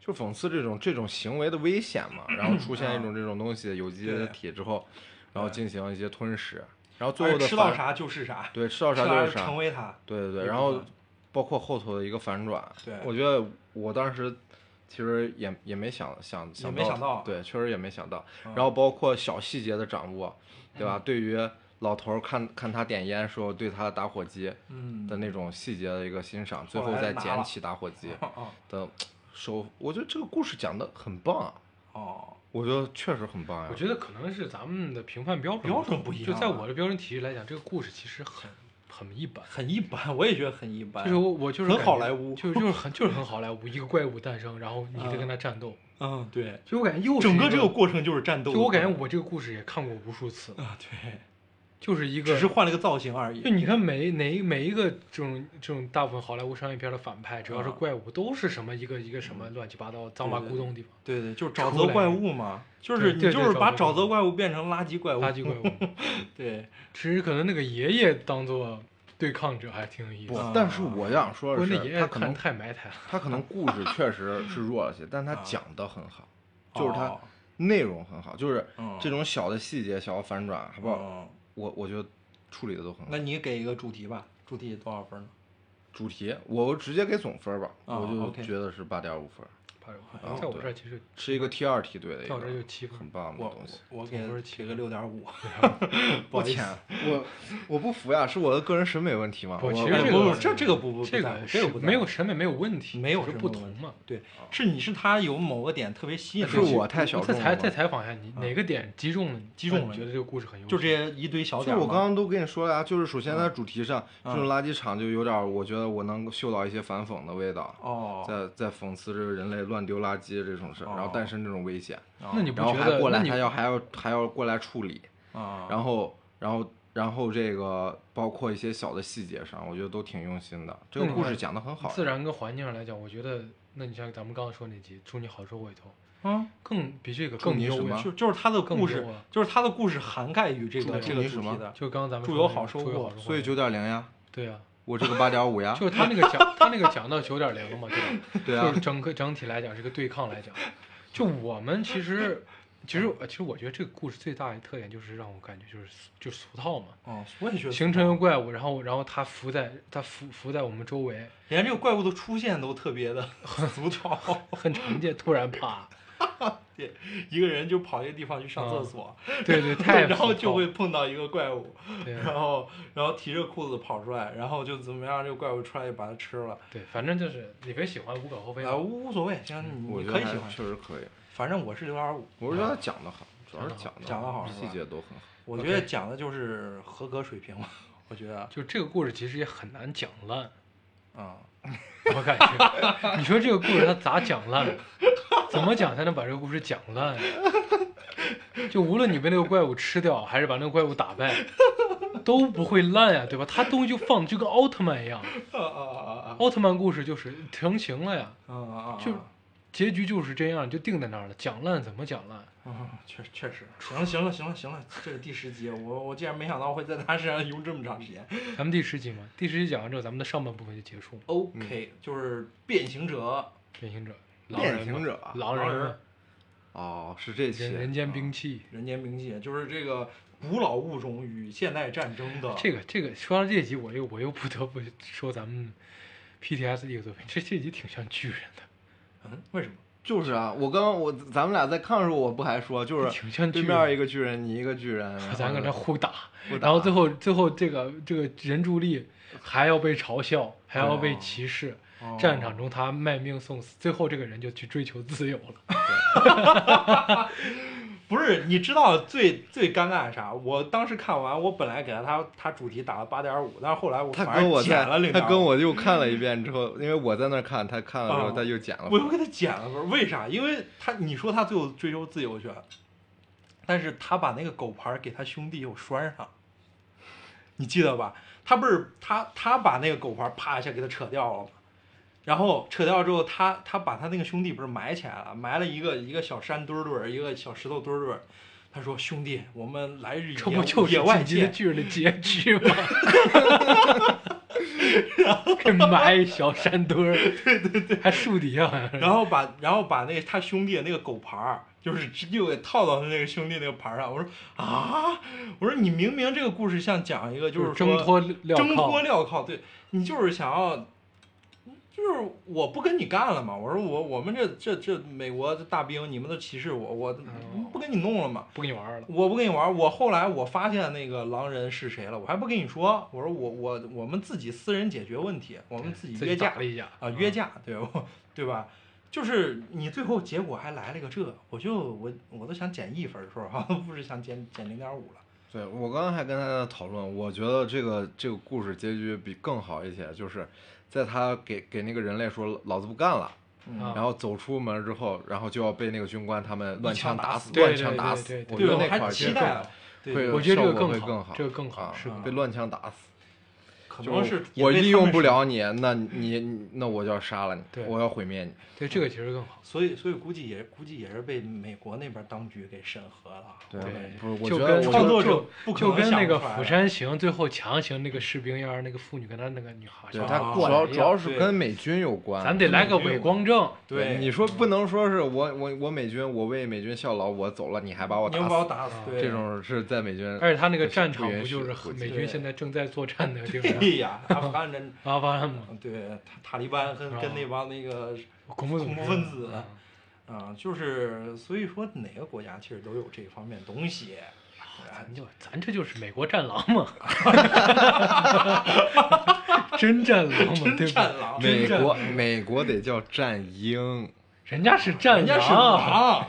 [SPEAKER 3] 就讽刺这种这种行为的危险嘛。然后出现一种这种东西有机
[SPEAKER 2] 对
[SPEAKER 3] 体之后，然后进行一些吞噬，然后最
[SPEAKER 2] 而
[SPEAKER 3] 后的
[SPEAKER 2] 吃到
[SPEAKER 3] 反
[SPEAKER 2] 啥就是啥，
[SPEAKER 3] 对吃到
[SPEAKER 2] 吃
[SPEAKER 3] 啥
[SPEAKER 2] 到
[SPEAKER 3] 就是
[SPEAKER 2] 啥
[SPEAKER 3] 啥
[SPEAKER 2] 成，为他。
[SPEAKER 3] 对对对，
[SPEAKER 2] 一
[SPEAKER 3] 然
[SPEAKER 2] 部
[SPEAKER 3] 后
[SPEAKER 2] 分
[SPEAKER 3] 包括后头的一个反转，
[SPEAKER 2] 对
[SPEAKER 3] 我觉得我当时。其实也也没想想
[SPEAKER 2] 也
[SPEAKER 3] 想
[SPEAKER 2] 没想到
[SPEAKER 3] 对，确实也没想到。
[SPEAKER 2] 嗯
[SPEAKER 3] 然后包括小细节的掌握，对吧？对于老头儿看看他点烟时候对他打火机，
[SPEAKER 2] 嗯，
[SPEAKER 3] 的那种细节的一个欣赏，最
[SPEAKER 2] 后
[SPEAKER 3] 后
[SPEAKER 2] 来
[SPEAKER 3] 再
[SPEAKER 2] 拿
[SPEAKER 3] 捡
[SPEAKER 2] 了
[SPEAKER 3] 起打火机
[SPEAKER 2] 哦
[SPEAKER 3] 的收，我觉得这个故事讲的很棒啊。
[SPEAKER 2] 哦，
[SPEAKER 3] 我觉得确实很棒呀
[SPEAKER 1] 我。觉得可能是咱们的评判标准
[SPEAKER 2] 标准不一样
[SPEAKER 1] 就在
[SPEAKER 2] 啊
[SPEAKER 1] 我的标准体系来讲，这个故事其实很很一般。
[SPEAKER 2] 很一般，我也觉得很一般。
[SPEAKER 1] 就是我我就是
[SPEAKER 2] 很
[SPEAKER 1] 感
[SPEAKER 2] 好
[SPEAKER 1] 觉
[SPEAKER 2] 莱坞
[SPEAKER 1] 就就是很就是很好莱坞，一个怪物诞生，然后你得跟他战斗。
[SPEAKER 2] 嗯，对，
[SPEAKER 1] 就我感觉又是
[SPEAKER 2] 整
[SPEAKER 1] 一
[SPEAKER 2] 个
[SPEAKER 1] 个
[SPEAKER 2] 这个过程就是战斗的
[SPEAKER 1] 就
[SPEAKER 2] 过
[SPEAKER 1] 我
[SPEAKER 2] 程。
[SPEAKER 1] 感觉我这个故事也看过无数次，
[SPEAKER 2] 啊，对，
[SPEAKER 1] 就是一个
[SPEAKER 2] 只是换了个造型而已
[SPEAKER 1] 就。你看每哪每一个这种这种大部分好莱坞商业片的反派，只要是
[SPEAKER 2] 啊嗯
[SPEAKER 1] 怪物，都是什么一个一个什么乱七八糟、脏吧
[SPEAKER 2] 对
[SPEAKER 1] 咕咚的地方，
[SPEAKER 2] 对对，就是沼
[SPEAKER 1] 出
[SPEAKER 2] 泽
[SPEAKER 1] 来
[SPEAKER 2] 怪物嘛，就是
[SPEAKER 1] 对
[SPEAKER 2] 你
[SPEAKER 1] 对
[SPEAKER 2] 就
[SPEAKER 1] 对
[SPEAKER 2] 是
[SPEAKER 1] 沼
[SPEAKER 2] 把
[SPEAKER 1] 泽怪
[SPEAKER 2] 沼
[SPEAKER 1] 物
[SPEAKER 2] 泽怪物变成垃圾怪物。
[SPEAKER 1] 垃圾怪物。
[SPEAKER 2] 对，
[SPEAKER 1] 其实可能那个爷爷当做对抗者还挺有意思
[SPEAKER 3] 不
[SPEAKER 1] 的，
[SPEAKER 2] 啊，
[SPEAKER 3] 但是我想说
[SPEAKER 1] 不
[SPEAKER 2] 嗯
[SPEAKER 1] 过
[SPEAKER 3] 的
[SPEAKER 1] 那爷
[SPEAKER 3] 是，
[SPEAKER 1] 爷
[SPEAKER 3] 他可
[SPEAKER 1] 看
[SPEAKER 3] 能
[SPEAKER 1] 太埋汰了。
[SPEAKER 3] 他可能故事确实是弱了些，但他
[SPEAKER 2] 啊
[SPEAKER 3] 讲的很好，就是他
[SPEAKER 2] 哦
[SPEAKER 3] 内容很好，就是
[SPEAKER 2] 嗯
[SPEAKER 3] 这种小的细节、小的反转，好不好？
[SPEAKER 2] 嗯，
[SPEAKER 3] 我我觉得处理的都很
[SPEAKER 2] 那
[SPEAKER 3] 好。
[SPEAKER 2] 你给一个主题吧，主题多少分呢？
[SPEAKER 3] 主题我直接给总分吧，
[SPEAKER 2] 啊
[SPEAKER 3] 我就
[SPEAKER 2] OK
[SPEAKER 3] 觉得是八点五分，
[SPEAKER 1] 八十五
[SPEAKER 2] 哎呦
[SPEAKER 1] 在我这儿其实
[SPEAKER 3] 是一个 T 二梯队的一
[SPEAKER 1] 在我这儿就
[SPEAKER 3] 个
[SPEAKER 1] 七分，
[SPEAKER 3] 很棒的
[SPEAKER 2] 我
[SPEAKER 3] 东西。
[SPEAKER 2] 我给
[SPEAKER 1] 总分
[SPEAKER 2] 给个六点五， 不
[SPEAKER 3] 我
[SPEAKER 2] 好意思
[SPEAKER 3] 天，啊我我不服呀，是我的个人审美问题嘛？
[SPEAKER 1] 不
[SPEAKER 3] 我
[SPEAKER 1] 其实
[SPEAKER 2] 哎
[SPEAKER 1] 这个
[SPEAKER 2] 不
[SPEAKER 3] 我
[SPEAKER 2] 不，这这个不不
[SPEAKER 1] 这
[SPEAKER 2] 不在
[SPEAKER 1] 个
[SPEAKER 2] 乎这个
[SPEAKER 1] 是
[SPEAKER 2] 不在
[SPEAKER 1] 没有
[SPEAKER 2] 乎
[SPEAKER 1] 审美没有问题，
[SPEAKER 2] 没有
[SPEAKER 1] 只是
[SPEAKER 2] 什么
[SPEAKER 1] 不
[SPEAKER 2] 问
[SPEAKER 1] 同
[SPEAKER 2] 题
[SPEAKER 1] 嘛。
[SPEAKER 2] 对，是你是他有某个点特别吸引
[SPEAKER 3] 是
[SPEAKER 2] 你
[SPEAKER 3] 我太小
[SPEAKER 1] 再
[SPEAKER 3] 众
[SPEAKER 1] 采
[SPEAKER 3] 了
[SPEAKER 1] 再
[SPEAKER 3] 吗。
[SPEAKER 1] 采访一下你，哪个点击中了你？
[SPEAKER 2] 击中
[SPEAKER 1] 让
[SPEAKER 2] 了
[SPEAKER 1] 你
[SPEAKER 2] 你
[SPEAKER 1] 觉得这个故事很优秀？
[SPEAKER 2] 啊嗯就这些一堆小
[SPEAKER 3] 就
[SPEAKER 2] 点
[SPEAKER 3] 是
[SPEAKER 2] 儿嘛。
[SPEAKER 3] 我刚刚都跟你说了呀，啊就是首先在主题上，这
[SPEAKER 2] 嗯
[SPEAKER 3] 种垃圾场就有点儿，我觉得我能嗅到一些反讽的味道，
[SPEAKER 2] 哦，
[SPEAKER 3] 在在讽刺这个人类乱丢垃圾这种事，然后诞生这种危险，
[SPEAKER 1] 那你不
[SPEAKER 3] 然后
[SPEAKER 1] 觉
[SPEAKER 3] 还
[SPEAKER 1] 得？
[SPEAKER 3] 过
[SPEAKER 1] 那
[SPEAKER 3] 来
[SPEAKER 1] 你
[SPEAKER 3] 还要还要还要过来处理，
[SPEAKER 2] 啊，
[SPEAKER 3] 然后然后然后这个包括一些小的细节上，我觉得都挺用心的，这个
[SPEAKER 1] 那
[SPEAKER 2] 嗯
[SPEAKER 1] 你
[SPEAKER 3] 故事
[SPEAKER 1] 看
[SPEAKER 3] 讲得很好。
[SPEAKER 1] 自然跟环境上来讲，我觉得，那你像咱们刚刚说那集《祝你好周尾头》，
[SPEAKER 2] 嗯，
[SPEAKER 1] 更比这个
[SPEAKER 3] 祝
[SPEAKER 1] 更
[SPEAKER 3] 你
[SPEAKER 1] 优
[SPEAKER 3] 什
[SPEAKER 1] 美
[SPEAKER 3] 么
[SPEAKER 2] 就就是他的
[SPEAKER 1] 更
[SPEAKER 2] 故事
[SPEAKER 1] 多啊，
[SPEAKER 2] 就是他的故事涵盖于这个
[SPEAKER 1] 祝
[SPEAKER 2] 这个
[SPEAKER 3] 你
[SPEAKER 2] 主
[SPEAKER 3] 什
[SPEAKER 2] 题
[SPEAKER 3] 么
[SPEAKER 2] 的。
[SPEAKER 1] 就刚刚咱们
[SPEAKER 2] 祝
[SPEAKER 1] 说
[SPEAKER 2] 有
[SPEAKER 1] 那个
[SPEAKER 2] 好收
[SPEAKER 1] 祝有
[SPEAKER 2] 获
[SPEAKER 1] 好收获，
[SPEAKER 3] 所以九点零呀，
[SPEAKER 1] 对啊，
[SPEAKER 3] 我这个八点五
[SPEAKER 2] 啊
[SPEAKER 3] 呀，
[SPEAKER 1] 就是他那个讲，他那个讲到九点零嘛，对吧？
[SPEAKER 3] 对
[SPEAKER 1] 就
[SPEAKER 3] 啊
[SPEAKER 1] 是，整个整体来讲，这个对抗来讲，就我们其实，其实其实我觉得这个故事最大的特点就是让我感觉就是俗就俗套嘛，
[SPEAKER 2] 哦，我也觉得
[SPEAKER 1] 形成一个怪物，然后然后它浮在它浮浮在我们周围，
[SPEAKER 2] 连这个怪物的出现都特别的 俗套，
[SPEAKER 1] 很常见，突然 啪，
[SPEAKER 2] 一个人就跑一个地方去上厕所，
[SPEAKER 1] 对 对，太
[SPEAKER 2] 然后
[SPEAKER 1] 浮
[SPEAKER 2] 就
[SPEAKER 1] 躁
[SPEAKER 2] 会碰到一个怪物，
[SPEAKER 1] 对
[SPEAKER 2] 然后然后提着裤子跑出来，然后就怎么样，这个怪物出来就把它吃了。
[SPEAKER 1] 对，反正就是李飞喜欢无可厚非嘛
[SPEAKER 2] 啊，无无所谓，行，你
[SPEAKER 3] 嗯我
[SPEAKER 2] 你
[SPEAKER 3] 觉
[SPEAKER 2] 可
[SPEAKER 3] 得
[SPEAKER 2] 以
[SPEAKER 3] 还
[SPEAKER 2] 喜欢
[SPEAKER 3] 确，实可以，
[SPEAKER 2] 反正我是六点五，
[SPEAKER 3] 我是觉得他讲得好，主要是
[SPEAKER 1] 讲
[SPEAKER 2] 得好讲得好是
[SPEAKER 3] 细
[SPEAKER 2] 吧
[SPEAKER 3] 节都很好。
[SPEAKER 2] 我觉得讲的就是合格水平嘛，我觉得啊
[SPEAKER 1] 就这个故事其实也很难讲烂，，
[SPEAKER 2] 嗯
[SPEAKER 1] 我感觉。 你说这个故事它咋讲烂？怎么讲才能把这个故事讲烂呀？就无论你被那个怪物吃掉，还是把那个怪物打败，都不会烂呀，对吧？它东西就放，就跟奥特曼一样，
[SPEAKER 2] 啊啊啊
[SPEAKER 1] 奥特曼故事就是成型了呀，
[SPEAKER 2] 啊啊啊！
[SPEAKER 1] 就结局就是这样，就定在那儿了。讲烂怎么讲烂？
[SPEAKER 2] 啊，确确实，行了行了行了行了，这是第十集，我我竟然没想到会在他身上用这么长时间。
[SPEAKER 1] 咱们第十集嘛，第十集讲完之后，咱们的上半部分就结束。
[SPEAKER 2] OK，、就是变形者，
[SPEAKER 1] 变形者，狼人嘛
[SPEAKER 3] 变形者啊
[SPEAKER 1] 狼人
[SPEAKER 2] 狼人
[SPEAKER 1] 嘛，
[SPEAKER 3] 哦，是这啊期
[SPEAKER 1] 人人间兵器。
[SPEAKER 2] 人间冥界，就是这个古老物种与现代战争的。
[SPEAKER 1] 这个这个说到这集，我又我又不得不说咱们 PTSD 的作品，这这集挺像巨人的，
[SPEAKER 2] 嗯，为什么？
[SPEAKER 3] 就是啊，我刚刚我咱们俩在看的时候，我不还说，就是
[SPEAKER 1] 挺像
[SPEAKER 3] 对
[SPEAKER 1] 巨
[SPEAKER 3] 面
[SPEAKER 1] 人
[SPEAKER 3] 一。个巨人，你一个巨人，然后
[SPEAKER 1] 咱搁那互打，
[SPEAKER 3] 互打
[SPEAKER 1] 然后最后最后这个这个人助力还要被嘲笑，还要被歧视。
[SPEAKER 2] 哦
[SPEAKER 1] 战场中他卖命送死，最后这个人就去追求自由了。
[SPEAKER 2] 不是，你知道最最尴尬的是啥？我当时看完，我本来给他他他主题打了八点五，但是后来我
[SPEAKER 3] 他
[SPEAKER 2] 反
[SPEAKER 3] 跟我
[SPEAKER 2] 而减
[SPEAKER 3] 在
[SPEAKER 2] 了零，
[SPEAKER 3] 他跟，我又看了一遍之后，因为我在那儿看，他看了之后
[SPEAKER 2] 啊
[SPEAKER 3] 他又剪了
[SPEAKER 2] 我。又给他减了分儿。为啥？因为他你说他最后追求自由去了，但是他把那个狗牌儿给他兄弟又拴上，你记得吧？他不是他他把那个狗牌儿啪一下给他扯掉了吗？然后扯掉之后，他他把他那个兄弟不是埋起来了，埋了一个一个小山墩儿墩儿，一个小石头墩儿墩儿。他说：“兄弟，我们来日野
[SPEAKER 1] 这不就是
[SPEAKER 2] 野外
[SPEAKER 1] 紧急的
[SPEAKER 2] 见，
[SPEAKER 1] 巨人的结局吗？ 给埋一小山墩儿，对对对，还树底下好 像是。
[SPEAKER 2] 然后把然后把那个他兄弟的那个狗牌儿，就是直接给套到他那个兄弟那个牌儿上。我说啊，我说你明明这个故事像讲一个
[SPEAKER 1] 就是是挣
[SPEAKER 2] 说
[SPEAKER 1] 脱镣铐，
[SPEAKER 2] 挣脱镣铐，对你就是想要，就是我不跟你干了嘛。我说我我们这这这美国这大兵，你们都歧视我，我
[SPEAKER 1] 哦
[SPEAKER 2] 不跟你弄了嘛。
[SPEAKER 1] 不跟你玩儿了。
[SPEAKER 2] 我不跟你玩儿，我后来我发现那个狼人是谁了，我还不跟你说。我说我我我们自己私人解决问题，我们自己约架
[SPEAKER 1] 打了一架
[SPEAKER 2] 啊，约
[SPEAKER 1] 嗯
[SPEAKER 2] 架，对我对吧？就是你最后结果还来了个这，我就我我都想减一分儿的时候哈， 不是想减减零点五了。
[SPEAKER 3] 对我刚刚还跟大家讨论，我觉得这个这个故事结局比更好一些，就是在他给给那个人类说老子不干了，
[SPEAKER 1] 啊
[SPEAKER 2] 嗯，
[SPEAKER 3] 然后走出门之后，然后就要被那个军官他们乱枪打死，
[SPEAKER 1] 对
[SPEAKER 3] 乱枪
[SPEAKER 1] 对
[SPEAKER 3] 打
[SPEAKER 1] 对
[SPEAKER 3] 死
[SPEAKER 1] 对。
[SPEAKER 3] 我觉
[SPEAKER 2] 对，
[SPEAKER 3] 得
[SPEAKER 2] 我
[SPEAKER 3] 那块
[SPEAKER 2] 还
[SPEAKER 3] 儿其
[SPEAKER 2] 期
[SPEAKER 3] 实
[SPEAKER 2] 待
[SPEAKER 3] 更
[SPEAKER 2] 了
[SPEAKER 3] 好，。
[SPEAKER 2] 对
[SPEAKER 3] 会，
[SPEAKER 1] 我觉得这个
[SPEAKER 3] 效果
[SPEAKER 1] 更
[SPEAKER 3] 会
[SPEAKER 1] 好
[SPEAKER 3] 更好，
[SPEAKER 1] 这个更好
[SPEAKER 3] 啊
[SPEAKER 1] 是
[SPEAKER 2] 的
[SPEAKER 3] 被乱枪打死。
[SPEAKER 2] 可
[SPEAKER 3] 就
[SPEAKER 2] 能是也
[SPEAKER 3] 我
[SPEAKER 2] 被
[SPEAKER 3] 利
[SPEAKER 2] 他
[SPEAKER 3] 用
[SPEAKER 2] 们
[SPEAKER 3] 不
[SPEAKER 2] 是，
[SPEAKER 3] 了你，那你你那我就要杀了你，
[SPEAKER 1] 对
[SPEAKER 3] 我要毁灭你。
[SPEAKER 1] 对这个其实更好。
[SPEAKER 2] 所以所以估计也估计也是被美国那边当局给审核了。啊
[SPEAKER 1] 对
[SPEAKER 3] 不是，我
[SPEAKER 1] 就
[SPEAKER 3] 觉得
[SPEAKER 1] 跟
[SPEAKER 3] 我觉
[SPEAKER 2] 创
[SPEAKER 3] 得
[SPEAKER 2] 作
[SPEAKER 1] 就
[SPEAKER 2] 者不可
[SPEAKER 1] 就
[SPEAKER 2] 能
[SPEAKER 1] 跟
[SPEAKER 2] 想
[SPEAKER 1] 那
[SPEAKER 2] 不
[SPEAKER 1] 个
[SPEAKER 2] 出来
[SPEAKER 1] 《釜
[SPEAKER 2] 了
[SPEAKER 1] 山行》最后强行那个士兵要让那个妇女跟他那个女孩儿
[SPEAKER 3] 对
[SPEAKER 1] 上
[SPEAKER 3] 它
[SPEAKER 2] 啊
[SPEAKER 3] 主
[SPEAKER 1] 过
[SPEAKER 3] 要
[SPEAKER 1] 来
[SPEAKER 3] 主
[SPEAKER 1] 一
[SPEAKER 3] 要
[SPEAKER 1] 样，
[SPEAKER 3] 是跟美军有关。
[SPEAKER 1] 咱得来个
[SPEAKER 2] 美军
[SPEAKER 1] 伪光正。
[SPEAKER 2] 对，
[SPEAKER 3] 你说不能说是我我我美军，我为美军效劳，我走了，你还把我
[SPEAKER 2] 你又
[SPEAKER 3] 打
[SPEAKER 2] 把我
[SPEAKER 3] 死，
[SPEAKER 2] 打死
[SPEAKER 1] 啊，
[SPEAKER 2] 对哎
[SPEAKER 3] 这种是在美军。
[SPEAKER 1] 而且他那个
[SPEAKER 3] 嗯这是
[SPEAKER 1] 战
[SPEAKER 3] 不
[SPEAKER 1] 场
[SPEAKER 3] 允
[SPEAKER 1] 不就
[SPEAKER 3] 许
[SPEAKER 1] 是
[SPEAKER 3] 的
[SPEAKER 1] 和
[SPEAKER 3] 我记
[SPEAKER 1] 美
[SPEAKER 2] 得
[SPEAKER 1] 军现在正在 作战的地 方？
[SPEAKER 2] 对哎呀，阿富汗人，
[SPEAKER 1] 阿富汗嘛，
[SPEAKER 2] 对塔塔利班跟
[SPEAKER 1] 啊
[SPEAKER 2] 跟那帮那个
[SPEAKER 1] 恐怖组织
[SPEAKER 2] 恐怖分子
[SPEAKER 1] 啊
[SPEAKER 2] 啊，就是所以说哪个国家其实都有这方面东西。啊
[SPEAKER 1] 咱就咱这就是美国战狼 嘛，真战狼嘛，对吧？
[SPEAKER 2] 战狼，
[SPEAKER 3] 美
[SPEAKER 2] 真战
[SPEAKER 3] 国美国得叫战 鹰，
[SPEAKER 1] 人家是战
[SPEAKER 2] 人家是
[SPEAKER 1] 狼，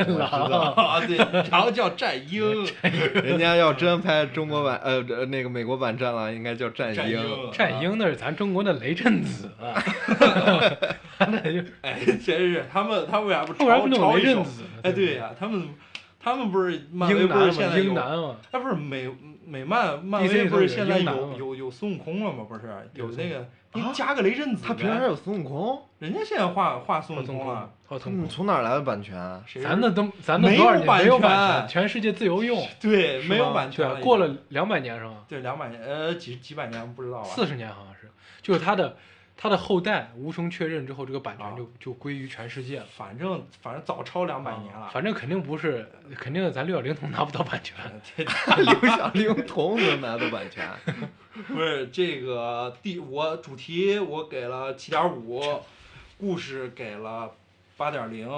[SPEAKER 2] 狼，啊，对，然后叫战鹰，
[SPEAKER 3] 人家要真拍中国版呃呃那个美国版战狼，应该叫战
[SPEAKER 2] 战
[SPEAKER 3] 鹰。
[SPEAKER 2] 鹰，啊
[SPEAKER 1] 战鹰那是咱中国的雷震子，他那就
[SPEAKER 2] 哎，真是他们，他为啥不
[SPEAKER 1] 他为啥
[SPEAKER 2] 抄
[SPEAKER 1] 不弄
[SPEAKER 2] 抄
[SPEAKER 1] 雷
[SPEAKER 2] 一
[SPEAKER 1] 震
[SPEAKER 2] 首？
[SPEAKER 1] 子？
[SPEAKER 2] 哎，对呀，他们，他们不是漫威
[SPEAKER 1] 英
[SPEAKER 2] 不是
[SPEAKER 1] 男
[SPEAKER 2] 现
[SPEAKER 1] 嘛，
[SPEAKER 2] 在有
[SPEAKER 1] 英，男嘛，
[SPEAKER 2] 哎，不是美美漫漫
[SPEAKER 1] DC
[SPEAKER 2] 威不
[SPEAKER 1] 都
[SPEAKER 2] 是
[SPEAKER 1] 有
[SPEAKER 2] 现在
[SPEAKER 1] 英男嘛
[SPEAKER 2] 有有有孙悟空了吗？不是有那个，
[SPEAKER 3] 有孙悟空
[SPEAKER 2] 你加个雷震子呗，
[SPEAKER 3] 他平时还有孙悟空，
[SPEAKER 2] 人家现在画画孙悟
[SPEAKER 1] 奥
[SPEAKER 2] 空了，，
[SPEAKER 1] 奥
[SPEAKER 3] 他
[SPEAKER 1] 孙悟
[SPEAKER 3] 们
[SPEAKER 1] 空，
[SPEAKER 3] 从哪儿来的版权 啊？
[SPEAKER 2] 谁
[SPEAKER 1] 咱
[SPEAKER 2] 的
[SPEAKER 1] 的都咱的多少年没有版权，全世界自由用，
[SPEAKER 2] 对没有版权
[SPEAKER 1] 对，啊过了两百年是吗？
[SPEAKER 2] 对两百年呃几几百年不知道啊，
[SPEAKER 1] 四十年好像是，就是他的他的后代无从确认之后，这个版权就就归于全世界了。
[SPEAKER 2] 反正反正早超啊两百年
[SPEAKER 1] 啊
[SPEAKER 2] 了，
[SPEAKER 1] 反正肯定不是，肯定咱六小龄童拿不到版 权。
[SPEAKER 2] 呃对
[SPEAKER 3] 刘小玲童能拿到版权？
[SPEAKER 2] 不是这个第我主题我给了七点五，故事给了八点零，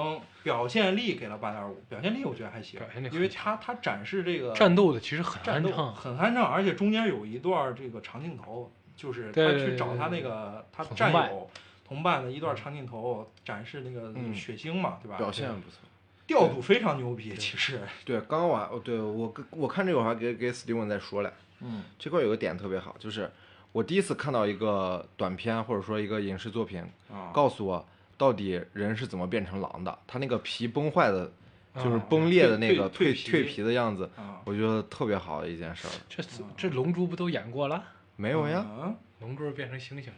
[SPEAKER 2] 表现力给了八点五，表现力我觉得还行
[SPEAKER 1] 表现力，很
[SPEAKER 2] 因为它它展示这个
[SPEAKER 1] 战斗的其实很
[SPEAKER 2] 战
[SPEAKER 1] 酣
[SPEAKER 2] 斗
[SPEAKER 1] 畅，
[SPEAKER 2] 很酣畅，而且中间有一段这个长镜头，就是
[SPEAKER 1] 对
[SPEAKER 2] 他
[SPEAKER 1] 对
[SPEAKER 2] 去
[SPEAKER 1] 对
[SPEAKER 2] 找他
[SPEAKER 1] 对
[SPEAKER 2] 那个他
[SPEAKER 1] 同
[SPEAKER 2] 战
[SPEAKER 1] 伴嗯
[SPEAKER 2] 友同伴的一段长镜头，展示那个
[SPEAKER 3] 嗯
[SPEAKER 2] 血腥嘛，对吧
[SPEAKER 3] 表？现不错。
[SPEAKER 2] 调度非常牛逼，其实，
[SPEAKER 3] 对，刚刚我还哦对我跟我看这会儿还给给 Steven 在说嘞，
[SPEAKER 2] 嗯
[SPEAKER 3] 这块儿有个点特别好，就是我第一次看到一个短片或者说一个影视作品，
[SPEAKER 2] 啊，
[SPEAKER 3] 告诉我到底人是怎么变成狼的，他那个皮崩坏的，就是
[SPEAKER 1] 啊
[SPEAKER 3] 崩裂的那个
[SPEAKER 2] 蜕
[SPEAKER 3] 蜕
[SPEAKER 2] 蜕
[SPEAKER 3] 蜕
[SPEAKER 2] 皮
[SPEAKER 3] 皮的样子，
[SPEAKER 2] 啊，
[SPEAKER 3] 我觉得特别好的一件事儿。
[SPEAKER 1] 这是这龙珠不都演过了？
[SPEAKER 3] 没有呀，
[SPEAKER 2] 嗯，
[SPEAKER 1] 龙珠变成猩猩的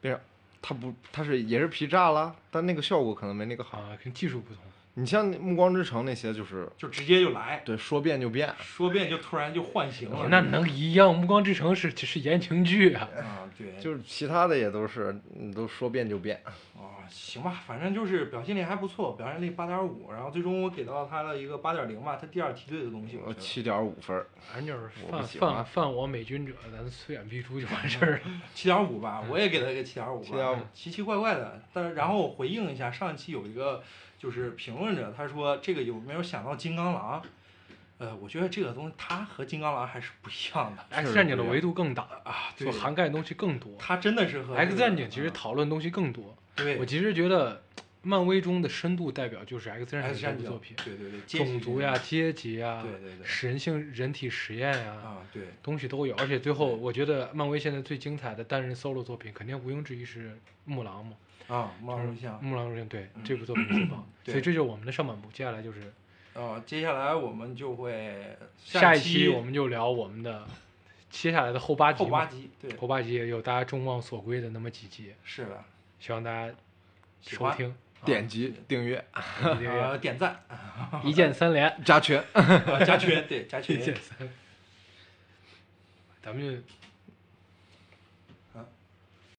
[SPEAKER 3] 变成他不他是也是皮炸了，但那个效果可能没那个好。
[SPEAKER 1] 啊，跟技术不同。
[SPEAKER 3] 你像《暮光之城》那些就是
[SPEAKER 2] 就直接就来，
[SPEAKER 3] 对说变就变，
[SPEAKER 2] 说变就突然就唤醒了，
[SPEAKER 1] 那能一样？暮光之城是是言情剧啊，
[SPEAKER 2] 啊，对，
[SPEAKER 3] 就是其他的也都是你都说变就变。
[SPEAKER 2] 啊，行吧，反正就是表现力还不错，表现力八点五，然后最终我给到他了一个八点零吧，他第二梯队的东西，我
[SPEAKER 3] 我
[SPEAKER 2] 觉得
[SPEAKER 3] 七点五分儿，
[SPEAKER 1] 反正就是
[SPEAKER 3] 我不
[SPEAKER 1] 犯
[SPEAKER 3] 喜欢
[SPEAKER 1] 犯犯我美军者，咱虽远必诛就完事 儿了。
[SPEAKER 2] 七点五吧，我也给他一个七点五
[SPEAKER 3] 7.5
[SPEAKER 2] 吧，奇奇怪怪的。但是然后我回应一下，上一期有一个就是评论者，他说这个有没有想到金刚狼？呃，我觉得这个东西它和金刚狼还是不一样的
[SPEAKER 1] ，X
[SPEAKER 3] 是
[SPEAKER 1] 战警的
[SPEAKER 3] 不一样
[SPEAKER 1] 维度更大，
[SPEAKER 2] 啊，对
[SPEAKER 1] 所，涵盖的东西更多。
[SPEAKER 2] 它真的是和
[SPEAKER 1] X
[SPEAKER 2] 这个
[SPEAKER 1] 战警其实
[SPEAKER 2] 啊
[SPEAKER 1] 讨论东西更多。我
[SPEAKER 2] 对
[SPEAKER 1] 其实觉得，漫威中的深度代表就是 X 战
[SPEAKER 2] X
[SPEAKER 1] 警
[SPEAKER 2] 战
[SPEAKER 1] 这部
[SPEAKER 2] 警
[SPEAKER 1] 作品，
[SPEAKER 2] 对对对，阶级
[SPEAKER 1] 种族呀、阶级呀、
[SPEAKER 2] 对对对
[SPEAKER 1] 人性、人体实验呀、
[SPEAKER 2] 啊对
[SPEAKER 1] 东西都有。而且最后，我觉得漫威现在最精彩的单人 solo 作品，肯定毋庸置疑是木狼嘛，
[SPEAKER 2] 啊，猫
[SPEAKER 1] 就是
[SPEAKER 2] 头像
[SPEAKER 1] 木狼入侵，对这部作品最棒。
[SPEAKER 2] 嗯对
[SPEAKER 1] 所以这就是我们的上半部，接下来就是
[SPEAKER 2] 啊，接下来我们就会
[SPEAKER 1] 下
[SPEAKER 2] 一
[SPEAKER 1] 一期我们就聊我们的接下来的后八集
[SPEAKER 2] 后八
[SPEAKER 1] 嘛，
[SPEAKER 2] 集，对，
[SPEAKER 1] 后八集也有大家众望所归的那么几集，
[SPEAKER 2] 是的，
[SPEAKER 1] 希望大家
[SPEAKER 2] 喜
[SPEAKER 1] 收
[SPEAKER 2] 欢
[SPEAKER 1] 听，
[SPEAKER 3] 点击订阅
[SPEAKER 1] 点击订 阅
[SPEAKER 2] 呃点赞
[SPEAKER 1] 一键三连。
[SPEAKER 3] 加群。
[SPEAKER 2] 呃加群，对加
[SPEAKER 1] 去
[SPEAKER 2] 群。
[SPEAKER 1] 健身。咱们就